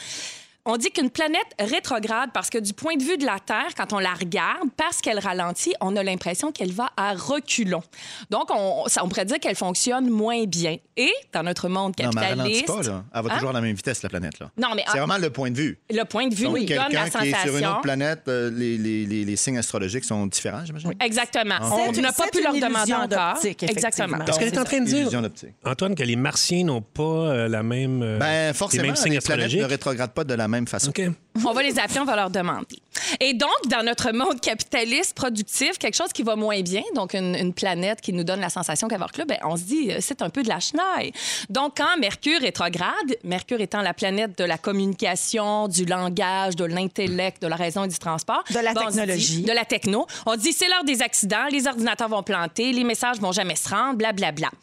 S4: On dit qu'une planète rétrograde parce que du point de vue de la Terre, quand on la regarde, parce qu'elle ralentit, on a l'impression qu'elle va à reculons. Donc, on, ça- on pourrait dire qu'elle fonctionne moins bien. Et dans notre monde
S5: Non, mais elle ralentit
S4: capitaliste...
S5: pas, là. Elle va
S4: Hein?
S5: toujours à la même vitesse, la planète, là.
S4: Non, mais-
S5: C'est vraiment le point de vue.
S4: Le point de vue
S5: Donc,
S4: nous donne la
S5: quelqu'un
S4: sensation.
S5: qui est sur une autre planète, euh, les, les- les- les signes astrologiques sont différents, j'imagine?
S4: Exactement.
S5: Ah.
S2: C'est
S4: On
S2: une-
S4: n'a pas
S2: c'est
S4: pu
S2: une
S4: leur demander
S2: illusion
S4: encore.
S2: d'optique,
S4: Exactement.
S2: effectivement.
S3: Parce qu'elle est en train de dire,
S5: Illusion d'optique.
S3: Antoine, que les martiens n'ont pas euh, la même, euh,
S5: Ben, forcément,
S3: les mêmes signes
S5: les planètes
S3: astrologiques.
S5: ne rétrogradent pas de la même façon.
S3: OK.
S4: On va les appeler, on va leur demander. Et donc, dans notre monde capitaliste, productif, quelque chose qui va moins bien, donc une, une planète qui nous donne la sensation qu'avoir club, ben, on se dit, euh, c'est un peu de la chenaille. Donc, quand Mercure rétrograde, Mercure étant la planète de la communication, du langage, de l'intellect, de la raison et du transport. ben,
S2: De la
S4: on se dit-
S2: technologie.
S4: de la techno. On dit, c'est l'heure des accidents, les ordinateurs vont planter, les messages vont jamais se rendre, blablabla. Bla, bla.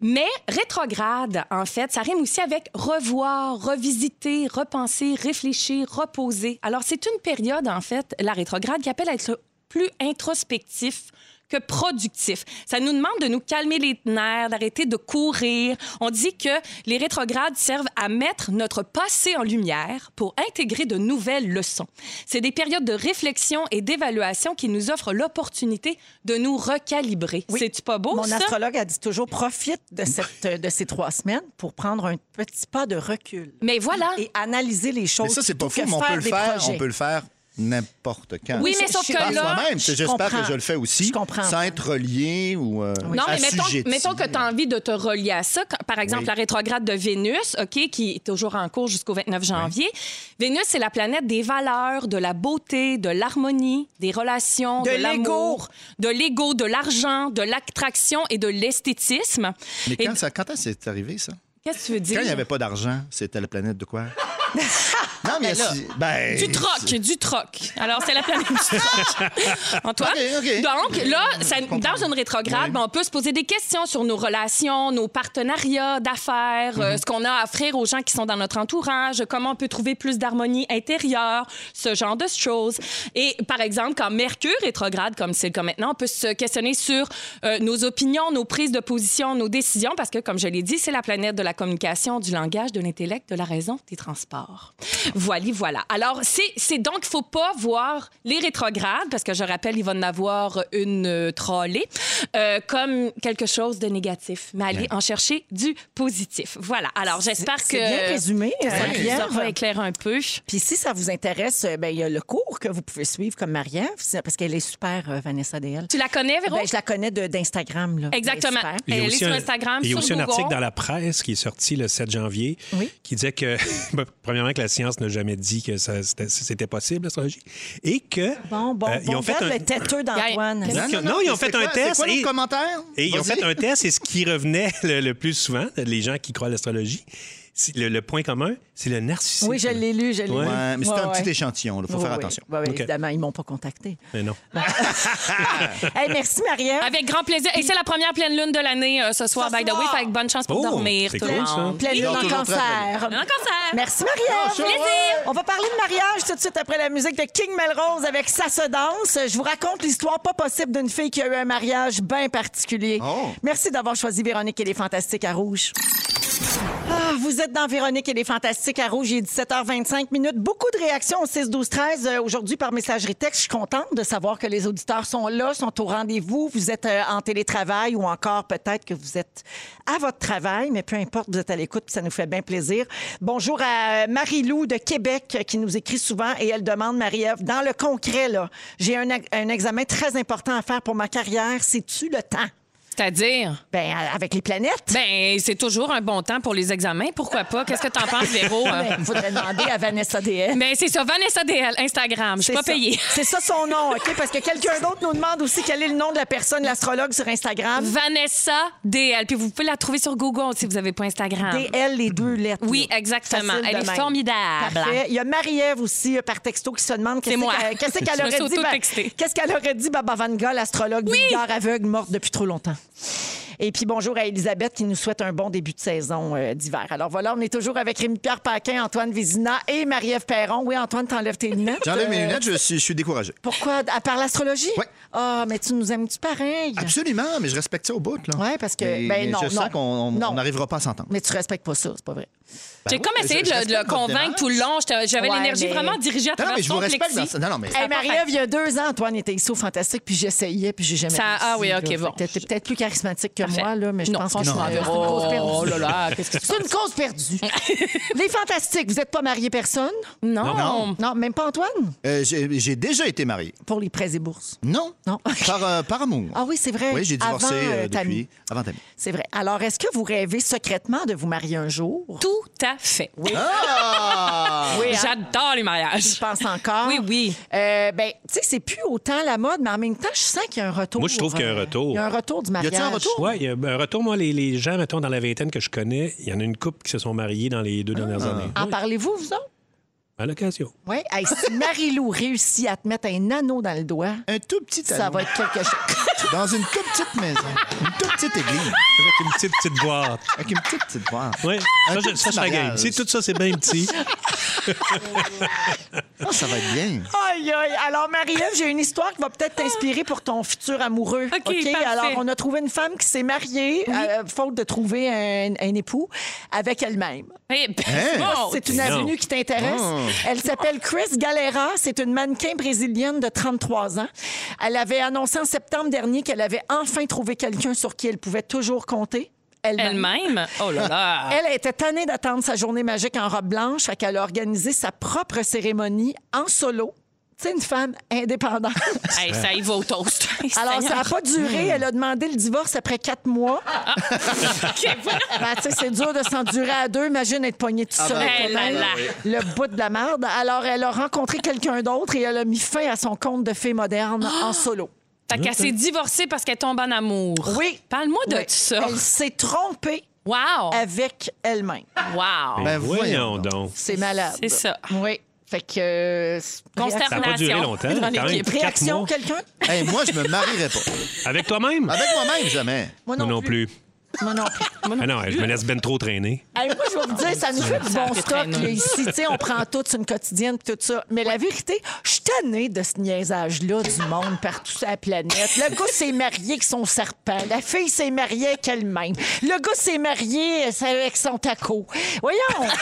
S4: Mais rétrograde, en fait, ça rime aussi avec revoir, revisiter, repenser, réfléchir, reposer. Alors, c'est une période, en fait, la rétrograde, qui appelle à être plus introspectif que productif. Ça nous demande de nous calmer les nerfs, d'arrêter de courir. On dit que les rétrogrades servent à mettre notre passé en lumière pour intégrer de nouvelles leçons. C'est des périodes de réflexion et d'évaluation qui nous offrent l'opportunité de nous recalibrer.
S2: Oui.
S4: C'est-tu pas beau,
S2: Mon
S4: ça?
S2: astrologue a dit toujours profite de, cette, euh, de ces trois semaines pour prendre un petit pas de recul
S4: Mais voilà.
S2: et analyser les choses.
S5: Mais ça, c'est pas fou,
S2: plutôt que
S5: mais on peut le
S2: des
S5: faire,
S2: projets.
S5: on peut le faire n'importe quand.
S4: Oui, mais sauf
S2: je-
S4: que
S5: par
S4: là-
S5: soi-même.
S2: je
S5: C'est- J'espère
S2: comprends.
S5: que je le fais aussi.
S2: Je comprends.
S5: Sans être relié ou euh,
S4: Non, mais mettons,
S5: assujetti.
S4: mettons que tu as envie de te relier à ça. Quand- Par exemple,
S5: Oui.
S4: la rétrograde de Vénus, OK, qui est toujours en cours jusqu'au 29 janvier. Vénus, c'est la planète des valeurs, de la beauté, de l'harmonie, des relations,
S2: De
S4: de,
S2: l'ego.
S4: l'amour, de l'ego, de l'argent, de l'attraction et de l'esthétisme.
S5: Mais
S4: Et-
S5: quand, ça, quand est-ce que c'est arrivé, ça?
S4: Qu'est-ce que tu veux dire?
S5: Quand il n'y avait pas d'argent, c'était la planète de
S4: [laughs]
S5: quoi? non, mais si- ben,
S4: Du troc, du troc. Alors, c'est la planète
S5: [laughs]
S4: du troc. Antoine.
S5: Ok, ok.
S4: Donc, là, ça- dans une rétrograde,
S5: Ouais.
S4: ben, on peut se poser des questions sur nos relations, nos partenariats d'affaires, euh,
S5: Mhm.
S4: ce qu'on a à offrir aux gens qui sont dans notre entourage, comment on peut trouver plus d'harmonie intérieure, ce genre de choses. Et par exemple, quand Mercure rétrograde, comme c'est le cas maintenant, on peut se questionner sur euh, nos opinions, nos prises de position, nos décisions, parce que, comme je l'ai dit, c'est la planète de la communication, du langage, de l'intellect, de la raison, des transports. Voilà, voilà. Alors, c'est c'est donc, il faut pas voir les rétrogrades, parce que je rappelle, il va en avoir une euh, trollée, euh, comme quelque chose de négatif, mais aller en chercher du positif. Voilà. Alors, j'espère que
S2: C'est bien résumé, euh,
S4: ça
S2: Marie-Ève.
S4: vous aura éclairé un peu.
S2: Puis si ça vous intéresse, euh, ben, il y a le cours que vous pouvez suivre comme Marie-Ève, c'est- parce qu'elle est super, euh, Vanessa DL.
S4: Tu la connais, Véro?
S2: Ben, je la connais de- d'Instagram. là. Elle est
S4: Exactement.
S2: super.
S3: Il y a
S4: Elle est
S3: aussi
S4: sur
S3: un-
S4: Instagram,
S3: Il y a
S4: sur
S3: aussi un
S4: Google.
S3: article dans la presse qui est sorti le 7 janvier
S2: Oui.
S3: qui disait que, [laughs] ben, premièrement, que la science n'a jamais dit que ça- c'était c'était possible, l'astrologie, et que.
S2: Bon, bon,
S3: euh,
S2: bon, regarde le
S4: [laughs]
S2: têteux d'Antoine.
S4: Il y a-
S3: Non, non, ils ont
S5: mais
S3: fait
S5: c'est
S3: un
S5: quoi-
S3: test
S5: C'est quoi
S3: et-
S5: l'autre commentaire?
S3: Et ils ont
S5: Vas-y.
S3: fait un test, et ce qui revenait le, le plus souvent, les gens qui croient à l'astrologie, c'est- le, le point commun, c'est le narcissisme.
S2: Oui, je l'ai lu, je l'ai
S3: Ouais.
S2: lu.
S5: Ouais, mais c'est
S2: Ouais,
S5: un
S2: ouais.
S5: petit échantillon, il faut
S2: Oui,
S5: faire
S2: oui.
S5: attention.
S2: Ouais, ouais,
S3: OK.
S2: Évidemment, ils m'ont pas
S5: [laughs]
S2: contacté.
S3: Mais non.
S2: Hey, merci, Marie-Ève.
S4: Avec grand plaisir. Et c'est la première pleine lune de l'année euh, ce soir,
S2: Ce
S4: by the way.
S2: soir.
S4: Fait que bonne chance pour
S3: Oh,
S4: dormir,
S3: c'est
S4: tout le
S3: cool, ça.
S4: monde.
S2: Pleine lune
S5: Toujours
S2: en
S5: toujours très
S2: cancer.
S4: Un cancer.
S2: Merci, Marie-Ève.
S5: Bonjour.
S2: Plaisir. On va parler de mariage tout de suite après la musique de King Melrose avec Ça se danse. Je vous raconte l'histoire pas possible d'une fille qui a eu un mariage bien particulier.
S5: Oh.
S2: Merci d'avoir choisi Véronique et les Fantastiques à Rouge. Ah, vous êtes dans Véronique et les Fantastiques à Rouge. Il est 17h25 minutes. Beaucoup de réactions au 6, 12, 13 euh, aujourd'hui par messagerie texte. Je suis contente de savoir que les auditeurs sont là, sont au rendez-vous. Vous êtes euh, en télétravail ou encore peut-être que vous êtes à votre travail, mais peu importe, vous êtes à l'écoute, puis ça nous fait bien plaisir. Bonjour à euh, Marie-Lou de Québec euh, qui nous écrit souvent et elle demande, Marie-Ève, dans le concret, là, j'ai un, ex- un examen très important à faire pour ma carrière. C'est-tu le temps?
S4: C'est-à-dire?
S2: Ben, euh, avec les planètes.
S4: Ben, c'est toujours un bon temps pour les examens. Pourquoi pas? Qu'est-ce que t'en
S2: [laughs]
S4: penses, Véro?
S2: Ben, Il faudrait demander à Vanessa DL.
S4: Ben, c'est ça, Vanessa DL, Instagram. Je suis pas
S2: C'est ça.
S4: payée.
S2: C'est ça son nom, OK? Parce que quelqu'un d'autre nous demande aussi quel est le nom de la personne, l'astrologue sur Instagram.
S4: Vanessa DL. Puis vous pouvez la trouver sur Google si vous n'avez pas Instagram.
S2: DL, les deux lettres.
S4: Oui,
S2: là.
S4: exactement.
S2: Facile
S4: Elle
S2: de
S4: est
S2: même.
S4: formidable.
S2: Parfait. Il y a Marie-Ève aussi, euh, par texto, qui se demande qu'est-ce
S4: moi.
S2: qu'elle-
S4: [laughs]
S2: qu'est-ce qu'elle
S4: Je me suis
S2: aurait dit.
S4: auto-textée.
S2: Qu'est-ce qu'elle aurait dit, Baba Vanga, l'astrologue bulgare aveugle, morte depuis trop longtemps? Et puis bonjour à Elisabeth qui nous souhaite un bon début de saison euh, d'hiver. Alors voilà, on est toujours avec Rémi-Pierre Paquin, Antoine Vézina et Marie-Ève Perron. Oui, Antoine, t'enlèves tes lunettes.
S5: J'enlève mes
S2: Euh,
S5: lunettes, je suis, je suis découragé.
S2: Pourquoi? À part l'astrologie?
S5: Ouais.
S2: Ah, mais tu nous aimes-tu pareil?
S5: Absolument, mais je respecte ça au bout. là.
S2: Ouais, parce que-
S5: Mais-
S2: ben
S5: mais
S2: non,
S5: je
S2: non.
S5: sens qu'on on-
S2: Non.
S5: on n'arrivera pas à s'entendre.
S2: Mais tu respectes pas ça, c'est pas vrai.
S4: J'ai
S5: Ben
S4: comme
S5: oui,
S4: essayé
S5: je-
S4: de
S5: je
S4: le, de le
S5: respecte votre
S4: convaincre tout le
S5: démarche.
S4: long. J'étais- J'avais
S2: Ouais,
S4: l'énergie
S2: mais-
S4: vraiment dirigée à
S5: Non, non,
S4: travers
S5: mais je
S4: son
S5: vous respecte.
S4: plexi.
S5: dans ça. Non, non, mais
S2: Hey, Marie-Ève, il y a deux ans, Antoine était ici au Fantastique, puis j'essayais, puis j'ai jamais
S4: Ça-
S2: réussi,
S4: ah oui,
S2: là.
S4: OK,
S2: Fait
S4: bon.
S2: que T'es peut-être plus charismatique que
S4: Parfait.
S2: moi, là, mais je
S4: Non,
S2: pense
S4: non,
S2: que je suis
S4: non.
S2: une cause perdue.
S4: Oh là là, qu'est-ce que tu
S2: C'est une cause
S4: [laughs]
S2: perdue. Les Fantastiques, vous n'êtes pas mariés personne?
S4: Non.
S2: Non, même pas Antoine?
S5: euh, j'ai j'ai déjà été marié.
S2: Pour les prêts et bourses.
S5: Non.
S2: Non. [laughs]
S5: Par, euh, par amour.
S2: Ah oui, c'est vrai.
S5: Oui, j'ai divorcé
S2: Avant,
S5: euh,
S2: euh, Tammy.
S5: depuis. Avant Tammy.
S2: C'est vrai. Alors, est-ce que vous rêvez secrètement de vous marier un jour?
S4: Tout à fait.
S5: Ah!
S2: [laughs] Oui, hein?
S4: J'adore les mariages.
S2: Je pense encore.
S4: Oui, oui.
S2: Euh, ben, tu sais, c'est plus autant la mode, mais en même temps, je sens qu'il y a un retour.
S3: Moi, je trouve qu'il y a un
S2: euh,
S3: retour.
S2: Il y a un retour du
S5: Y
S2: mariage.
S5: a-t-il un retour?
S3: Oui, il y a un retour. Moi, les, les gens, mettons, dans la vingtaine que je connais, il y en a une couple qui se sont mariés dans les deux dernières années.
S2: En
S3: Oui,
S2: parlez-vous, vous autres?
S3: à l'occasion.
S2: Oui. Hey, si Marie-Lou réussit à te mettre un anneau dans le doigt,
S5: Un tout petit
S2: ça
S5: talon.
S2: va être quelque chose.
S5: [laughs] Dans une toute petite maison. Une toute petite église.
S3: Avec une petite, petite boîte.
S5: Avec une petite petite boîte.
S3: Oui,
S5: Un
S3: ça,
S5: tout
S3: je- ça,
S5: petit
S3: je la game.
S5: mariage.
S3: Tu sais, tout ça, c'est bien [laughs] petit.
S5: Ah, ça va être bien.
S2: Aïe, aïe. Alors, Marie-Ève, j'ai une histoire qui va peut-être t'inspirer pour ton futur amoureux.
S4: OK, parfait.
S2: Alors, on a trouvé une femme qui s'est mariée, euh, faute de trouver un, un époux, avec elle-même.
S4: Eh ben,
S5: Hein?
S4: bon,
S2: c'est une
S3: non.
S2: avenue qui t'intéresse. Elle s'appelle Chris Galera. C'est une mannequin brésilienne de 33 ans. Elle avait annoncé en septembre dernier qu'elle avait enfin trouvé quelqu'un sur qui elle pouvait toujours compter. Elle-même.
S4: Elle-même. Oh là là.
S2: Elle était tannée d'attendre sa journée magique en robe blanche, fait qu'elle a organisé sa propre cérémonie en solo. C'est une femme indépendante.
S4: Hey, ça y va au toast. [laughs]
S2: Alors, ça n'a pas duré. Elle a demandé le divorce après quatre mois. Ben, tu sais, c'est dur de s'endurer à deux. Imagine être poignée tout seul.
S4: ben, là, là.
S2: Le bout de la merde. Alors, elle a rencontré quelqu'un d'autre et elle a mis fin à son compte de fée moderne
S4: Ah!
S2: en solo.
S4: Fait qu'elle s'est divorcée parce qu'elle tombe en amour.
S2: Oui.
S4: Parle-moi de
S2: Oui. Euh,
S4: tout ça. Oh.
S2: Elle s'est trompée
S4: Wow.
S2: avec elle-même.
S4: Wow.
S5: Ben,
S3: voyons
S5: voyons
S3: donc.
S2: C'est malade.
S4: C'est ça.
S2: Oui. Fait que. euh,
S3: Ça n'a pas duré
S4: Nation.
S3: longtemps.
S4: Dans
S3: Quand même,
S4: l'équipe.
S3: quatre
S2: Réaction,
S3: mois.
S2: quelqu'un?
S5: Hey, moi, je me marierais pas.
S3: Avec toi-même?
S5: Avec moi-même, jamais.
S2: Moi
S3: Moi non plus.
S2: Moi non plus.
S3: Ah non, je me laisse ben trop traîner.
S2: Hey, moi, je vais vous dire, ça nous fait du
S4: Ça
S2: bon
S4: fait
S2: stock
S4: traîner.
S2: là, ici. Tu sais, on prend tout, c'est une quotidienne puis tout ça. Mais la vérité, je suis tannée de ce niaisage-là du monde partout sur la planète. Le gars s'est marié avec son serpent. La fille s'est mariée avec elle-même. Le gars s'est marié euh, avec son taco. Voyons!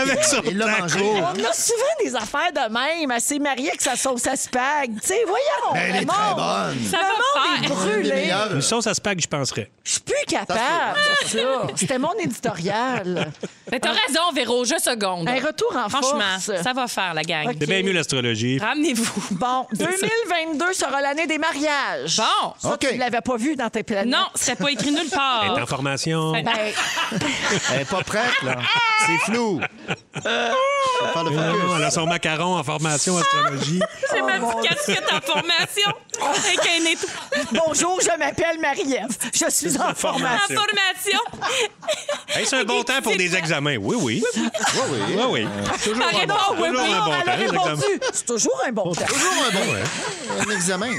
S3: Avec ça,
S5: Il l'a mangé.
S2: On a souvent des affaires de même. Elle s'est mariée avec sa sauce à spag. Tu sais, voyons!
S5: Elle est
S2: le
S5: très
S2: monde-
S5: bonne.
S4: Ça va
S2: le monde est
S4: faire.
S5: Les
S2: brûlé.
S5: meilleures.
S3: Une sauce à spag, je penserais.
S2: Je suis plus capable de ça. C'était mon
S4: [laughs]
S2: éditorial.
S4: Mais t'as raison, Véro, je seconde.
S2: Un retour en
S4: Franchement,
S2: force.
S4: ça va faire, la gang.
S2: OK.
S3: C'est bien mieux l'astrologie.
S4: Ramenez-vous.
S2: Bon,
S3: [laughs]
S2: 2022 sera l'année des mariages.
S4: Bon.
S2: Ça,
S5: OK.
S2: tu ne l'avais pas vu dans tes planètes.
S4: Non, c'est pas écrit nulle
S3: Elle est en
S4: part.
S3: formation. [laughs]
S2: Ben,
S5: Elle est pas prête, là. C'est flou. Je vais faire le
S3: Ah non,
S5: focus.
S3: elle a son macaron en formation astrologie.
S4: J'ai ma petite casquette en formation. Avec un étui
S2: bonjour, je m'appelle Marie-Ève. Je suis en
S4: en
S2: formation.
S4: formation.
S3: Ah, Hey, c'est un bon temps pour des examens. Oui, oui. Oui, oui. oui, Toujours un
S4: Arrête
S3: bon,
S4: pas, oui,
S3: toujours
S4: oui,
S3: un
S2: Ah, Elle
S3: bon
S2: a
S3: temps, hein, les
S2: répondu.
S3: examens.
S2: C'est toujours un bon temps.
S5: Toujours un bon un examen.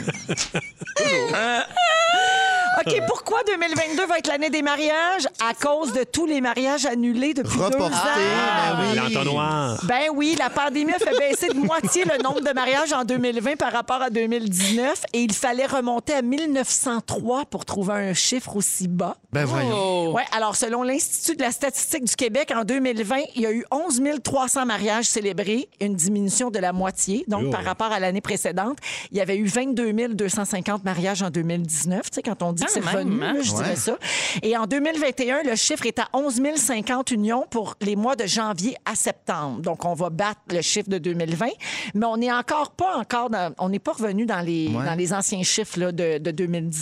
S2: OK, pourquoi 2022 va être l'année des mariages? À cause de tous les mariages annulés depuis deux
S5: Reporté.
S2: ans.
S3: Ah.
S5: ben oui.
S3: L'entonnoir.
S2: Ben oui, la pandémie a fait baisser de moitié le nombre de mariages en 2020 par rapport à 2019 et il fallait remonter à 1903 pour trouver un chiffre aussi bas.
S5: Ben voyons.
S2: Ouais, alors selon l'Institut de la statistique du Québec, en 2020, il y a eu 11 300 mariages célébrés, une diminution de la moitié. Donc,
S3: Oh.
S2: par rapport à l'année précédente, il y avait eu 22 250 mariages en 2019. Tu sais, quand on dit que c'est
S4: même,
S2: revenu,
S4: hein?
S2: là, je dirais ça. Et en 2021, le chiffre est à 11 050 unions pour les mois de janvier à septembre. Donc, on va battre le chiffre de 2020. Mais on n'est encore pas encore dans- on n'est pas revenu dans les, dans les anciens chiffres là, de, de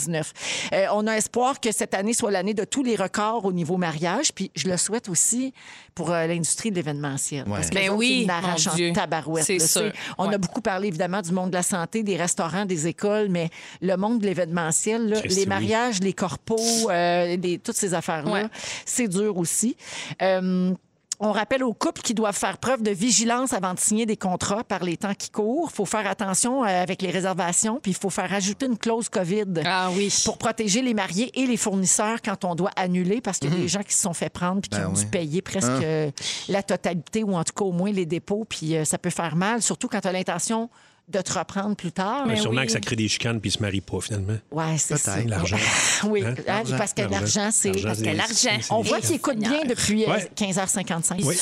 S2: 2019. Euh, on a espoir que cette année soit l'année de tous les records au niveau mariage. Puis je le souhaite aussi pour euh, l'industrie de l'événementiel. Parce que
S4: Ben
S2: les autres,
S4: oui,
S2: ils
S4: mon
S2: n'arrachent
S4: Dieu.
S2: en tabarouette.
S4: C'est
S2: là, tu sais.
S4: sûr.
S2: On
S4: Ouais.
S2: a beaucoup parlé évidemment du monde de la santé, des restaurants, des écoles, mais le monde de l'événementiel, là,
S3: Christy,
S2: les
S3: oui.
S2: mariages, les corpos, euh, les- toutes ces affaires-là,
S4: Ouais.
S2: c'est dur aussi. Euh, On rappelle aux couples qui doivent faire preuve de vigilance avant de signer des contrats par les temps qui courent. Il faut faire attention euh, avec les réservations, puis il faut faire ajouter une clause COVID
S4: Ah oui.
S2: pour protéger les mariés et les fournisseurs quand on doit annuler parce qu'il y a des gens qui se sont fait prendre puis qui
S5: Mmh. Ben
S2: ont dû
S5: oui.
S2: payer presque
S5: Hein?
S2: euh, la totalité ou en tout cas au moins les dépôts. Puis euh, ça peut faire mal, surtout quand tu as l'intention de te reprendre plus tard.
S3: Mais
S4: Ben
S3: sûrement
S4: oui.
S3: que ça crée des chicanes puis ils se marient pas, finalement.
S2: Ouais, c'est ça.
S5: Peut-être.
S3: L'argent.
S2: [laughs] Oui,
S3: Hein?
S2: hein, parce que l'argent, c'est...
S3: L'argent,
S9: que l'argent,
S3: c'est-
S2: On voit qu'il
S9: Et
S2: écoute bien
S9: Seigneur.
S2: depuis euh,
S3: Ouais.
S2: 15h55.
S3: Oui.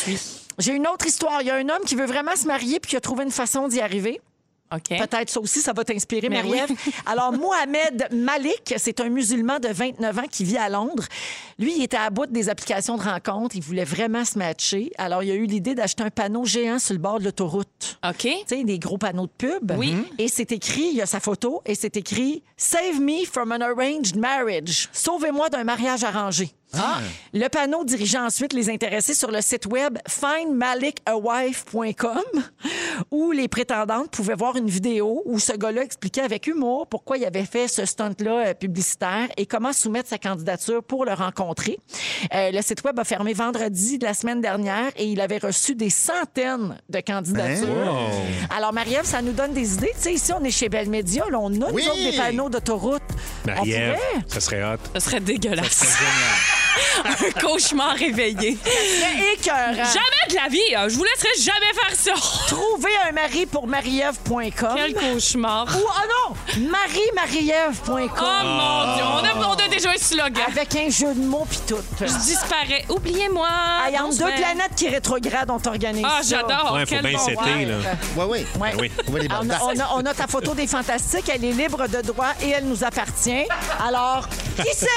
S2: J'ai une autre histoire. Il y a un homme qui veut vraiment se marier puis qui a trouvé une façon d'y arriver.
S4: OK.
S2: Peut-être ça aussi, ça va t'inspirer,
S4: Mais
S2: Marie-Ève. Alors, Mohamed Malik, c'est un musulman de 29 ans qui vit à Londres. Lui, il était à bout des applications de rencontres. Il voulait vraiment se matcher. Alors, il a eu l'idée d'acheter un panneau géant sur le bord de l'autoroute.
S4: OK.
S2: Tu sais, des gros panneaux de pub. Mhm.
S4: Oui.
S2: Et c'est écrit, il y a sa photo, et c'est écrit Save me from an arranged marriage. Sauvez-moi d'un mariage arrangé. Ah. Le panneau dirigeait ensuite les intéressés sur le site web findmalikawife.com où les prétendantes pouvaient voir une vidéo où ce gars-là expliquait avec humour pourquoi il avait fait ce stunt-là euh, publicitaire et comment soumettre sa candidature pour le rencontrer. Euh, le site web a fermé vendredi de la semaine dernière et il avait reçu des centaines de candidatures.
S3: Hein?
S2: Alors, Marie-Ève, ça nous donne des idées. Tu sais, ici, on est chez Belle Média. là, on a, nous
S5: Oui.
S2: autres, des panneaux d'autoroute. On
S3: Marie-Ève,
S2: pourrait.
S3: ça serait hot.
S4: Ça serait dégueulasse. [laughs] Un cauchemar réveillé.
S2: Écœurant.
S4: Jamais de la vie. hein. Je vous laisserai jamais
S2: [laughs]
S4: faire ça.
S2: Trouver un mari pour mariève.com.
S4: Quel cauchemar.
S2: Ou, oh non, mariemariève.com.
S4: Oh
S3: Ah.
S4: mon Dieu, on a, on a déjà un slogan.
S2: Avec un jeu de mots pis tout.
S4: Ah! Je disparais. Oubliez-moi.
S2: Ah. Il y a
S4: Bonne
S2: deux
S4: semaine.
S2: planètes qui rétrogradent, on t'organise.
S4: Ah,
S2: ça.
S4: j'adore.
S3: Ouais, faut
S4: Quel
S3: bien
S4: bon
S3: setter,
S4: rêve.
S3: là.
S5: Ouais, oui.
S2: Ouais.
S3: Ben oui.
S5: On va les
S2: On
S5: bandes.
S2: a, on a- on a ta photo des fantastiques, elle est libre de droit et elle nous appartient. Alors, qui sait?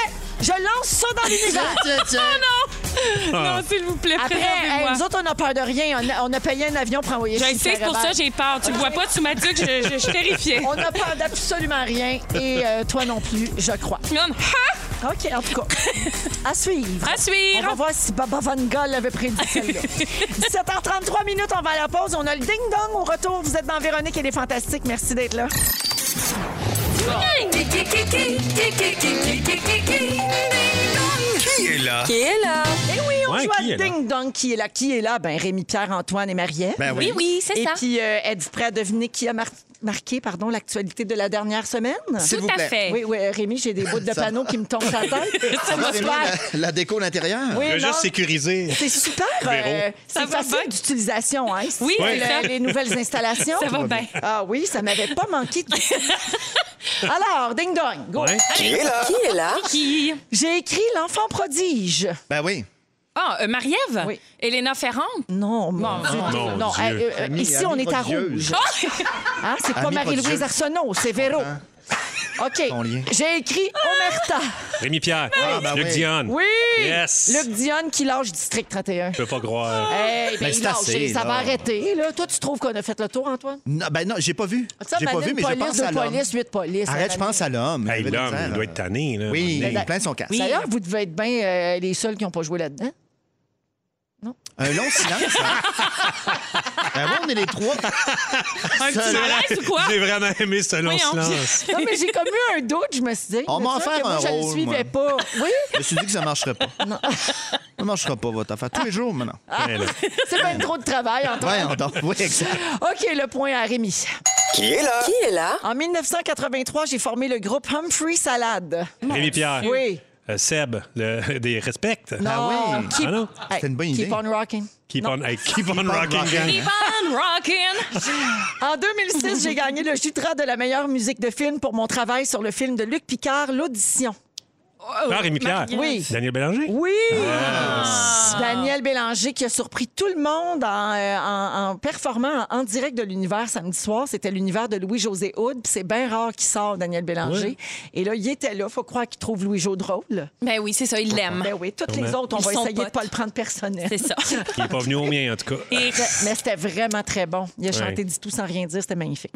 S2: Je lance ça dans l'univers.
S4: Ah,
S3: Ah.
S4: Non, s'il vous plaît,
S2: Après,
S4: préservez-moi.
S2: hey, nous autres, on a peur de rien. On a, on a payé un avion pour envoyer
S4: Je
S2: chez
S4: le sais, c'est pour ça
S2: Caravan.
S4: que j'ai peur. Tu le vois pas, tu m'as dit que je, je- je suis terrifiée.
S2: On n'a peur d'absolument rien et euh, toi non plus, je crois.
S4: Mignonne. Ha!
S2: OK, en
S4: [laughs]
S2: tout cas, à suivre.
S4: À
S2: On va
S4: suivre.
S2: voir si Baba Van Gogh avait prédit
S4: [laughs]
S2: celle-là. 17h33 minutes, on va à la pause. On a le ding-dong au retour. Vous êtes dans Véronique et les Fantastiques. Merci d'être là.
S6: Qui est là?
S10: Qui est là?
S2: Et Eh oui, on
S3: Ouais,
S2: joue à
S3: qui est
S2: le
S3: là?
S2: ding-dong. Qui est là? Qui est là? Ben, Rémi, Pierre, Antoine et Marielle.
S5: Ben oui.
S10: Oui, oui, c'est
S2: et
S10: ça.
S2: puis, euh, êtes-vous prêts à deviner qui a mar- marqué pardon, l'actualité de la dernière semaine?
S5: S'il vous
S4: Tout à
S5: plaît.
S4: fait.
S2: Oui, oui, Rémi, j'ai des
S4: [laughs]
S2: bouts de
S5: Ça-
S2: panneaux qui me tombent sur la tête.
S5: Ça va, Rémi,
S2: Bonsoir.
S5: la, la déco à l'intérieur?
S2: Oui, non.
S3: sécuriser.
S2: C'est super.
S3: Véro.
S2: euh,
S4: Ça
S2: c'est
S4: va
S2: facile
S4: bien?
S2: d'utilisation, hein?
S4: Oui,
S2: c'est
S4: Ouais.
S2: le-
S4: ça.
S2: les nouvelles installations.
S4: Ça va bien.
S2: Ah oui, ça m'avait pas manqué. tout ça.
S4: [laughs]
S2: Alors, ding dong, go.
S3: Ouais.
S10: Qui est là?
S4: Qui?
S2: J'ai écrit l'enfant prodige.
S5: Ben oui.
S4: Ah, euh, Marie-Ève?
S2: Oui.
S4: Elena Ferrand?
S2: Non, mon Dieu.
S3: Mon
S2: non,
S3: Dieu.
S2: euh, euh,
S5: Famille,
S2: ici on
S5: amie
S2: est à
S5: prodigieuse.
S2: rouge. Hein, c'est pas
S5: Amie
S2: Marie-Louise
S5: prodigieuse.
S2: Arsenault, c'est Véro. OK.
S5: Ton lien.
S2: J'ai écrit Omerta.
S3: Rémi Pierre.
S4: Ah,
S5: ben
S3: Luc
S5: oui.
S3: Dion.
S2: Oui.
S3: Yes.
S2: Luc Dionne qui lâche District 31.
S3: Je peux pas croire.
S2: Hey, ben,
S5: Mais
S2: il
S5: c'est
S2: lâche,
S5: assez,
S2: ça va
S5: là.
S2: arrêter. Là. Toi, tu trouves qu'on a fait le tour, Antoine?
S5: Non, ben non, j'ai pas vu. J'ai pas
S2: Manine,
S5: vu, mais je
S2: police,
S5: pense
S2: deux
S5: à l'homme.
S2: polices, huit polices.
S5: Arrête, je pense à l'homme.
S3: Hey,
S5: J'avais de
S3: l'homme,
S5: misère,
S3: il
S5: là.
S3: doit être tanné. Là,
S5: Oui,
S3: Mais-
S5: il plein son casque.
S2: D'ailleurs, vous devez être bien euh, les seuls qui n'ont pas joué là-dedans.
S5: Un long silence. [laughs] hein? ben oui, on est les trois.
S4: Un petit malaise ou quoi?
S3: J'ai vraiment aimé ce long
S4: Voyons.
S3: silence.
S2: Non, mais j'ai comme eu un doute, je me suis dit.
S5: On m'a
S2: c'est sûr
S5: offert
S2: que moi,
S5: un
S2: je le
S5: rôle,
S2: suivais
S5: moi.
S2: pas. Oui,
S5: Je me suis dit que ça marcherait pas. Ça marchera pas, votre affaire. Tous les jours, maintenant.
S3: Ouais, là.
S2: c'est même trop de travail, Antoine.
S5: Ouais, on dort. Oui, exact.
S2: OK, le point à Rémi.
S6: Qui est là?
S10: Qui est là?
S2: En 1983, j'ai formé le groupe Humphrey Salade.
S3: Rémi Pierre.
S2: Oui.
S3: Euh, Seb, le- [laughs] des respects.
S5: Ah oui.
S2: Keep,
S3: Ah non.
S5: C'était une bonne
S2: Hey,
S5: idée.
S2: Keep on rocking.
S3: Keep
S2: Non.
S3: on, hey, keep on rocking.
S5: rocking.
S3: gang.
S4: Keep on rockin'.
S2: En 2006, j'ai gagné le Jutra de la meilleure musique de film pour mon travail sur le film de Luc Picard, L'Audition.
S3: Ah, Rémi Pierre.
S2: Oui.
S3: Daniel Bélanger.
S2: Oui! Daniel Bélanger qui a surpris tout le monde en, euh, en- en performant en, en direct de l'univers samedi soir. C'était l'univers de Louis-José Houd. Puis c'est bien rare qu'il sort Daniel Bélanger. Et là, il était là. Faut croire qu'il trouve Louis-Jo drôle.
S4: Ben oui, c'est ça, il l'aime.
S2: Ben oui, toutes les autres, on
S4: Ils
S2: va
S4: sont
S2: essayer de
S4: potes.
S2: pas le prendre personnel. [laughs]
S4: C'est ça.
S3: Il n'est pas venu au mien, en tout cas.
S4: Et-
S2: Mais c'était vraiment très bon. Il a
S3: Ouais.
S2: chanté du tout sans rien dire. C'était magnifique.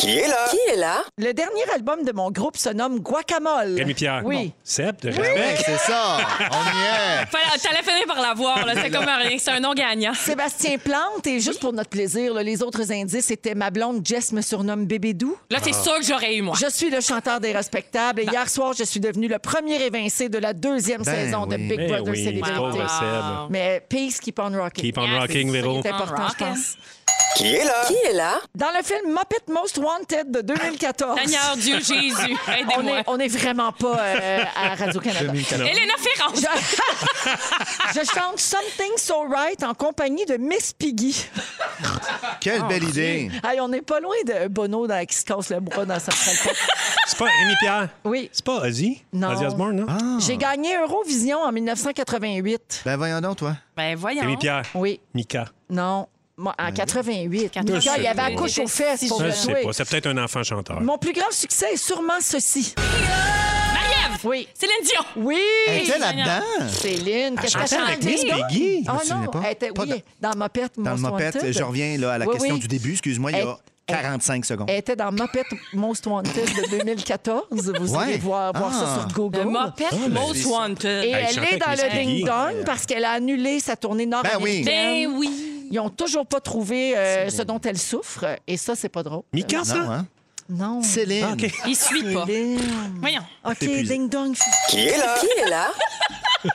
S11: Qui est là?
S12: Mm. Qui est là?
S2: Le dernier album de mon groupe se nomme Guacamole.
S3: Rémi Pierre.
S2: Oui.
S3: Seb, de respect.
S5: C'est ça. On y est.
S10: Fallait- T'allais finir par l'avoir, là. C'est comme rien. C'est un non gagnant.
S2: Sébastien Plante, et juste pour notre plaisir, là, les autres indices étaient ma blonde Jess me surnomme Bébé Doux.
S10: Là, t'es sûr que j'aurais eu, moi.
S2: Je suis le chanteur des respectables
S12: Bah.
S2: et hier soir, je suis devenu le premier évincé de la deuxième
S5: Ben
S2: saison de
S5: oui.
S2: Big
S3: Eh
S2: Brother
S3: oui,
S2: Célébrité.
S3: pauvre Seb.
S2: Mais peace, keep on rocking.
S3: Keep on
S10: Yes, c'est
S3: rocking,
S10: ça,
S3: Véro.
S2: C'est important, je
S10: rocking.
S2: pense.
S11: Qui est là?
S12: Qui est là?
S2: Dans le film Muppet Most Wanted de 2014,
S10: Seigneur Dieu Jésus,
S2: on
S10: aidez-moi.
S2: est, on est vraiment pas euh, à Radio-Canada.
S10: Elena Ferrand.
S2: Je... je [laughs] chante Something So Right en compagnie de Miss Piggy.
S5: Quelle belle idée.
S2: Hey, on n'est pas loin de Bono dans... qui se casse le bras dans sa chanson.
S3: C'est pas Rémi Pierre.
S2: Oui.
S3: C'est pas Ozzy.
S2: Non. Ah.
S3: Ozzy Osbourne, non?
S2: J'ai gagné Eurovision en 1988.
S5: Ben voyons donc, toi.
S10: Ben voyons.
S3: Rémi Pierre.
S2: Oui.
S3: Mika.
S2: Non. Moi, en 88. Mika,
S3: Je sais
S2: il y avait
S3: pas.
S2: la couche aux fesses pour
S3: Je
S2: le
S3: sais
S2: jouer.
S3: pas. C'est peut-être un enfant chanteur.
S2: Mon plus grand succès est sûrement ceci.
S10: Marie-Ève.
S2: Oui.
S10: Céline Dion.
S2: Oui!
S5: Elle était là-dedans.
S2: Céline, qu'est-ce que
S3: chantait
S2: ça
S3: avec Miss
S5: Piggy.
S2: Oh
S5: Je me souviens
S2: non,
S5: pas.
S2: elle était
S5: Pas
S2: oui, dans Muppet
S5: Dans le
S2: Most
S5: mopette,
S2: Wanted.
S5: je reviens là, à la
S2: Oui,
S5: question
S2: oui.
S5: du début. Excuse-moi, il y a
S2: Elle-
S5: 45 secondes.
S2: Elle était dans Muppet Most Wanted de 2014. Vous
S5: Ouais.
S2: allez voir, voir ça
S5: Ah.
S2: sur Google.
S10: Le Muppet Most
S2: Et
S10: Wanted.
S3: Elle
S2: elle,
S3: chantait
S2: est dans
S3: avec
S2: le
S3: Miss Piggy.
S2: ding-dong parce qu'elle a annulé sa tournée nord-américaine.
S10: Ben oui.
S2: Ils n'ont toujours pas trouvé euh, ce dont elle souffre. Et ça, c'est pas drôle.
S3: Mika, ça? Ah,
S5: Non, hein?
S2: Non.
S5: Céline.
S3: OK.
S10: Il suit pas. Voyons.
S2: OK,
S5: épuisé.
S2: ding-dong.
S11: Qui est là?
S12: Qui est là?
S2: [laughs]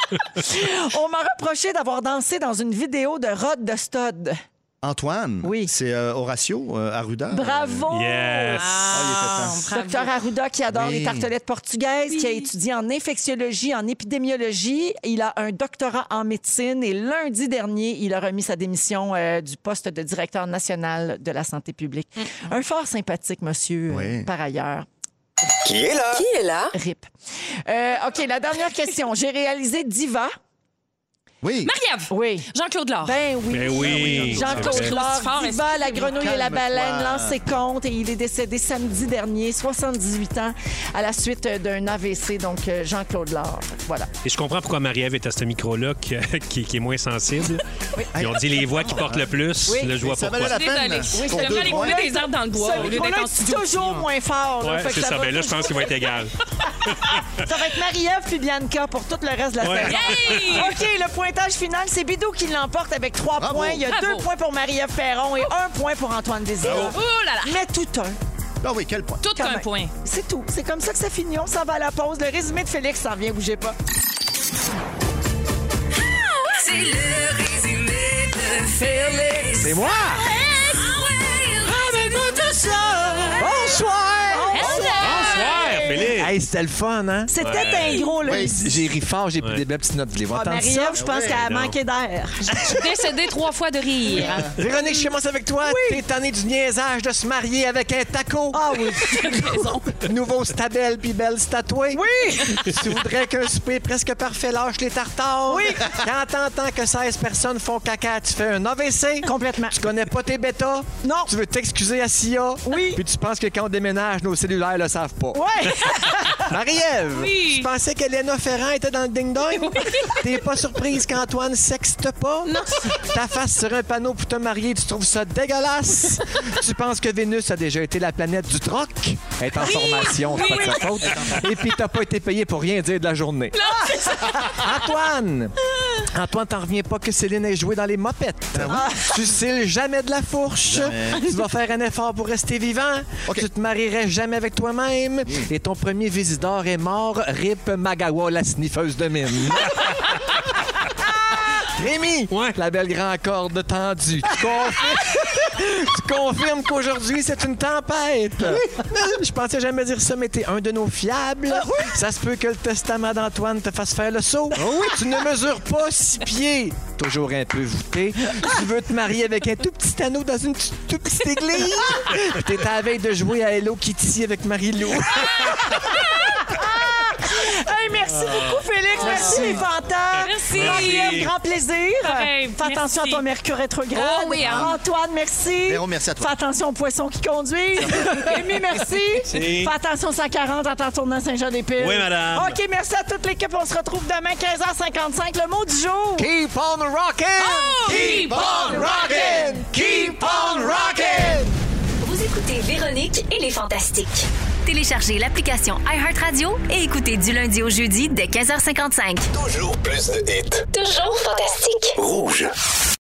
S2: On m'a reproché d'avoir dansé dans une vidéo de Rod de Stod.
S5: Antoine.
S2: Oui.
S5: C'est euh, Horatio euh, Arruda.
S2: Bravo!
S3: Yes.
S5: Ah, il était temps.
S10: bravo.
S2: Docteur Arruda, qui adore
S5: Oui.
S2: les tartelettes portugaises, qui a étudié en infectiologie, en épidémiologie. Il a un doctorat en médecine et lundi dernier, il a remis sa démission euh, du poste de directeur national de la santé publique. Un fort sympathique, monsieur,
S5: Oui.
S2: euh, par ailleurs.
S11: Qui est là?
S12: Qui est là?
S2: RIP. Euh, OK, la dernière question. J'ai réalisé Diva.
S5: Oui.
S10: Marie-Ève.
S2: Oui.
S10: Jean-Claude Laure.
S2: Ben oui.
S3: Ben oui.
S2: Jean-Claude
S3: Jean-Claude
S2: Laure,
S10: Fort,
S2: Diva, la grenouille et la
S5: Calme-toi.
S2: baleine, lance ses comptes et il est décédé samedi dernier, 78 ans, à la suite euh, d'un AVC. Donc, euh, Jean-Claude Laure. Voilà.
S3: Et je comprends pourquoi Marie-Ève est à ce micro-là qui, [laughs] qui- qui est moins sensible. Ils ont dit les voix qui portent le plus.
S2: Oui.
S3: Là, je vois
S5: Ça
S3: pourquoi.
S5: valait la peine.
S10: Désolée.
S5: pour
S10: Oui, je
S5: deux
S10: devrais aller
S5: points.
S10: couper des arbres dans le bois au
S2: Ce
S10: lieu d'être
S2: micro-là
S10: en
S2: est
S10: studio.
S2: toujours moins fort. là.
S3: Ouais,
S2: Fait que
S3: c'est
S2: ça
S3: ça.
S2: va
S3: Ben là, je
S2: toujours-
S3: pense qu'il va être égal.
S2: Ça va être Marie-Ève puis Bianca pour tout le reste de la
S3: Ouais.
S2: saison.
S10: Hey!
S2: OK, le pointage final, c'est Bidou qui l'emporte avec trois
S5: Bravo.
S2: points. Il y a
S10: Bravo.
S2: deux points pour Marie-Ève Perron et un point pour Antoine Désir.
S10: Oh là là.
S2: Mais tout un.
S5: Ah oui, quel point.
S10: Tout
S2: Quand
S10: un
S2: même.
S10: point.
S2: C'est tout. C'est comme ça que ça finit. On s'en va à la pause. Le résumé de Félix s'en vient, bougez pas.
S1: C'est le résumé de Félix. Ah
S5: C'est moi.
S2: Bonsoir!
S3: Bonsoir, Félix.
S4: Hey, c'était le fun, hein?
S2: C'était un gros
S5: Oui,
S2: lundi.
S4: J'ai ri fort, j'ai pris
S3: Ouais.
S4: des belles petites notes, je les
S2: Ah,
S4: vois entendre ça.
S2: Marie-Ève, je pense
S5: Ouais,
S2: qu'elle a
S3: non.
S2: manqué d'air.
S10: Décédé trois fois de rire.
S4: Véronique, je commence avec toi. T'es tanné du niaisage de se marier avec un taco.
S2: Ah [laughs] oui.
S4: [laughs] Nouveau stabel puis belle statouée. Oui! [laughs] tu voudrais qu'un souper presque parfait lâche les tartares. Oui! [laughs] Quand t'entends que 16 personnes font caca, tu fais un AVC.
S2: Complètement.
S4: Tu connais pas tes bêtas.
S2: Non.
S4: Tu veux t'excuser à Sia.
S2: Oui.
S4: Puis tu penses que quand on déménage, nos cellulaires le savent pas.
S2: Ouais.
S4: Marie-Ève,
S10: Oui.
S4: tu pensais qu'Elena Ferrand était dans le ding-dong? [laughs] T'es pas surprise qu'Antoine sexte pas? Non. Ta face sur un panneau pour te marier, tu trouves ça dégueulasse? tu penses que Vénus a déjà été la planète du troc? Elle est en formation, c'est pas de sa faute. Et puis t'as pas été payé pour rien dire de la journée. Antoine! Antoine, t'en reviens pas que Céline ait joué dans les mopettes. Ah. Tu cils jamais de la fourche. Tu vas faire un effort pour rester vivant.
S5: OK.
S4: Tu te marierais jamais avec toi-même. Et ton premier visiteur est mort. Rip Magawa, la sniffeuse de mine. Rémi,
S3: Ouais.
S4: la belle grande corde tendue. Tu confirmes, tu confirmes qu'aujourd'hui, c'est une tempête. Je pensais jamais dire ça, mais t'es un de nos fiables. Ça se peut que le testament d'Antoine te fasse faire le saut. Ah Tu ne mesures pas six pieds. Toujours un peu voûté. Tu veux te marier avec un tout petit anneau dans une petite- toute petite église. Puis T'es à la veille de jouer à Hello Kitty avec Marie-Lou.
S2: Hey, merci beaucoup, Félix. Merci, les fantasmes.
S10: Merci.
S2: Marie-Ève, grand plaisir.
S10: Pareil,
S2: Fais attention à
S10: merci.
S2: ton mercure rétrograde.
S10: Oh oui, hein.
S2: Antoine, merci.
S5: Véro, merci à toi.
S2: Fais attention aux poissons qui conduisent. [laughs] Rémi, merci. Fais attention 140 en t'en tournant Saint-Jean-des-Piles.
S3: Oui, madame.
S2: OK, merci à toute l'équipe. On se retrouve demain, 15h55. Le mot du jour. Oh!
S4: Keep on rocking!
S10: Keep
S4: on rocking! Keep on rocking!
S1: Vous écoutez
S10: Écoutez Véronique et les Fantastiques.
S1: Téléchargez l'application iHeartRadio et écoutez du lundi au jeudi dès 15h55.
S10: Toujours plus de hits. Toujours fantastique.